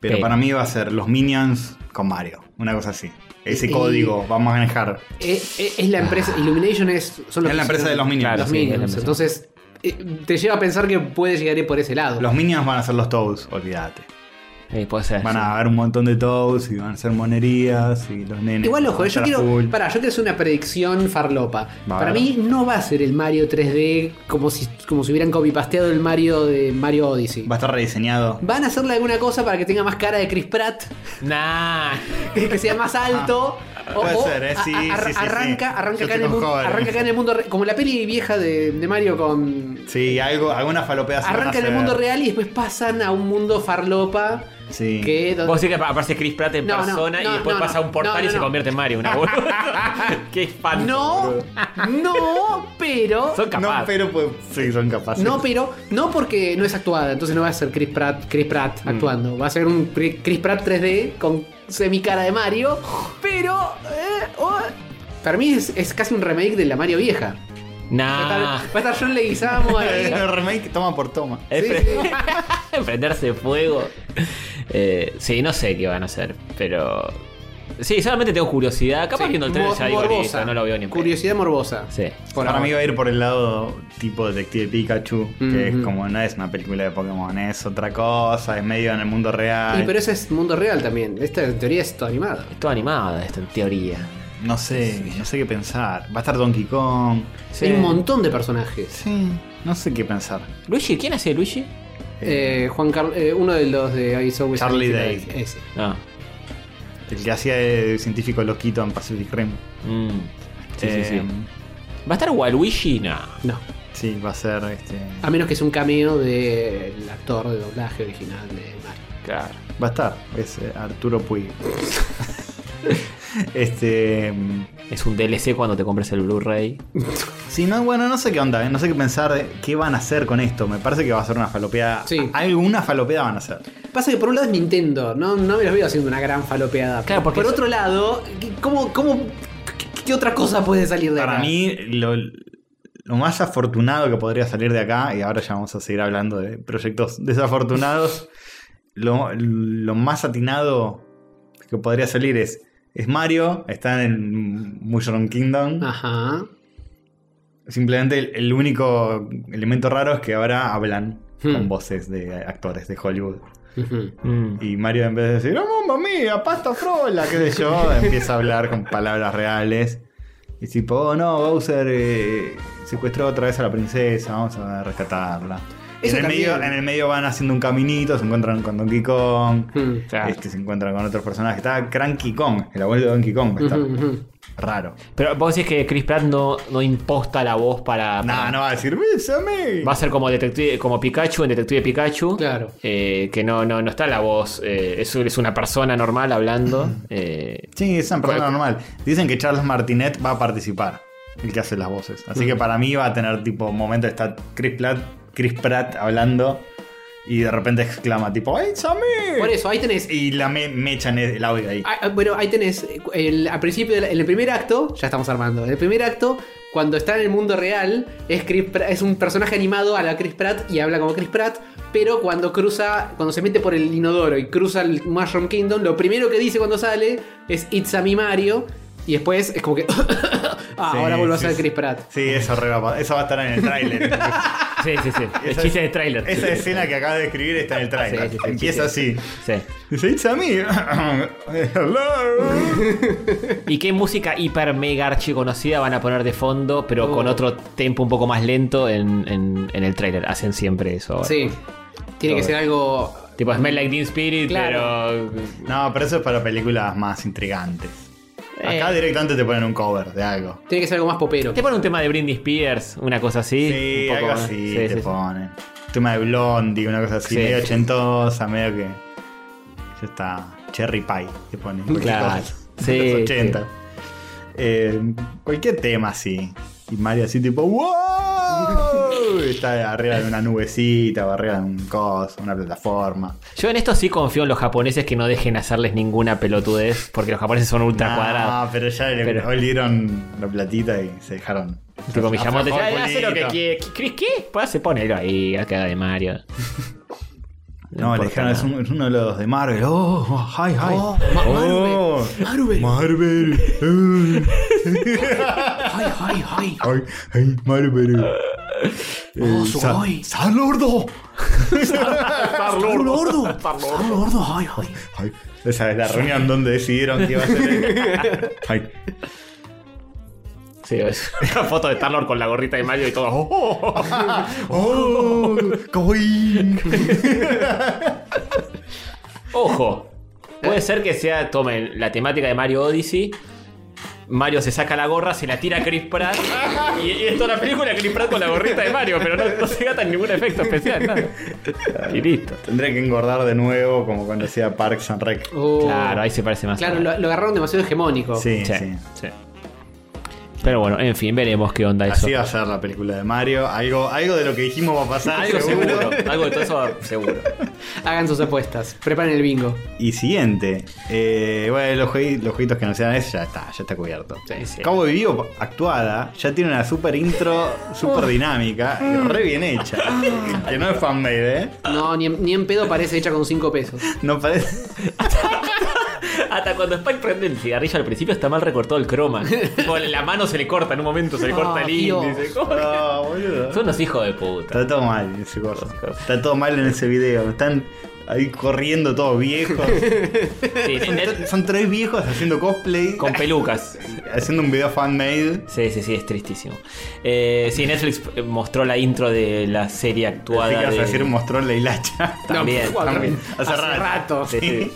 Pero Sí. para mí va a ser los Minions con Mario. Una cosa así. Ese Y- código vamos a manejar. Es, Eh, es- es la empresa. Illumination es. Son los Es la empresa de los Minions. Claro, los sí, Minions. es la empresa. Entonces, eh, te lleva a pensar que puede llegar a ir por ese lado. Los Minions van a ser los Toads, olvídate. Eh, puede ser. Van a haber un montón de toads y van a ser monerías y los nenes. Igual, van ojo, a eh, yo estar quiero. full. Pará, yo quiero hacer una predicción farlopa. Va. Para mí no va a ser el Mario 3D como si, como si hubieran copypasteado el Mario de Mario Odyssey. Va a estar rediseñado. Van a hacerle alguna cosa para que tenga más cara de Chris Pratt, *laughs* Nah. que que sea más alto. o- Ah, Puede o ser, eh, sí, a- a- sí, sí, Arranca, sí. arranca Yo acá en estoy el con mundo. joven. Arranca acá en el mundo. re- Como la peli vieja de, de Mario con. Sí, algo, alguna falopea se van a Arranca en el hacer. mundo real y después pasan a un mundo farlopa. Sí. Que *laughs* Vos decís que aparece Chris Pratt en No, no, persona no, y después no, pasa a un no, portal no, y se no. convierte en Mario, una boluda. *laughs* *laughs* Qué espanto. No, boludo. no, *laughs* pero. Son capaces. No, pero pues, sí, son capaces. No, pero. No porque no es actuada, entonces no va a ser Chris Pratt, Chris Pratt Mm. actuando. Va a ser un Pri- Chris Pratt 3D con semicara de Mario. Pero. eh, oh, para mí es, es casi un remake de la Mario vieja. Va a Nah. estar, va a estar *laughs* John Leguizamo *laughs* ahí. El remake toma por toma. Es Sí, pre- *laughs* Prenderse fuego. Eh, sí, no sé qué van a hacer, pero. Sí, solamente tengo curiosidad. Capaz Sí, viendo el trailer mor- ya digo, morbosa. listo, no lo veo ni en pedo. Curiosidad morbosa. Sí. Por para ahora. mí va a ir por el lado tipo Detective Pikachu, que Ujú. es como no es una película de Pokémon, es otra cosa, es medio en el mundo real. Y pero ese es mundo real también. Esta en teoría es todo animado. Es todo animado esto, en teoría. No sé, no sé qué pensar. Va a estar Donkey Kong. Hay un montón de personajes. Sí, no sé qué pensar. Luigi, ¿quién hace Luigi? Eh, Juan Carlos, uno de los de I Saw With Charlie Anthony, Day. Ese. No. El que hacía el científico loquito en Pacific Rim. Mm. Sí, Eh, sí, sí. ¿Va a estar Waluigi? No. No. Sí, va a ser este. A menos que es un cameo del actor de doblaje original de Mario. Claro. Va a estar. Es eh, Arturo Puig. este. mm, Es un DLC cuando te compres el Blu-ray. Sí, no, bueno, no sé qué onda, eh, no sé qué pensar eh, qué van a hacer con esto. Me parece que va a ser una falopeada. Sí. Alguna falopeada van a hacer. Pasa que por un lado es Nintendo, no, no me los veo haciendo una gran falopeada. Claro, porque por es- otro lado, ¿cómo, cómo, qué, qué otra cosa puede salir de Para acá? mí, lo, lo más afortunado que podría salir de acá, y ahora ya vamos a seguir hablando de proyectos *laughs* desafortunados, lo, lo más atinado que podría salir es, es Mario, está en Mushroom Kingdom. Ah. Ajá. Simplemente el, el único elemento raro es que ahora hablan Hmm. con voces de actores de Hollywood. Ujú. Mm. Y Mario en vez de decir, ¡Oh, mamma mía, pasta frola! qué sé *laughs* yo, empieza a hablar con palabras reales. Y es tipo, oh no, Bowser eh, secuestró otra vez a la princesa, vamos a rescatarla. En Eso el, también. medio, en el medio van haciendo un caminito, se encuentran con Donkey Kong, Mm. Claro. este, se encuentran con otros personajes. Está Cranky Kong, el abuelo de Donkey Kong. Está Ujú, ujú. raro. Pero vos decís que Chris Pratt no, no imposta la voz para. No, para- no va a decir, bésame. Va a ser como detective, como Pikachu en Detective Pikachu. Claro. Eh, que no, no, no está la voz. eh, es, es una persona normal hablando. eh, Sí, es una persona Bueno. normal. Dicen que Charles Martinet va a participar, el que hace las voces. Así Mm. que para mí va a tener tipo un momento, está Chris Pratt, Chris Pratt hablando y de repente exclama tipo, ¡It's a me! Por eso, ahí tenés. Y la me, me echan el audio ahí. Ah, ah, bueno, ahí tenés. eh, el- al principio, del- en el primer acto, ya estamos armando. En el primer acto, cuando está en el mundo real, es, Chris Pratt- es un personaje animado a la Chris Pratt y habla como Chris Pratt. Pero cuando cruza, cuando se mete por el inodoro y cruza el Mushroom Kingdom, lo primero que dice cuando sale es It's a mi Mario. Y después es como que. *laughs* ah, Sí, ahora vuelvo a sí, ser sí. Chris Pratt. Sí, eso, re va, a pa- eso va a estar en el *laughs* tráiler. *laughs* sí, sí, sí. El Esa- chiste de trailer. Esa escena que acabas de describir está en el tráiler. Sí, sí, sí, Empieza así. Sí. Dice, It's a me. *laughs* Hello. ¿Y qué música hiper mega archi conocida van a poner de fondo, pero Oh. con otro tempo un poco más lento en, en- en el trailer? Hacen siempre eso. ahora. Sí. Tiene que Todo. ser algo. Tipo Smell Like Teen Spirit, Claro. pero. No, pero eso es para películas más intrigantes. Eh. Acá directamente te ponen un cover de algo. Tiene que ser algo más popero. Te ponen un tema de Britney Spears, una cosa así. Sí, un poco algo más. así Sí, te sí, sí. ponen. Tema de Blondie, una cosa así, Sí. medio ochentosa, medio que. Ya está. Cherry Pie te ponen. cualquier Claro. cosa. Sí, De los sí. 80. Eh, cualquier tema así. Y Mario así tipo, *laughs* ¡Wow! Está arriba de una nubecita, o arriba de un coso, una plataforma. Yo en esto sí confío en los japoneses que no dejen hacerles ninguna pelotudez, porque los japoneses son ultra No, cuadrados. pero ya le Pero- dieron la platita y se dejaron. Tipo, Miyamoto Aflojó el ya hace lo que culito. quiere. ¿Crees qué? Pues se pone ahí, acá de Mario. No, le importa dijeron, es, nada. un- es uno de los de Marvel. ¡Oh! ¡Hi, hi! Oh, Ma- Oh, Marvel. Marvel. Eh, ¡Ay, ay, ay! ay, ay, Marvel. Oh, Eh, Sa- sugoi. ¡Salordo! ¡Lordo! ¡Lordo! ¡Ay, ay! Ay, Esa es la reunión donde decidieron que iba a ser. el- *laughs* Ay, Sí, es *laughs* una foto de Tarlor con la gorrita de Mario y todo. oh! ¡Oh! kawaii. Ojo, puede ser que sea, tomen la temática de Mario Odyssey. Mario se saca la gorra, se la tira a Chris Pratt. Y, y es toda la película Chris Pratt con la gorrita de Mario, pero no, no se gata ningún efecto especial. nada. Y listo. Tendría que engordar de nuevo, como cuando hacía Parks and Rec. Oh. Claro, ahí se parece más. Claro, a- lo, lo agarraron demasiado hegemónico. Sí, Sí, sí. sí. Pero bueno, en fin, veremos qué onda eso. Así va a ser la película de Mario. Algo, algo de lo que dijimos va a pasar. Algo seguro, algo de todo eso seguro. Hagan sus apuestas. Preparen el bingo. Y siguiente. Eh, bueno, los, juegui- los jueguitos que no sean eso ya está, ya está cubierto. Sí, sí. Cowboy Vivo actuada ya tiene una super intro, super Oh. dinámica, y re bien hecha. Ah. que no es fanmade, ¿eh? No, ni en, ni en pedo parece hecha con 5 pesos. No parece. Hasta cuando Spike prende el cigarrillo al principio está mal recortado el croma. Con la mano se le corta en un momento, se le Ah, corta el Dios. índice. ¿Cómo que- No, boludo. Son unos hijos de puta. Está todo mal ese gordo. Está todo mal en ese video. Están ahí corriendo todos *laughs* viejos. Sí, sí, net- Son tres viejos haciendo cosplay. con pelucas. Haciendo un video fanmade. Sí, sí, sí, es tristísimo. Eh, sí, Netflix eh, mostró la intro de la serie Así que actuada. vas a de- decir mostró la hilacha. También, No, también. Hace, rato. Sí, sí.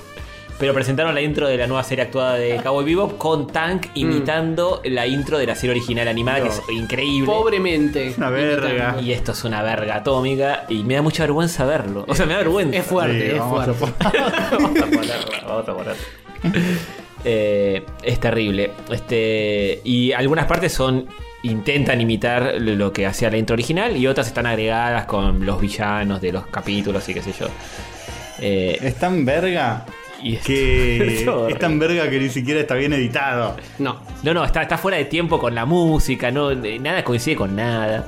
Pero presentaron la intro de la nueva serie actuada de Cowboy Bebop con Tank imitando la intro de la serie original animada, que es increíble. Pobremente. Una verga. Y esto es una verga atómica y me da mucha vergüenza verlo. O sea, me da vergüenza. Es fuerte, Sí, es vamos a fuerte. *laughs* vamos a ponerla, vamos a ponerla. Eh, es terrible. Este, y algunas partes son. intentan imitar lo que hacía la intro original. Y otras están agregadas con los villanos de los capítulos y qué sé yo. Eh, *laughs* Es tan *laughs* verga y es- que. es horrible. es tan verga que ni siquiera está bien editado. No. No, no, está, está fuera de tiempo con la música, no, eh, nada coincide con nada.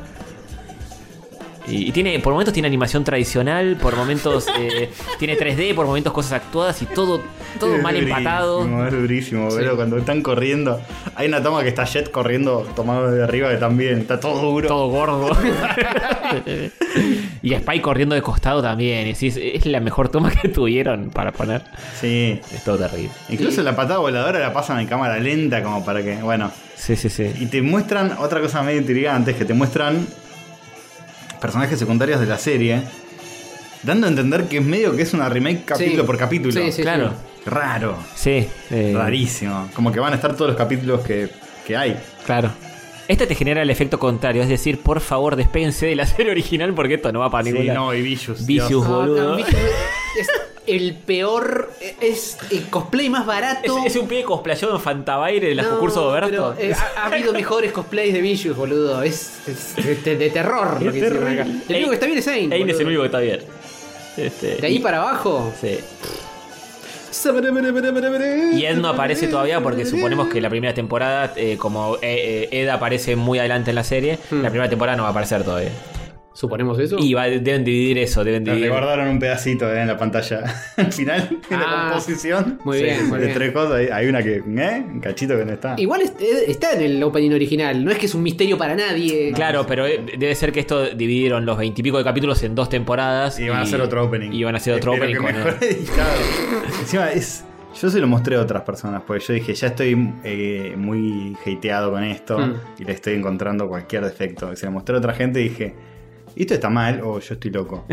Y, y tiene, por momentos tiene animación tradicional, *laughs* por momentos eh, tiene 3D, por momentos cosas actuadas y todo, todo Es mal durísimo, empatado. Es durísimo, pero cuando están corriendo. Hay una toma que está Jet corriendo tomado desde arriba que también está todo duro. *laughs* Todo gordo. *laughs* y Spy corriendo de costado también. Es, es- es la mejor toma que tuvieron para poner. Sí. Es todo terrible. Incluso la patada voladora la pasan en cámara lenta, como para que. Bueno. Sí, sí, sí. Y te muestran otra cosa medio intrigante: es que te muestran personajes secundarios de la serie, dando a entender que es medio que es una remake capítulo Sí. por capítulo. Sí, sí, Claro. Raro, Sí. eh, rarísimo. Como que van a estar todos los capítulos que, que hay. Claro. Esta te genera el efecto contrario, es decir, por favor, despéguense de la *laughs* serie original porque esto no va para Sí, ningún lado. no, y Vicious. Vicious, Dios. No, boludo. no, Vicious Ah, es el peor. Es el cosplay más barato. Es, es un pie cosplayado en Fantabaire de los No, concursos de pero, Oberto. eh, ha, ha habido mejores cosplays de Vicious, boludo. Es, es de, de- de terror lo que hicieron acá. El único que está bien es Zane. Ain es el boludo. único que está bien. Este, De ahí y- para abajo. sí. Y Ed no aparece todavía porque suponemos que la primera temporada, eh, como eh, eh, Ed aparece muy adelante en la serie, Hmm. la primera temporada no va a aparecer todavía. Suponemos eso. Y va- deben dividir eso, deben Le dividir. guardaron un pedacito eh, en la pantalla *laughs* al final de Ah, la composición. muy bien, muy de bien. tres cosas. hay- Hay una que, ¿eh? Un cachito que no está. Igual es- eh, está en el opening original. No es que es un misterio para nadie. Claro, pero eh, debe ser que esto dividieron los veintipico de capítulos en dos temporadas. Y van a hacer otro opening. Y van a hacer otro Espero que opening con mejor *laughs* editado. Encima es. Yo se lo mostré a otras personas, porque yo dije, ya estoy eh, muy hateado con esto Mm. y le estoy encontrando cualquier defecto. Y se lo mostré a otra gente y dije, esto está mal o yo estoy *laughs* loco.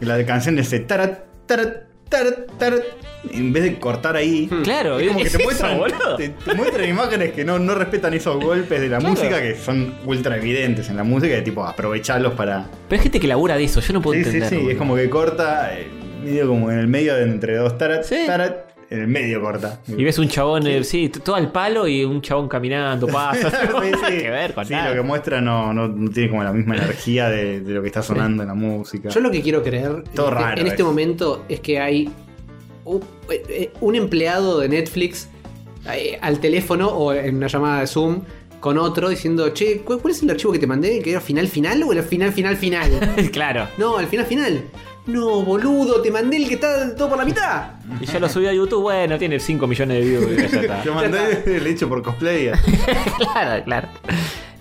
Y la canción dice, tarat, tarat, tarat, tarat. En vez de cortar ahí, Hmm. Claro, es como que es te, eso, muestran, boludo. te, te muestran imágenes que no, no respetan esos golpes de la Claro. música que son ultra evidentes en la música y tipo aprovecharlos para, Pero hay gente que labura de eso, yo no puedo Sí, sí, entender. sí, es como que corta, eh, medio como en el medio de entre dos tarat, Sí. tarat, en el medio corta. Y ves un chabón, eh, sí, t- todo al palo y un chabón caminando, pasa. no *laughs* *laughs* Sí, tiene sí. que ver con Sí, *laughs* nada. lo *laughs* que muestra no, no, no tiene como la misma energía de, de lo que está sonando en la música. Yo lo que quiero creer Todo en, este- raro en este es. momento es que hay un, eh, eh, un empleado de Netflix eh, al teléfono o en una llamada de Zoom con otro diciendo, che, ¿cu- ¿cuál es el archivo que te mandé? ¿Que era final final o el final *laughs* final final? claro. no, al final final. No, boludo, te mandé el que está todo por la mitad. Y ya lo subí a YouTube, bueno, tiene 5 millones de views. y ya *laughs* está. Yo mandé el hecho por cosplay. *laughs* claro, claro.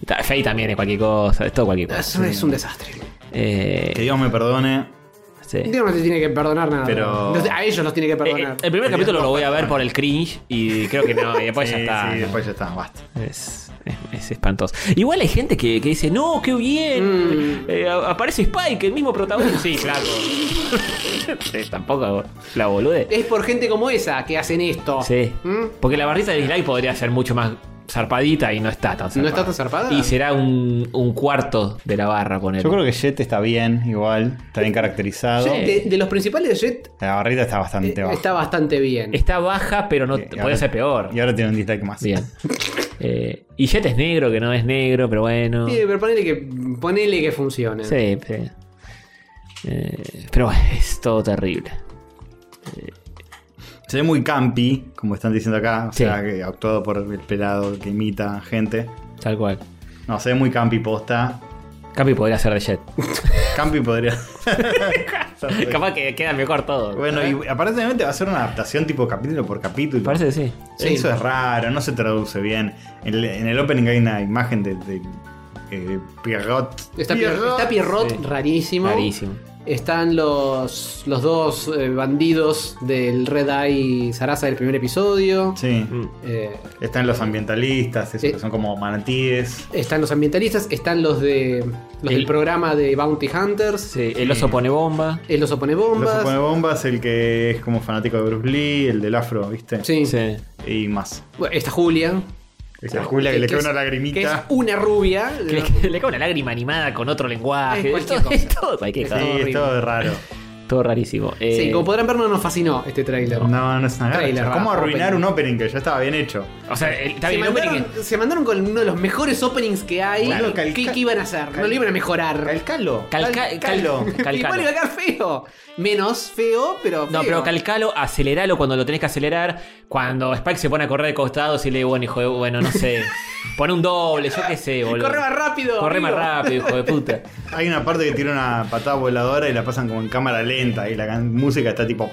Ta- Fey también es cualquier cosa, es todo cualquier cosa. Eso es un desastre. Eh, *laughs* Que Dios me perdone. sí. Dios no te tiene que perdonar nada. Pero- No, A ellos los tiene que Eh, eh, perdonar. el primer Dios capítulo no lo voy a ver por el cringe y creo que no, y después ya Sí, está. sí, ¿no? después Pues ya está, basta. Es, es- es espantoso. Igual hay gente que, que dice, no, qué bien. Mm. eh, a- aparece Spike, el mismo protagonista. Sí, *laughs* claro. Sí, tampoco la bolude. Es por gente como esa que hacen Oh. esto. Sí. ¿Mm? Porque la barrita de dislike podría ser mucho más zarpadita y no está tan zarpada. ¿No está tan zarpada? Y será un, un cuarto de la barra, poner. Yo creo que Jet está bien, igual. Está bien caracterizado. Sí. De, de los principales de Jet La barrita está eh, bastante baja. está bastante bien. Está baja, pero no Y ahora- puede ser peor. Y ahora tiene un dislike más. Bien. Eh, y Jet es negro, que no es negro, pero bueno. Sí, pero ponele que, ponele que funcione. Ah. Sí, sí. Eh, pero bueno, es todo terrible. Se ve muy campi, como están diciendo acá. O Sí. sea, que actuado por el pelado que imita gente. Tal cual. No, se ve muy campi posta. Capi podría ser *laughs* de Jet. Campi podría. Capaz que queda mejor todo. bueno, y aparentemente va a ser una adaptación tipo capítulo por capítulo. Parece que sí. sí. Eso es raro, no se traduce bien. En el, en el opening hay una imagen de, de, eh, Pierrot. Está, Pier- está Pierrot, Sí. rarísimo. Rarísimo. Están los, los dos eh, bandidos del Red Eye Sarasa del primer episodio. Sí. Eh, Están los ambientalistas, esos Sí. que son como manatíes. están los ambientalistas, están los de los El- del programa de Bounty Hunters. Sí, el oso pone bomba. El oso pone Los bombas. supone bombas, el que es como fanático de Bruce Lee, el del afro, ¿viste? Sí. Sí. Y más. Bueno, está Julia. Esa Julia que, le cae es- una que es lagrimita. una rubia. Que *laughs* le, que le cae una lágrima animada con otro lenguaje. Es cualquier Todo- cosa. todo, cualquier Sí, cosa. es todo raro. Todo rarísimo. Eh, Sí, como podrán ver, no nos fascinó este tráiler. No, no es una Trailer, garcha. ¿Cómo va, arruinar opening. un opening que ya estaba bien hecho? o sea, el- está Se bien, el opening mandaron, se mandaron con uno de los mejores openings que hay. Claro, ¿Qué, calca- qué iban a hacer? No cal- lo iban a mejorar. Calcalo. Calca- Calcalo. cal- *laughs* calcalo. Igual iba a quedar feo. Menos feo, pero. feo. No, pero calcalo, aceleralo cuando lo tenés que acelerar. Cuando Spike se pone a correr de costados y le digo, bueno, hijo de, bueno, no *laughs* sé. Pone un doble, yo qué sé, boludo. Corre más rápido. Corre más amigo. rápido, hijo *laughs* de puta. Hay una parte que tiene una patada voladora y la pasan como en cámara lenta y la can- música está tipo.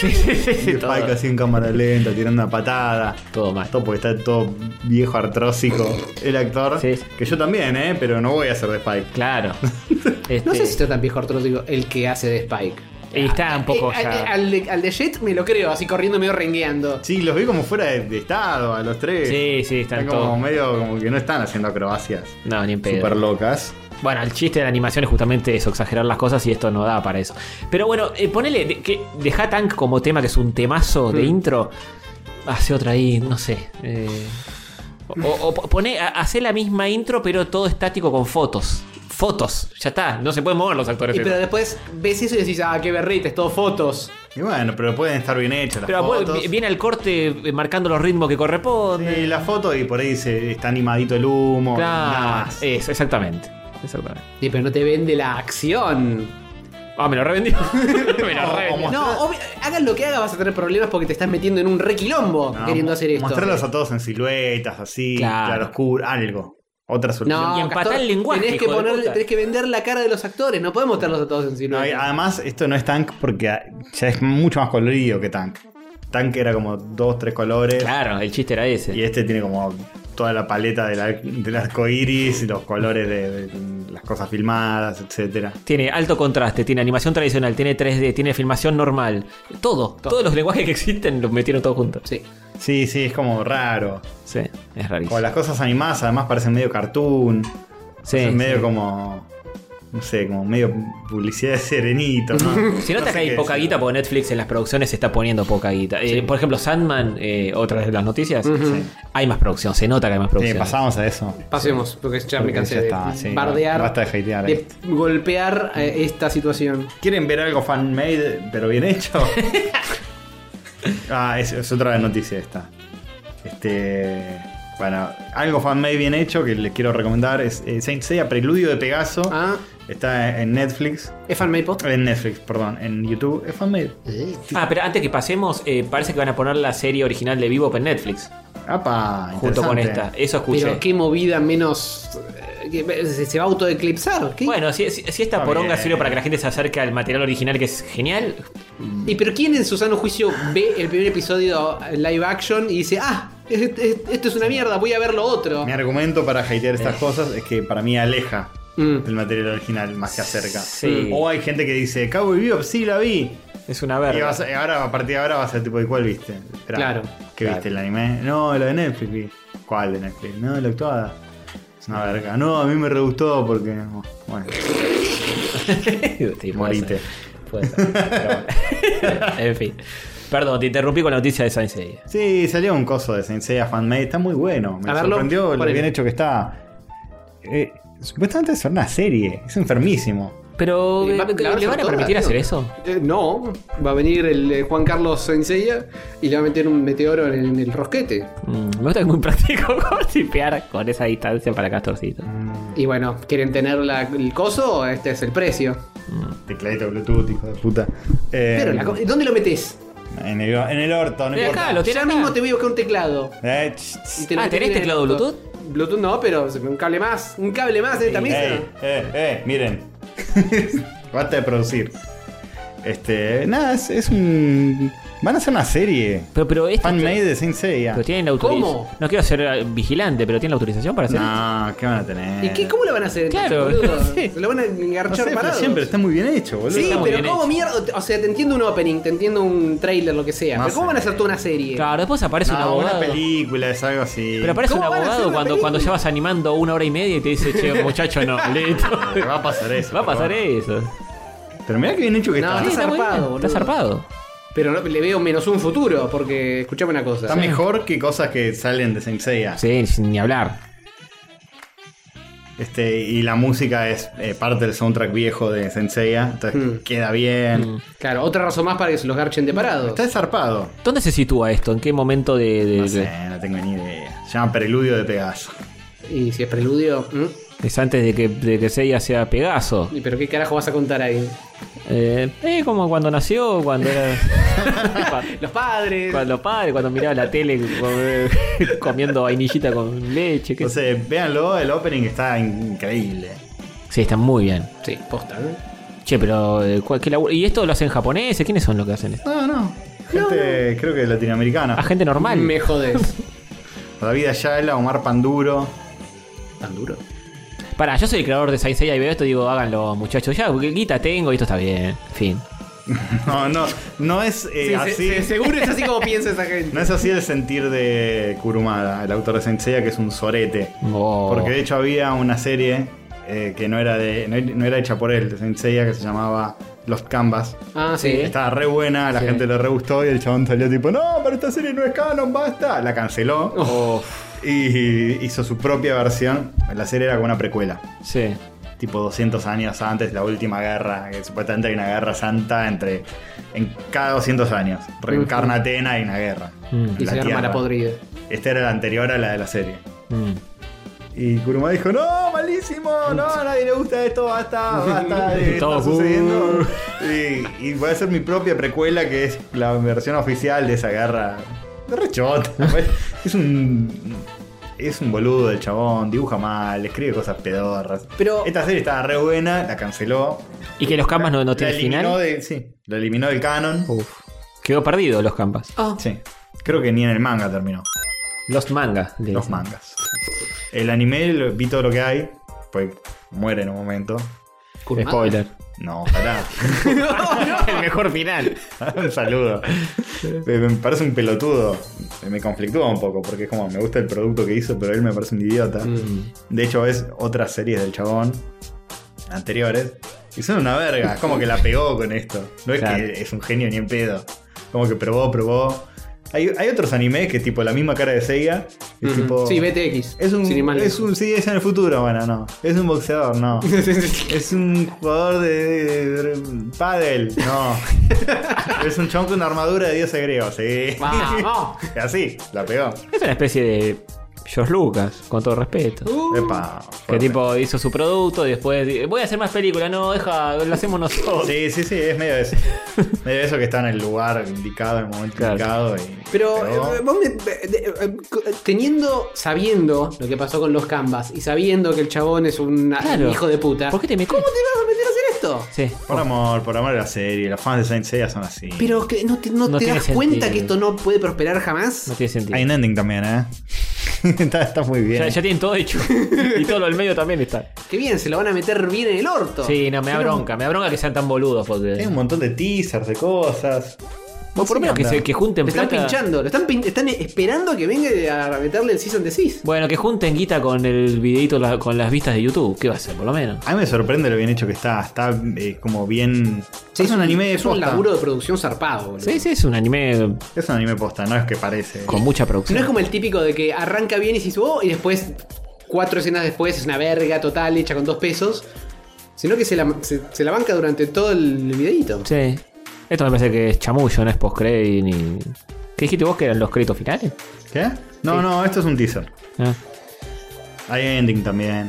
Sí, sí, sí, sí, Y todo, Spike así en cámara lenta, tirando una patada. todo mal. Todo porque está todo viejo artróxico el actor. Sí, sí. Que yo también, ¿eh? Pero no voy a hacer de Spike. Claro. No sé Este, si está tan viejo digo, el que hace de Spike. y está un poco Eh, ya. al, al de, al de Jet me lo creo, así corriendo medio rengueando. Sí, los vi como fuera de, de estado a los tres. Sí, sí, están como todos. medio como que no están haciendo acrobacias No, ni en pedo. super locas. Bueno, el chiste de la animación es justamente eso, exagerar las cosas y esto no da para eso. Pero bueno, eh, ponele, de- que deja Tank como tema, que es un temazo de intro. Hace otra ahí, no sé. eh, o, o po- pone, ha- hace la misma intro, pero todo estático con fotos. Fotos, ya está, no se pueden mover los actores. Y pero esos. después ves eso y decís, ah, qué berrita, es todo fotos. Y bueno, pero pueden estar bien hechas las Pero bueno, fotos. vi- viene al corte eh, marcando los ritmos que corresponde. Sí, la foto y por ahí se, está animadito el humo. nada Claro, Eh, más. eso, exactamente. Exactamente. Sí, pero no te vende la acción. Ah, me lo revendió. *laughs* me lo O- o revendió. No, obvi- hagas lo que hagas vas a tener problemas porque te estás metiendo en un requilombo No, queriendo hacer esto. Mostrarlos a todos en siluetas, así, Claro. claro, oscuro, algo. Otra solución. No, Y empatar Castor, el lenguaje, Tenés que, hijo de ponerle- puta. tenés que vender la cara de los actores, no podemos mostrarlos a todos en No, y ah, silueta. además, esto no es tank porque ya es mucho más colorido que tank. Tank era como dos, tres colores. Claro, el chiste era ese. Y este tiene como toda la paleta del, ar- del arco iris, los colores de, de las cosas filmadas, etcétera. Tiene alto contraste, tiene animación tradicional, tiene 3D, tiene filmación normal. Todo, todos los lenguajes que existen los metieron todos juntos. Sí. Sí, sí, es como raro. Sí, es Como rarísimo. las cosas animadas además parecen medio cartoon. Sí, Son medio sí. como. No sé, como medio publicidad de serenito, *laughs* ¿no? Si No notas sé que hay qué poca decir. guita, porque Netflix en las producciones se está poniendo poca guita. Eh, por ejemplo, Sandman, eh, otra de las noticias, hay más producción, se nota que hay más Sí, producción. pasamos a eso. Pasemos, porque ya me Porque cansé ya de está, sí, bardear, basta de hatear de esto. Mm. golpear eh, esta situación. ¿Quieren ver algo fan-made pero bien *laughs* hecho? ah, es, es otra noticia esta. Este. Bueno, algo fan-made bien hecho que les quiero recomendar es eh, Saint Seiya Preludio de Pegaso. Ah, Está en Netflix. ¿es fan Maple? En Netflix, perdón, en YouTube. Es fan-made. Ah, pero antes que pasemos, eh, parece que van a poner la serie original de Vivo en Netflix, Apa, junto con interesante. esta. Eso escuché. Pero qué movida menos... eh, que- se se va a autoeclipsar. ¿qué? Bueno, si, si- si esta Está poronga bien. sirve para que la gente se acerque al material original, que es genial, *laughs* ¿Y pero quién en su sano juicio ve el primer episodio live action y dice, ah, es- es- esto es una mierda, voy a ver lo otro? Mi argumento para hatear estas Eh. cosas es que para mí aleja Mm. el material original más que acerca. Sí. O hay gente que dice, Cowboy Bebop sí la vi. es una Y verga. vas- y ahora, a partir de ahora, va a ser tipo, ¿y cuál viste? Esperá, Claro. ¿Qué viste el anime? No, la de Netflix vi. ¿Cuál de Netflix? No, la actuada. Es una verga. No, a mí me re gustó porque. Bueno, Sí, puede morite. ser. Puede ser, pero bueno. *laughs* en fin. Perdón, te interrumpí con la noticia de Saint Seiya. Sí, salió un coso de Sensei fan-made. Está muy bueno. Me A verlo, sorprendió lo ponele. bien hecho que está. Eh, supuestamente es una serie. Es enfermísimo. Pero, Eh, eh, va- la ¿le van a toda, permitir tío. hacer eso? Eh, no, va a venir el eh, Juan Carlos Senseiya y le va a meter un meteoro en, en el rosquete. Mm, me gusta que es muy práctico *laughs* tipear con esa distancia para Castorcito. Y bueno, ¿quieren tener la- el coso? Este es el precio. Tecladito Bluetooth, hijo de puta. Eh, Pero, la co- ¿dónde lo metes? en, el, en el orto, no Mira importa. acá, lo tiene Ya acá. mismo te voy a buscar un teclado. Eh, ch- ch- Y te Ah, metes ¿tenés en el teclado orto. Bluetooth? Bluetooth no, pero un cable más. Un cable más en esta mesa. Ey, eh, eh, miren. *laughs* Basta de producir. Este, nada, es, es un. Van a hacer una serie. Pero, pero este- Fan-made de Saint Seiya. pero tienen la autorización. ¿Cómo? No quiero ser eh, vigilante, pero tienen la autorización para hacer esto. No, ¿qué van a tener? ¿Y qué, cómo lo van a hacer? entonces, Claro, boludo? *laughs* no sé. Se lo van a No engarchar sé, pero parados? siempre está muy bien hecho, boludo. Sí, Está muy pero bien ¿cómo hecho. mierda? O sea, te entiendo un opening, te entiendo un trailer, lo que sea. No pero ¿cómo sé. van a hacer toda una serie? Claro, después aparece un No, una abogado. película, es algo así. *laughs* Pero aparece un ¿Cómo van a hacer abogado una cuando, cuando ya película? vas animando una hora y media y te dice, *laughs* che, muchacho, no, listo. Te *laughs* Va a pasar eso. Va a pasar pero eso. bueno. Pero mirá que bien hecho que No, está. sí, está. está muy zarpado, bien, boludo. Está zarpado. Pero no- le veo menos un futuro, porque escuchame una cosa. mejor que cosas que salen de Saint Seiya. Sí, sin ni hablar. Este, y la música es eh, parte del soundtrack viejo de Saint Seiya. Entonces Hmm. Mm. queda bien. Claro, otra razón más para que se los garchen de parado. Está zarpado. ¿Dónde se sitúa esto? ¿En qué momento de.? de- No de- sé, no tengo ni idea. Se llama Preludio de Pegaso. Y si es preludio. ¿Mm? Es antes de que, de que Seiya sea Pegaso. ¿Y ¿Pero qué carajo vas a contar ahí? Eh, eh, como cuando nació, cuando era. *laughs* cua- Los padres. cuando padre, cuando miraba la tele *laughs* com- comiendo vainillita con leche. qué sé. Entonces, véanlo, el opening está increíble. Sí, está muy bien. Sí, posta, ¿eh? Che, pero. eh, ¿cuál- qué labu- ¿Y esto lo hacen japoneses? ¿Quiénes son los que hacen esto? No, no. Gente, creo que ¿A latinoamericana. gente normal? Me *laughs* jodés. David Ayala, Omar Panduro. *laughs* Tan duro. Pará, yo soy el creador de Saint Seiya y veo esto y digo, háganlo, muchachos. Ya, porque guita tengo y esto está bien. Fin. No, no, no es eh, así. seguro es así como piensa esa gente. No es así el sentir de Kurumada, el autor de Senseiya, que es un sorete. Oh. Porque de hecho había una serie eh, que no era, de, no, no era hecha por él, de Saint Seiya, que se llamaba Los Canvas. Ah, sí. Estaba re buena, a la Sí. gente le re gustó y el chabón salió tipo, no, pero esta serie no es canon, basta. La canceló y hizo su propia versión. La serie era como una precuela, Sí. tipo 200 años antes de la última guerra, que supuestamente hay una guerra santa entre... En cada 200 años, reencarna Atena y una guerra. en Y se arma Tierra. la podrida. Esta era la anterior a la de la serie. Mm. Y Kuruma dijo, no, malísimo, no, a nadie le gusta esto, basta, *laughs* basta, eh, está Todo sucediendo. Y, y voy a hacer mi propia precuela, que es la versión oficial de esa guerra. De *laughs* rechota. pues. es un. Es un boludo el chabón, dibuja mal, escribe cosas pedorras. Pero- Esta serie estaba re buena, la canceló. Y que los Canvas no, no la tienen eliminó final. de- sí, la eliminó del canon. Uf. Quedó perdido los Canvas. Sí. Creo que ni en el manga terminó. Los manga. le los dicen. mangas. El anime, lo- vi todo lo que hay, pues muere en un momento. Kurumada. Spoiler. No, ojalá. *laughs* El mejor final. *laughs* un saludo. Me me parece un pelotudo. Me conflictúa un poco, porque es como, me gusta el producto que hizo, pero él me parece un idiota. De hecho, es otras series del chabón anteriores. Y son una verga. Es como que la pegó con esto. No es Claro. que es un genio ni en pedo. Como que probó, probó. Hay, hay otros animes que tipo la misma cara de Seiya. Es Ujú. tipo. Sí, BTX. Oh. Es un, sin ir más es *laughs* lejos. un. Sí, es en el futuro, bueno, no. Es un boxeador, *laughs* no. Es un jugador de, de- de- de- pádel, *laughs* no. es un chonco con armadura de dios griego, sí. Vamos. *laughs* Así, la pegó. Es una especie de George Lucas, con todo respeto. Uh. Epa, que fuerte. tipo hizo su producto y después di- voy a hacer más películas, no, deja, lo hacemos nosotros. Sí, sí, sí, es medio eso. medio eso que está en el lugar indicado, en el momento Claro. indicado. y- Pero eh, vos me- de- eh, teniendo, sabiendo lo que pasó con los Canvas y sabiendo que el chabón es un Claro. hijo de puta, ¿Por qué te metes? ¿cómo te vas a meter a hacer esto? Sí. Por amor, por amor a la serie, los fans de Saint Seiya son así. Pero que no te, no No te tiene das cuenta sentido. que esto no puede prosperar jamás. No tiene sentido. Hay un ending también, ¿eh? *laughs* está, está muy bien. ya, ya tienen todo hecho. y todo lo del medio *laughs* también está. Qué bien, se lo van a meter bien en el orto. Sí, no, me da bronca. Me da bronca que sean tan boludos. Porque... Hay un montón de teasers, de cosas. Bueno, por lo menos que, se, que junten Lo están plata- pinchando, lo están, pin- están esperando que venga a meterle el season de cis. Bueno, que junten guita con el videito la- con las vistas de YouTube. ¿Qué va a ser, por lo menos? A mí me sorprende lo bien hecho que está. Está eh, como bien. es un anime de Es un posta. laburo de producción zarpado, boludo. Sí, sí, es un anime Es un anime posta, no es que parece. con mucha No producción. es como el típico de que arranca bien y se hizo, oh, y después, cuatro escenas después, es una verga total hecha con dos pesos. Sino que se la, se, se la banca durante todo el videíto. Sí. Esto me parece que es chamullo, no es post-credit ni. ¿Qué dijiste vos que eran los créditos finales? ¿Qué? No, no, esto es un teaser. Ah. Hay ending también.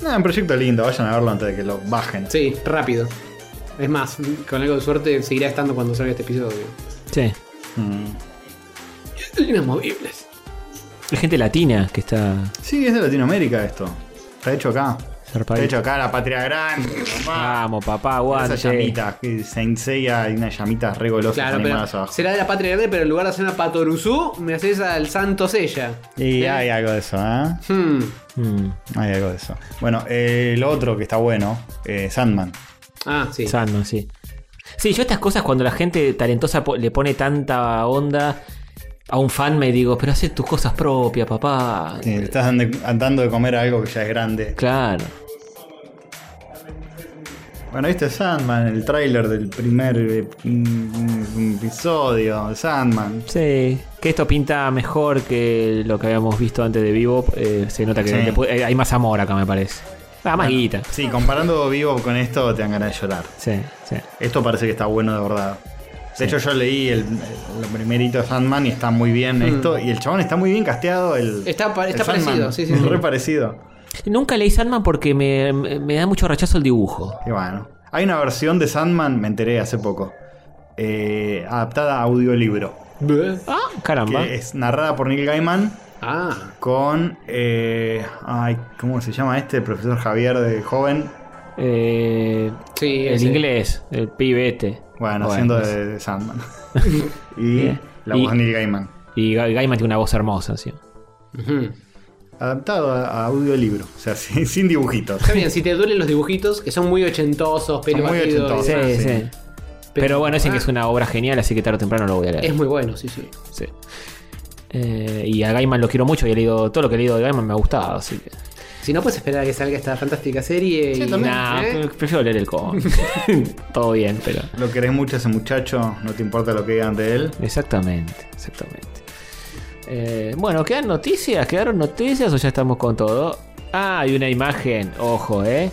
No, un proyecto lindo, vayan a verlo antes de que lo bajen. Sí, rápido. Es más, con algo de suerte seguirá estando cuando salga este episodio. Sí. Mm. Inamovibles. Hay gente latina que está Sí, es de Latinoamérica esto. Está hecho acá. Está zarpadita. hecho acá, la patria grande. Ah, mamá. Vamos, papá, Esa aguante. llamita, que Saint Seiya, hay unas llamitas regolosas Claro, animadas pero abajo. será de la patria grande, pero en lugar de hacer una patoruzú, me haces al santo sella. Y hay algo de eso, ¿eh? Hmm. Mm, Hay algo de eso. Bueno, eh, lo otro que está bueno, eh, Sandman. Ah, sí. Sandman, sí. Sí, yo estas cosas cuando la gente talentosa po- le pone tanta onda a un fan me digo, pero hace tus cosas propias, papá. Eh, le estás dando, dando de comer a algo que ya es grande. Claro. Bueno, este es Sandman, el tráiler del primer eh, mm, mm, episodio de Sandman. Sí, que esto pinta mejor que lo que habíamos visto antes de Vivo. se nota que Sí. le pu- eh, hay más amor acá, me parece. Ah, más guita. Sí, comparando vivo con esto te dan ganas de llorar. Sí, sí. Esto parece que está bueno de verdad. De hecho, yo leí el, el primerito de Sandman y está muy bien esto. Y el chabón está muy bien casteado. El, Mm. Está pa- el está Sandman. parecido, sí, sí, Es sí. Re parecido. Nunca leí Sandman porque me, me- me da mucho rechazo el dibujo. Y bueno. Hay una versión de Sandman, me enteré hace poco. eh, adaptada a audiolibro. Ah, caramba. Que es narrada por Neil Gaiman Ah, con. eh, ay, ¿cómo se llama este? El profesor Javier de joven. Eh, sí. el ese. inglés, el este. pibete. Bueno, haciendo es- de, de Sandman. y Bien. la Y- voz de Neil Gaiman. Y Ga- Gaiman tiene una voz hermosa, sí. Ujú. Adaptado a, a audiolibro, o sea, *laughs* sin, sin dibujitos. Está bien, si te duelen los dibujitos, que son muy ochentosos, ¿eh? pelo Son muy batido y ochentosos, demás. Sí. Pero- Pero, bueno, dicen que ah. es una obra genial, así que tarde o temprano lo voy a leer. Es muy bueno, sí, sí. Sí. Eh, y a Gaiman lo quiero mucho y he leído todo lo que he leído de Gaiman me ha gustado, así que. Si no, puedes esperar a que salga esta fantástica serie. y- Nah, ¿eh? pre- prefiero leer el cómic. *laughs* *laughs* Todo bien, pero. Lo querés mucho a ese muchacho, no te importa lo que digan de él. Exactamente, exactamente. Eh, bueno, ¿quedan noticias? ¿Quedaron noticias o ya estamos con todo? Ah, hay una imagen, ojo, ¿eh?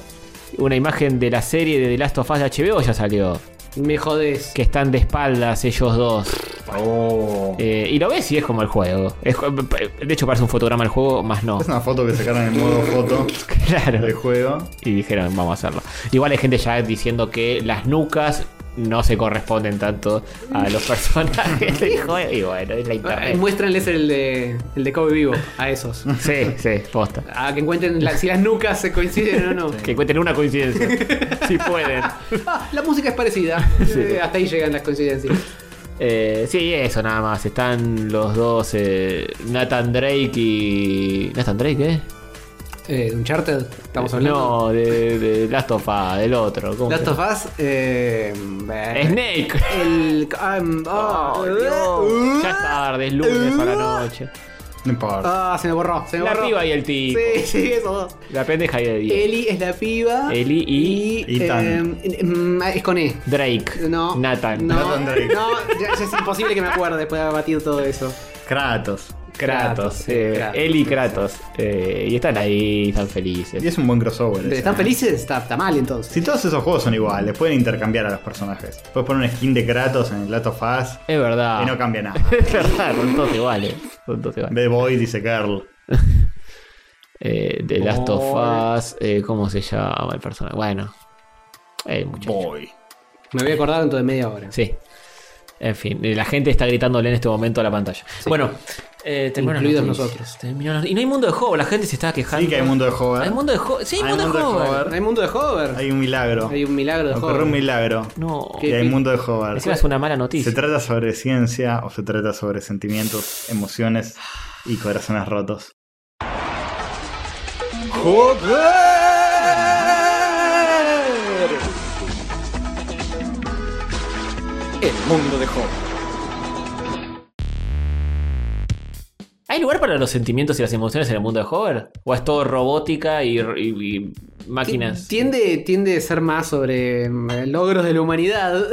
Una imagen de la serie de The Last of Us de HBO ya salió. Me jodés. Que están de espaldas ellos dos. Oh. Eh, y lo ves y es como el juego. Es co- de hecho, parece un fotograma el juego, más no. Es una foto que sacaron en modo foto *laughs* Claro. del juego. Y dijeron, vamos a hacerlo. Igual hay gente ya diciendo que las nucas no se corresponden tanto *laughs* a los personajes del juego. *laughs* Y bueno, es la Ah, internet. Muéstranles el de, el de Kobe vivo a *laughs* esos. Sí, sí, posta. A que encuentren la- si las nucas se coinciden o no. Que cuenten una coincidencia. si pueden. *laughs* Ah, la música es parecida. Eh, hasta ahí llegan las coincidencias. Eh, sí, eso nada más. Están los dos, eh, Nathan Drake y. ¿Nathan Drake, eh? Eh, Uncharted, estamos hablando. No, de, de Last of Us, del otro. ¿Cómo Last se of llama? Us, eh, eh, *laughs* Snake. El. um, oh, Oh, Dios. Ya es tarde, es *laughs* lunes a la noche. No importa. Ah, se me borró, se me La borró. piba y el tipo. Sí, sí, eso dos. La pendeja y el Eli es la piba. Eli y y Tan. eh, mm, es con E. Drake. No. Nathan. No, Nathan Drake. no, ya, ya es imposible que me acuerde después de batir todo eso. Kratos. Kratos. Kratos, eh, Kratos. Eli y Kratos. Eh, y están ahí, están felices. Y es un buen crossover. ese. ¿Están felices? Está, está mal entonces. Si todos esos juegos son iguales, pueden intercambiar a los personajes. Puedes poner un skin de Kratos en el Lato Fast Es verdad. y no cambia nada. *laughs* es verdad, son todos iguales. Son todos iguales. The Boy dice Carl. Eh, The Last of Us, eh, ¿cómo se llama el personaje? Bueno, eh, el muchacho. Boy. Me voy a acordar dentro de media hora. Sí. En fin, eh, la gente está gritándole en este momento a la pantalla. Bueno, eh, terminaron Incluidos las noticias, nosotros. terminaron las- Y no hay mundo de juego, la gente se está quejando. Sí que hay mundo de Hay Hover. mundo de juego. Sí, hay, mundo, de juego. Hover. Hay mundo de Hover. Hay, Hay un milagro. un milagro de Ocurrió un Hover. milagro. No. Y ¿Qué? hay mundo de Hover. Encima es una mala noticia. ¿Se trata sobre ciencia o se trata sobre sentimientos, emociones y corazones rotos? El mundo de Hobbes. ¿Hay lugar para los sentimientos y las emociones en el mundo de Hover? ¿O es todo robótica y, y- y máquinas? Tiende, tiende a ser más sobre mm, logros de la humanidad. *laughs*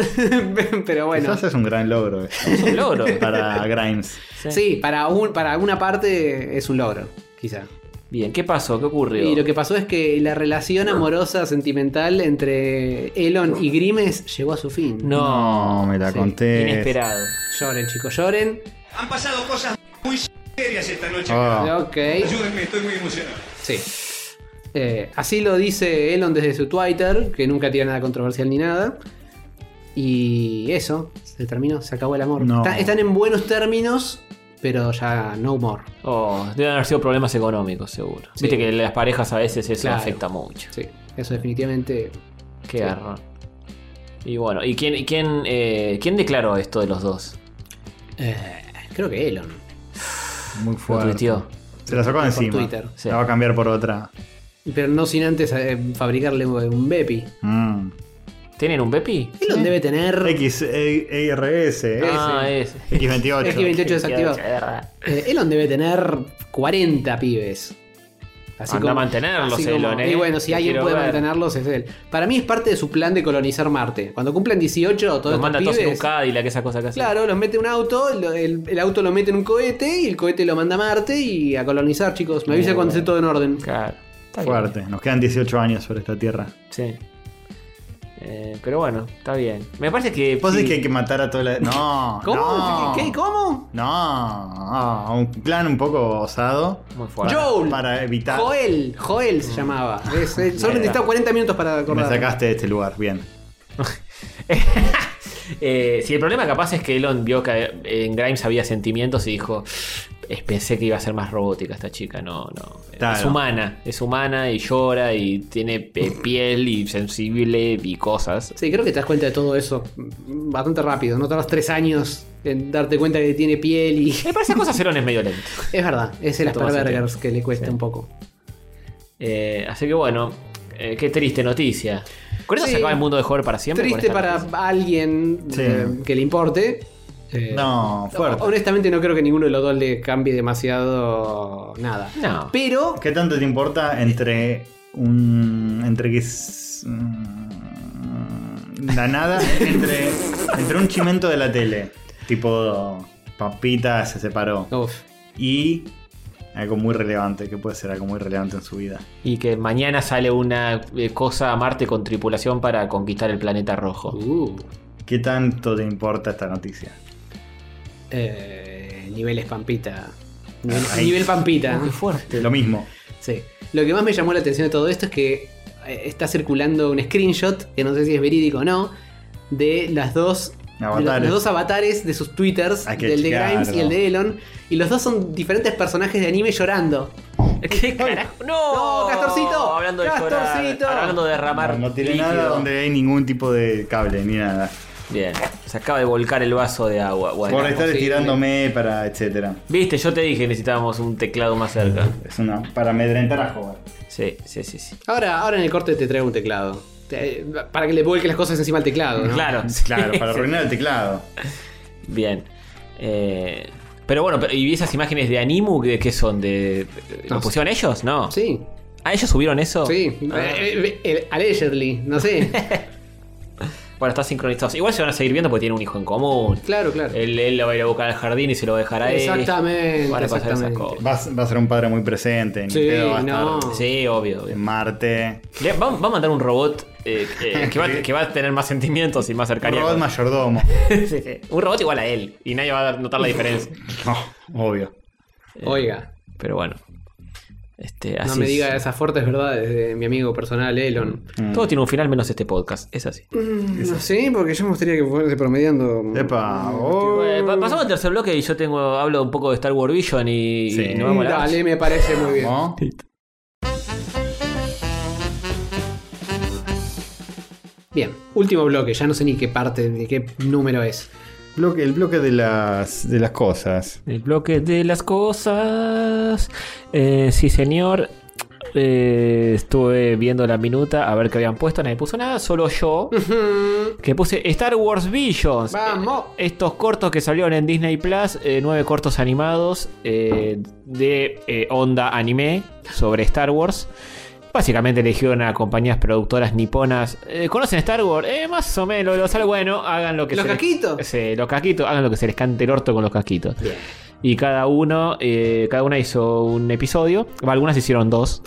Pero bueno. Quizás es un gran logro Es *laughs* un logro. para Grimes. Sí, para, un, para alguna parte es un logro, quizá. Bien, ¿qué pasó? ¿Qué ocurrió? Y lo que pasó es que la relación amorosa sentimental entre Elon y Grimes llegó a su fin. No, No, me la sí, conté. inesperado. Lloren, chicos, lloren. Han pasado cosas muy serias esta noche. Oh, Ok. Ayúdenme, estoy muy emocionado. Sí. Eh, así lo dice Elon desde su Twitter, que nunca tiene nada controversial ni nada. Y eso, se terminó, se acabó el amor. No. Está- están en buenos términos, pero ya no more. Oh, deben haber sido problemas económicos, seguro. Sí. Viste que las parejas a veces eso Claro. afecta mucho. Sí, eso definitivamente. Qué garrón. Y bueno, ¿y quién, y quién, eh, quién declaró esto de los dos? eh, creo que Elon. muy Lo fuerte. tuiteó. Se la sacó de Por encima. Twitter. Sí. La va a cambiar por otra. Pero no sin antes eh, fabricarle un Bepi. Mm. ¿Tienen un Bepi? Elon debe tener. X, E- ERS, Ah, ese. *laughs* X28. X28 desactivado. Eh, Elon debe tener 40 pibes. Anda a mantenerlos, así como- Elon, eh. Y bueno, si Te alguien quiero puede ver. mantenerlos es él. Para mí es parte de su plan de colonizar Marte. Cuando cumplan 18, todos Los estos manda a todos en un pibes... Cadillac, esa cosa que hace. Claro, los mete en un auto, lo- el, el auto lo mete en un cohete y el cohete lo manda a Marte y a colonizar, chicos. Me avisa Muy cuando esté bueno. todo en orden. Claro. Está bien. Fuerte. Nos quedan 18 años sobre esta tierra. Sí. Eh, pero bueno, está bien. Me parece que. Vos sí, decís que hay que matar a toda la. No. *laughs* ¿Cómo? no. ¿Qué? ¿Cómo? No. ah, un plan un poco osado. Muy fuerte. Joel. Para evitar. Joel, Joel se llamaba. Es- es- solo Mierda. necesitaba 40 minutos para Me acordar. sacaste de este lugar. Bien. Eh, si el problema capaz es que Elon vio que eh, en Grimes había sentimientos y dijo. "Eh, Pensé que iba a ser más robótica esta chica, no, no. Es Claro. humana, es humana y llora y tiene eh, piel y sensible y cosas. Eh, Sí, creo que te das cuenta de todo eso mm, bastante rápido. No tardas tres años en darte cuenta que tiene piel y. *laughs* Me parece cosas Elon es medio lento. Es verdad, es el Toma Asperger's que sentido. le cuesta Sí. un poco. Eh, así que bueno, eh, qué triste noticia. ¿Con eso Sí. se acaba el mundo de Hover para siempre? con Triste esta para noticia? alguien Sí. eh, que le importe, Eh, No, fuerte. Honestamente no creo que ninguno de los dos le cambie demasiado nada. No. Pero ¿Qué tanto te importa entre un. entre que es. mm, La nada, entre, entre un chimento de la tele, tipo Papita se separó, Uf. y algo muy relevante, que puede ser algo muy relevante en su vida. Y que mañana sale una eh, cosa a Marte con tripulación para conquistar el planeta rojo. Uh. ¿Qué tanto te importa esta noticia? Eh, niveles Pampita. Nivel, Ahí. nivel Pampita. fuerte. Lo mismo. Sí. Lo que más me llamó la atención de todo esto es que eh, está circulando un screenshot, que no sé si es verídico o no, de las dos. de los- Avatares. los dos avatares de sus twitters, Hay que del de chequearlo. Grimes y el de Elon. Y los dos son diferentes personajes de anime llorando. *laughs* ¿Qué carajo? No, No, Castorcito, Hablando de llorar, Castorcito. hablando de derramar. No, no tiene líquido. nada donde hay ningún tipo de cable ni nada. Bien, se acaba de volcar el vaso de agua. Bueno, Por este- estar sí. estirándome para etcétera. Viste, yo te dije que necesitábamos un teclado más cerca. Es una. para amedrentar a jugar. Sí, sí, sí. sí. Ahora, ahora en el corte te traigo un teclado. Te- Para que le vuelque las cosas encima al teclado. ¿no? Claro, Claro, *laughs* para Ah, Sí. arruinar el teclado. Bien. Eh, pero bueno, pero- ¿y esas imágenes de Animu que, que son? De, ¿Lo No, pusieron ellos? No. Sí, ¿A ellos subieron eso? sí. Ah. Eh, eh, eh, allegedly, no *laughs* sé. Bueno, están sincronizados. Igual se van a seguir viendo porque tienen un hijo en común. Claro, claro. Él, él lo va a ir a buscar al jardín y se lo va a dejar a él. Exactamente, Van a pasar esas exactamente. cosas. Va, a- va a ser un padre muy presente. ni Sí, pedo va a no. estar Sí, obvio. obvio. en Marte. Le- va, va a mandar un robot eh, eh, *laughs* que, va, que va a tener más sentimientos y más cercanía. Robot con- mayordomo. *laughs* Sí, sí. Un robot igual a él. Y nadie va a notar la diferencia. No, obvio. Oiga, Pero bueno. Este, eh, así no me es. diga esas fuertes verdades de mi amigo personal, Elon. Todo tiene un final menos este podcast. Es así. No sé, porque yo me gustaría que fuese promediando. Epa, oh. Eh, pa- pasamos al tercer bloque y yo tengo hablo un poco de Star Wars Vision y, Sí. y nos vamos a la- Dale, me parece muy bien. ¿no? Bien, último bloque, ya no sé ni qué parte, ni qué número es. Bloque- el bloque de las, de las cosas. El bloque de las cosas. Eh, sí, señor. Eh, estuve viendo la minuta a ver qué habían puesto. Nadie puso nada, solo yo. que puse Star Wars *laughs* Visions. ¡Vamos! Eh, estos cortos que salieron en Disney Plus. eh, nueve cortos animados eh, de eh, onda anime sobre Star Wars. Básicamente eligieron a compañías productoras niponas. Eh, ¿Conocen Star Wars? Eh, más o menos. Lo sale bueno. Hagan lo que ¿Los se les- caquitos? Sí, los caquitos. Hagan lo que se les cante el orto con los caquitos. Y cada uno, eh, cada una hizo un episodio. Bueno, algunas hicieron dos.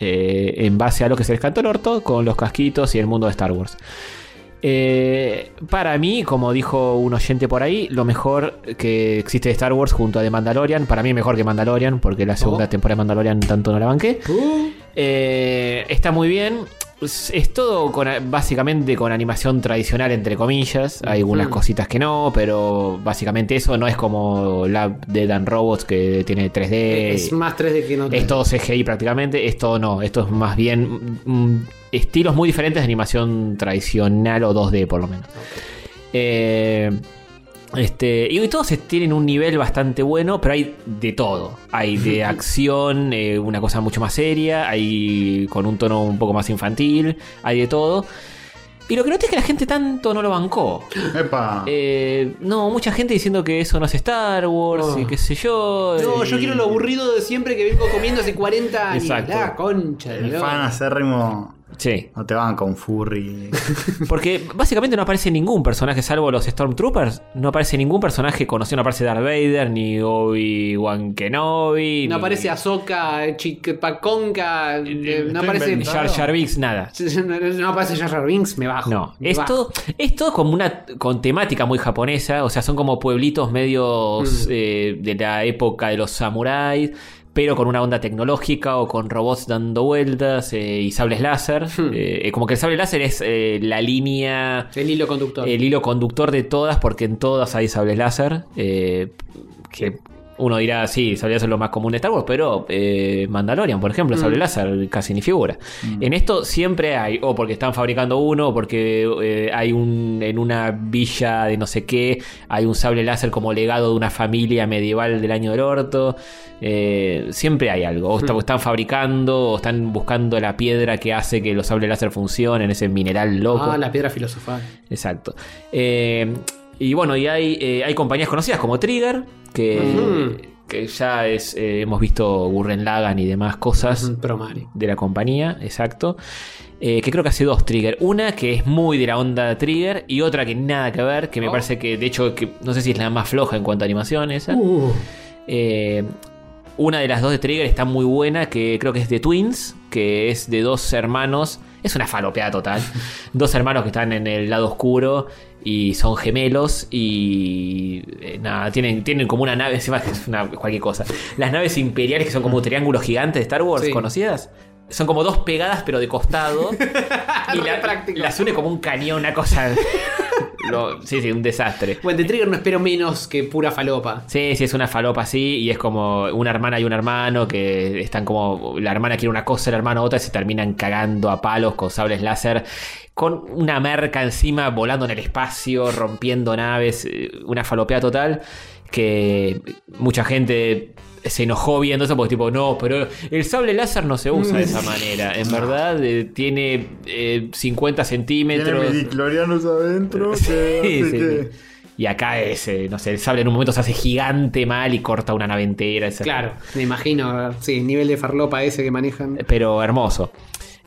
eh, en base a lo que se les cantó el orto con los casquitos y el mundo de Star Wars. Eh, para mí, como dijo un oyente por ahí, lo mejor que existe de Star Wars junto a The Mandalorian, para mí mejor que Mandalorian, porque la segunda Ojo. temporada de Mandalorian tanto no la banqué. Uh, Eh, está muy bien. Es, es todo con, básicamente con animación tradicional, entre comillas. Hay algunas Ujú. cositas que no, pero básicamente eso no es como Lab de Dan Robots que tiene 3D. es más 3D que no Eh, Es todo CGI prácticamente, esto no, esto es más bien mm, estilos muy diferentes de animación tradicional o 2D por lo menos. Eh, este, y todos tienen un nivel bastante bueno, pero hay de todo. Hay de acción, eh, una cosa mucho más seria, hay con un tono un poco más infantil, hay de todo. Y lo que noté es que la gente tanto no lo bancó. Epa. Eh, no, mucha gente diciendo que eso no es Star Wars Oh. y qué sé yo. No, y- yo quiero lo aburrido de siempre que vengo comiendo hace 40 años. Exacto. La concha de el Dios. fan acérrimo. Sí. No te van con *laughs* furry. Porque básicamente no aparece ningún personaje, salvo los Stormtroopers. No aparece ningún personaje conocido. No aparece Darth Vader, ni Obi-Wan Kenobi. No ni- aparece Azoka, eh, Chiquipaconca, Eh, eh, estoy no aparece. *laughs* ni Jar Jar Binks, nada. No aparece Jar Jar Binks, me bajo. No, me es bajo. todo, es todo como una con temática muy japonesa, o sea, son como pueblitos medios Mm. eh, de la época de los samuráis, pero con una onda tecnológica o con robots dando vueltas eh, y sables láser. Hmm. Eh, como que el sable láser es eh, la línea El hilo conductor. el hilo conductor de todas, porque en todas hay sables láser. eh, que uno dirá, sí, sables láser es lo más común de Star Wars, pero eh, Mandalorian, por ejemplo, sable Mm. láser casi ni figura. En esto siempre hay, o porque están fabricando uno, o porque eh, hay un en una villa de no sé qué, hay un sable láser como legado de una familia medieval del año del orto. eh, siempre hay algo. O está- Mm. están fabricando, o están buscando la piedra que hace que los sables láser funcionen, ese mineral loco. Ah, la piedra filosofal. Exacto. Eh, Y bueno, y hay, eh, hay compañías conocidas como Trigger, que, Ujú. que ya es, eh, hemos visto Gurren Lagan y demás cosas Mm, Pero Mario. de la compañía, exacto. Eh, que creo que hace dos Trigger. Una que es muy de la onda Trigger y otra que nada que ver, que me Oh. parece que de hecho que, no sé si es la más floja en cuanto a animación esa. Uh, Eh, una de las dos de Trigger está muy buena, que creo que es de Twins, que es de dos hermanos. Es una *laughs* falopeada total. dos hermanos que están en el lado oscuro y son gemelos y eh, nada, tienen, tienen como una nave, encima que es una, cualquier cosa. Las naves imperiales que son como triángulos gigantes de Star Wars, Mm. Sí. ¿conocidas? Son como dos pegadas pero *laughs* de costado. y Re la- práctico. las une como un cañón, *laughs* una cosa... Lo- sí, sí, un desastre. Bueno, de Trigger no espero menos que pura falopa. Sí, sí, es una falopa así y es como una hermana y un hermano que están como, la hermana quiere una cosa, el hermano otra, y se terminan cagando a palos con sables láser, con una merca encima, volando en el espacio, rompiendo naves, eh, una falopea total que mucha gente se enojó viendo eso porque tipo, no, pero el sable láser no se usa de esa manera, en verdad eh, tiene eh, 50 centímetros. Tiene midichlorianos adentro. Sí, que hace sí, que- sí. Y acá es, eh, no sé, el sable en un momento se hace gigante mal y corta una nave entera. etcétera. Claro, me imagino, sí, nivel de farlopa ese que manejan. Pero hermoso.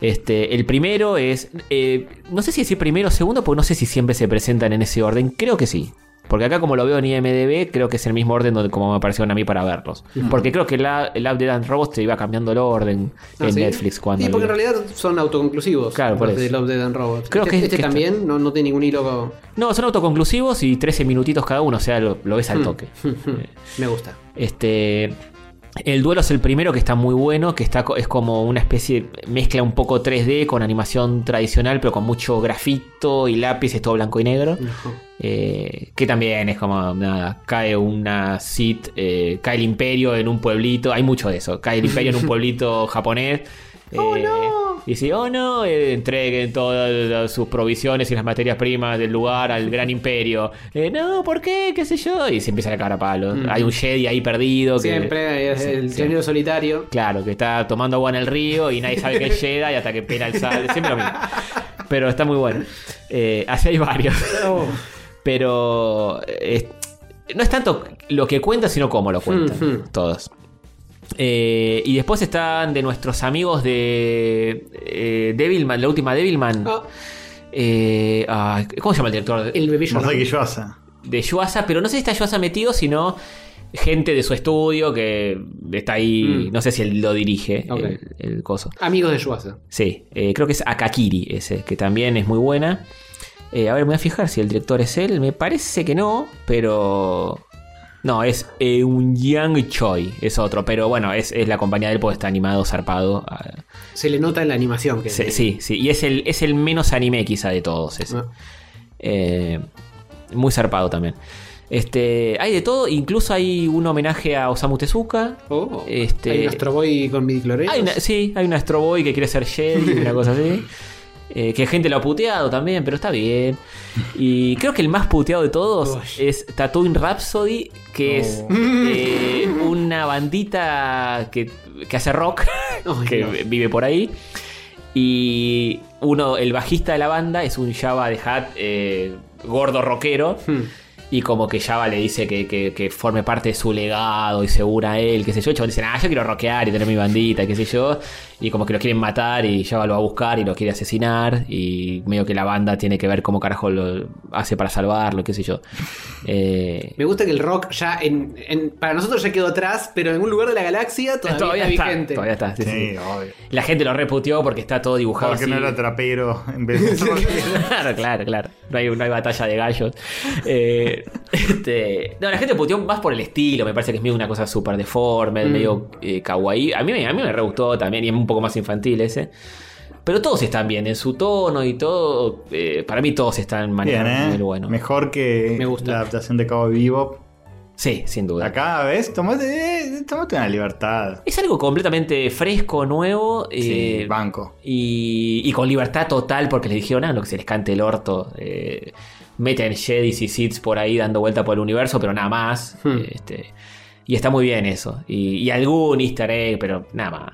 Este, el primero es. eh, no sé si decir primero o segundo, porque no sé si siempre se presentan en ese orden. Creo que sí. Porque acá, como lo veo en IMDb, creo que es el mismo orden donde como me aparecieron a mí para verlos. Porque creo que la, el app de Dan Robots te iba cambiando el orden Ah, en ¿sí? Netflix cuando. Sí, porque en había- realidad son autoconclusivos. Claro, por los de eso. Love, Dead and Robots. Creo este, que- este que está- también no, no tiene ningún hilo. No, son autoconclusivos y 13 minutitos cada uno, o sea, lo, lo ves al Hmm. *laughs* toque. Eh, Me gusta. Este. El duelo es el primero que está muy bueno, que está, co- es como una especie, mezcla un poco 3D con animación tradicional, pero con mucho grafito y lápiz, es todo blanco y negro. Ujú. Eh, que también es como, nada, cae una Sith, eh, cae el imperio en un pueblito, hay mucho de eso, cae el imperio en un pueblito japonés. eh, Y dice, oh no, eh, entreguen todas las- sus provisiones y las materias primas del lugar al gran imperio. Eh, no, ¿por qué? ¿Qué sé yo? Y se empieza a cagar a palos. Mm. Hay un Jedi ahí perdido. que- Siempre es Sí, el sí. pionero solitario. Claro, que está tomando agua en el río y nadie sabe que es Jedi y hasta que pena el sal. Siempre lo mismo. Pero está muy bueno. Eh, así hay varios. Pero eh, no es tanto lo que cuenta, sino cómo lo cuentan Ujú. todos. Eh, y después están de nuestros amigos de eh, Devilman, la última Devilman. Ah, Eh, ah, ¿Cómo se llama el director? el bebé lloró. Masaki Yuasa. de Yuasa, pero no sé si está Yuasa metido, sino gente de su estudio que está ahí, Mm. no sé si él lo dirige, Ok. el, el coso. Amigos de Yuasa. Sí, eh, creo que es Akakiri ese, que también es muy buena. Eh, a ver, me voy a fijar si el director es él, me parece que no, pero... No, es un Yang Choi, es otro, pero bueno, es, es la compañía de él porque está animado, zarpado. ah, Se le nota en la animación. Que Sí, sí, sí, y es el, es el menos anime quizá de todos ese. Ah. Eh, muy zarpado también. Este, hay de todo, incluso hay un homenaje a Osamu Tezuka. Oh, Este- Hay un Astro Boy con midiclorenos. Hay una- sí, hay un Astro Boy que quiere ser Jedi, *laughs* una cosa así. Eh, que gente lo ha puteado también, pero está bien. Y creo que el más puteado de todos Uy. Oh. es Tatooine Rhapsody, que es eh, una bandita que, que hace rock, *laughs* Ay, que Dios. vive por ahí. Y uno, el bajista de la banda es un Java de Hat eh, gordo rockero. Hmm. Y como que Java le dice que, que- que forme parte de su legado y se una a él, qué sé yo. El chabón dice, ah, yo quiero rockear y tener mi bandita, qué sé yo. Y como que lo quieren matar y Java lo va a buscar y lo quiere asesinar. Y medio que la banda tiene que ver cómo carajo lo hace para salvarlo, qué sé yo. Eh, Me gusta que el rock ya en, en- para nosotros ya quedó atrás, pero en algún lugar de la galaxia todavía, está vigente. Todavía está, sí, sí. Sí, obvio. La gente lo reputeó porque está todo dibujado Porque así. no era trapero en *laughs* vez de claro, *laughs* claro, claro. No hay, no hay batalla de gallos. Eh, este, no, la gente puteó más por el estilo. Me parece que es medio una cosa súper deforme, Mm. medio eh, kawaii. A mí, me- a mí me re gustó también y es un poco más infantil ese. Pero todos están bien en su tono y todo. eh, para mí todos están Bien, manejando ¿eh? muy bueno. Mejor que Me gusta. la adaptación de Cabo Vivo. Sí, sin duda. Acá, ¿ves? Tomate, eh, tomate una libertad. Es algo completamente fresco, nuevo. Sí, eh, banco. Y, y con libertad total, porque les dijeron, ah, lo que se les cante el orto. eh, meten Jedis y Sith por ahí dando vuelta por el universo, pero nada más. Hmm. este, y está muy bien eso. Y, y algún easter egg, pero nada más.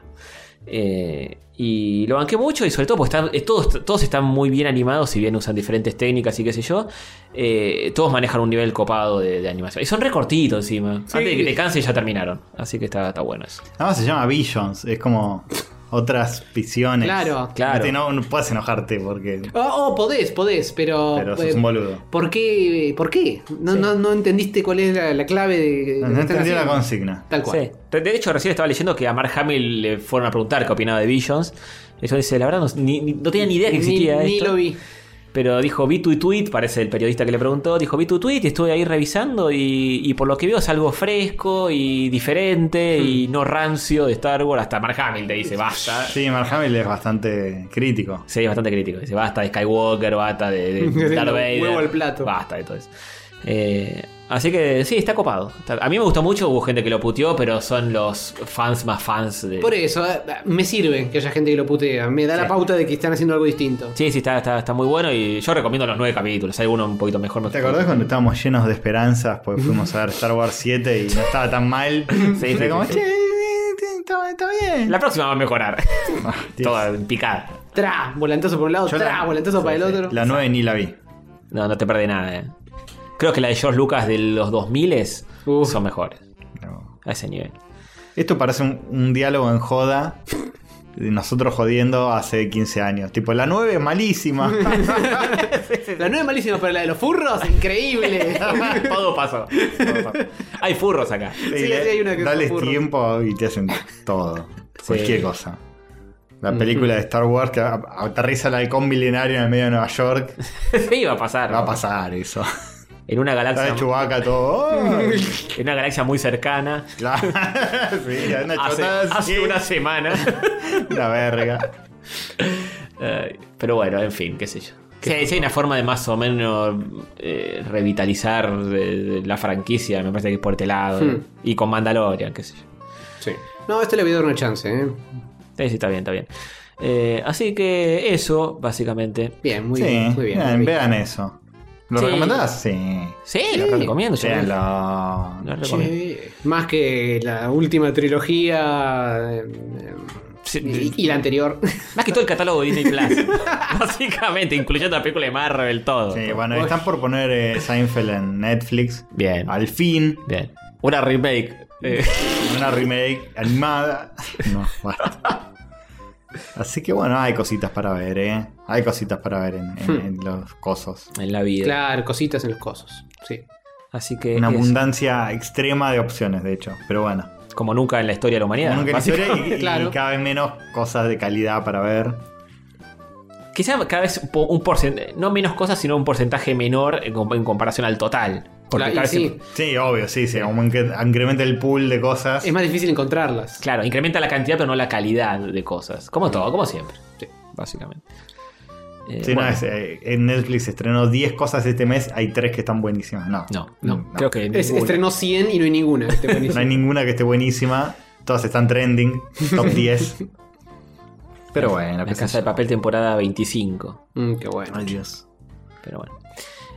Eh, y lo banqué mucho y sobre todo porque están- eh, todos, todos están muy bien animados, si bien usan diferentes técnicas y qué sé yo. eh, todos manejan un nivel copado de, de animación. Y son recortitos encima. Antes de que te canses ya terminaron. Así que está, está bueno eso. Además se llama Visions, es como otras visiones. Claro. Claro. Viste, No, no puedes enojarte porque. Ah, Oh, podés, podés, pero. Pero eh, sos un boludo. ¿Por qué? ¿Por qué? No, no, no entendiste cuál es la, la clave de. No, de lo que no están entendí la haciendo. consigna. Tal cual. Sí. De- De hecho, recién estaba leyendo que a Mark Hamill le fueron a preguntar qué opinaba de Visions. Eso dice, la verdad, no, ni- ni- no tenía ni idea que Ni, existía ni esto. lo vi. Pero dijo, vi tu tweet, parece el periodista que le preguntó, dijo, vi tu tweet y estuve ahí revisando y, y por lo que veo es algo fresco y diferente Hmm. y no rancio de Star Wars. Hasta Mark Hamill te dice, basta. Sí. Sí, Mark Hamill es bastante crítico. es bastante crítico. Dice, basta de Skywalker, basta de, *laughs* de Darth Vader. Huevo al plato. Basta de todo eso. Eh, así que sí, está copado. Está- A mí me gustó mucho, hubo gente que lo puteó, pero son los fans más fans de... Por eso, eh, me sirve que haya gente que lo putea. Me da la Sí. pauta de que están haciendo algo distinto. Sí, sí, está, está, está muy bueno y yo recomiendo los nueve capítulos. Hay uno un poquito mejor. no ¿Te acordás cuando estábamos llenos de esperanzas? Porque fuimos a ver Star Wars 7 y no estaba tan mal. Sí, Era sí, como, sí. "Che, está, está bien. *laughs* La próxima va *laughs* a mejorar. *laughs* Dios. Toda en picada. Tra, volantazo por un lado, Yo tra, la- volantazo para el Sí, otro. La 9 ni la vi. No, no te perdés nada, eh. Creo que la de George Lucas de los 2000 Uf. son mejores. No. A ese *laughs* nivel. Esto parece un, un diálogo en joda. de Nosotros jodiendo hace 15 años. Tipo, la 9 es *laughs* malísima. La nueva es malísima, pero la de los furros, *laughs* increíble. Todo pasó. Todo pasó. Hay furros acá. *laughs* Sí, sí, hay una que dales son burros. tiempo y te hacen todo. Cualquier cosa. La película de Star Wars que a- aterriza el halcón milenario en el medio de Nueva York. Sí, iba a pasar. Va a pasar *laughs* eso. En una Está galaxia. de Chewbacca todo. ¡ay! En una galaxia muy cercana. Claro. *laughs* Sí, anda Hace, chotada, hace sí. *laughs* una semana. La verga. Ay, Pero bueno, en fin, qué sé yo. Sí, sí hay una forma de más o menos eh, revitalizar eh, la franquicia, me parece que es por este lado. Hmm. Y con Mandalorian, qué sé yo. No, esto le voy a dar una chance, ¿eh? Sí, sí, está bien, está bien. Eh, así que eso, básicamente. Bien, muy sí, bien, muy bien. vean, muy bien. vean eso. ¿Lo Sí. recomendás? Sí. Sí, lo re recomiendo. yo lo- Véanlo. lo Che, recomiendo. más que la última trilogía eh, eh, Sí, y, y la anterior. Más que todo el catálogo de Disney Plus. básicamente, incluyendo la película de Marvel, todo. Sí, bueno, están por poner eh, Seinfeld en Netflix. Bien. Al fin. Bien. Una remake. eh, Una remake animada. No, basta. Así que bueno, hay cositas para ver, ¿eh? Hay cositas para ver en, en- Hmm. en los cosos. en la vida. *laughs* claro, cositas en los cosos. Sí. Así que. Una es abundancia extrema de opciones, de hecho. Pero bueno. Como nunca en la historia de la humanidad. Como nunca en la historia y, y Claro. cada vez menos cosas de calidad para ver. básicamente. Quizá cada vez un po- un porcentaje. No menos cosas, sino un porcentaje menor en, com- en comparación al total. Porque La- y cada vez se- sí, Sí, obvio, sí, sí. Aunque incrementa el pool de cosas. es más difícil encontrarlas. Claro, incrementa la cantidad, pero no la calidad de cosas. Como todo, como siempre. Sí, básicamente. Eh, Sí, no, bueno, es, eh, en Netflix estrenó 10 cosas este mes, hay 3 que están buenísimas. No, no, no, Mm, no. Creo que. Es- ninguna. estrenó 100 y no hay ninguna. Este, *laughs* buenísimo. no hay ninguna que esté buenísima. Todas están trending, top 10. Pero bueno, La qué sé Casa de yo. Papel temporada 25. Mm, qué bueno. Ay, Dios. Pero bueno.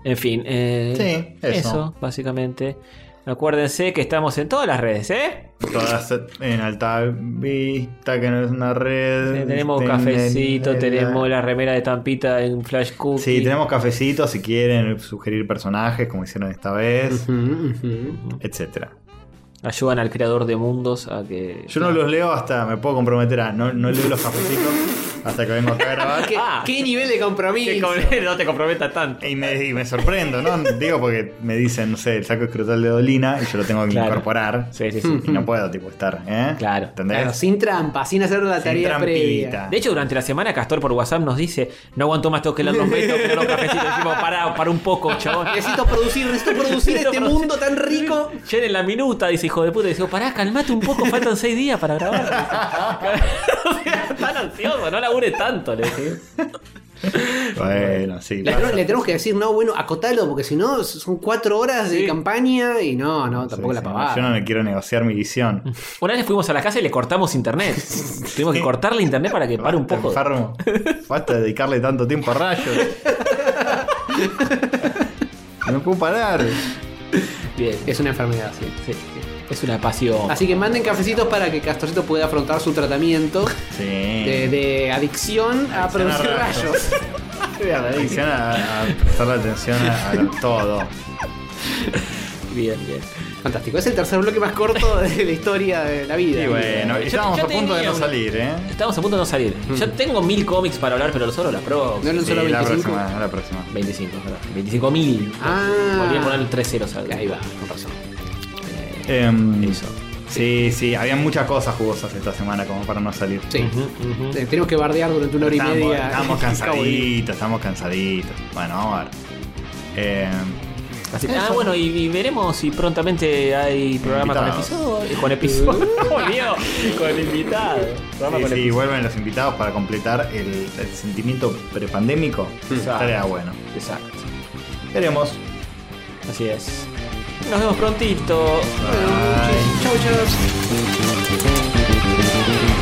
En fin. eh, Sí, eso. básicamente. Acuérdense que estamos en todas las redes, ¿eh? Todas en alta vista, que no es una red. tenemos Ten- cafecito, la- tenemos la remera de Tampita en Flash Cookie. Sí, tenemos cafecito si quieren sugerir personajes, como hicieron esta vez, Ujú, ujú. etcétera. Ayudan al creador de mundos a que. Yo no los leo hasta, me puedo comprometer a no, no leo los cafecitos hasta que vengo acá a grabar. ¿Qué, Ah. qué nivel de compromiso? Que con- no te comprometas tanto. Y me, y me sorprendo, ¿no? Digo porque me dicen, no sé, el saco escrotal de Dolina y yo lo tengo que Claro. incorporar. Sí, sí, sí. Y no puedo, tipo, estar, ¿eh? Claro. ¿Entendés? Claro, sin trampa, sin hacer la Sin tarea trampita. previa. De hecho, durante la semana Castor por WhatsApp nos dice: No aguanto más, tengo *laughs* que leer los métodos, que leer los cafecitos. Decimos, para, para un poco, chabón. Necesito producir, necesito *laughs* producir este mundo tan rico. Llenen la minuta, dice hijo de puta. Dice, pará, calmate un poco, faltan seis días para grabar. *laughs* O sea, Tan ansioso, no labures tanto, le digo. Bueno, sí. Le, pasa. le tenemos que decir, no, bueno, acotalo, porque si no, son cuatro horas de Sí. campaña y no, no, Sí, tampoco la sí, pavada. Yo no me quiero negociar mi *laughs* visión. Una vez fuimos a la casa y le cortamos internet. Tuvimos que cortarle internet para que pare un Basta, poco. Enfermo. Basta de dedicarle tanto tiempo a rayos. no puedo parar. Bien. Es una enfermedad, sí. Sí, sí. Es una pasión. Así que manden cafecitos para que Castorcito pueda afrontar su *laughs* tratamiento Sí. de, de adicción Adicción a a producir rayos. rayos. La adicción a, a prestarle atención a, a todo. Bien, bien. Fantástico. Es el tercer bloque más corto de la historia de la vida. Y bueno, Yo- estábamos yo a punto de tenía no una- salir, ¿eh? Estamos a punto de no salir. Yo tengo mil cómics para hablar, pero solo la pro. Mm. No era un solo Sí, la 25. próxima, la próxima. 25, es verdad. 25 mil. Ah. Volví a poner 3 ceros al- Ahí va, con razón. Em, Eso. sí, sí, había muchas cosas jugosas esta semana como para no salir. Sí. Ujú, ujú. Eh, Tenemos que bardear durante una hora y estamos, media. *laughs* estamos Cabo Divo. cansaditos, estamos cansaditos. Bueno, vamos a ver. Em, Así que- ah, bueno, y, y veremos si prontamente hay programa con Invitado. episodio. *laughs* Con episodio. Volvió. con invitado. Programa Sí, con sí, episodio. vuelven los invitados para completar el, el sentimiento prepandémico. Exacto. Estaría bueno. Exacto. Veremos. Así es. Nos vemos prontito. Bye. Chau, chau.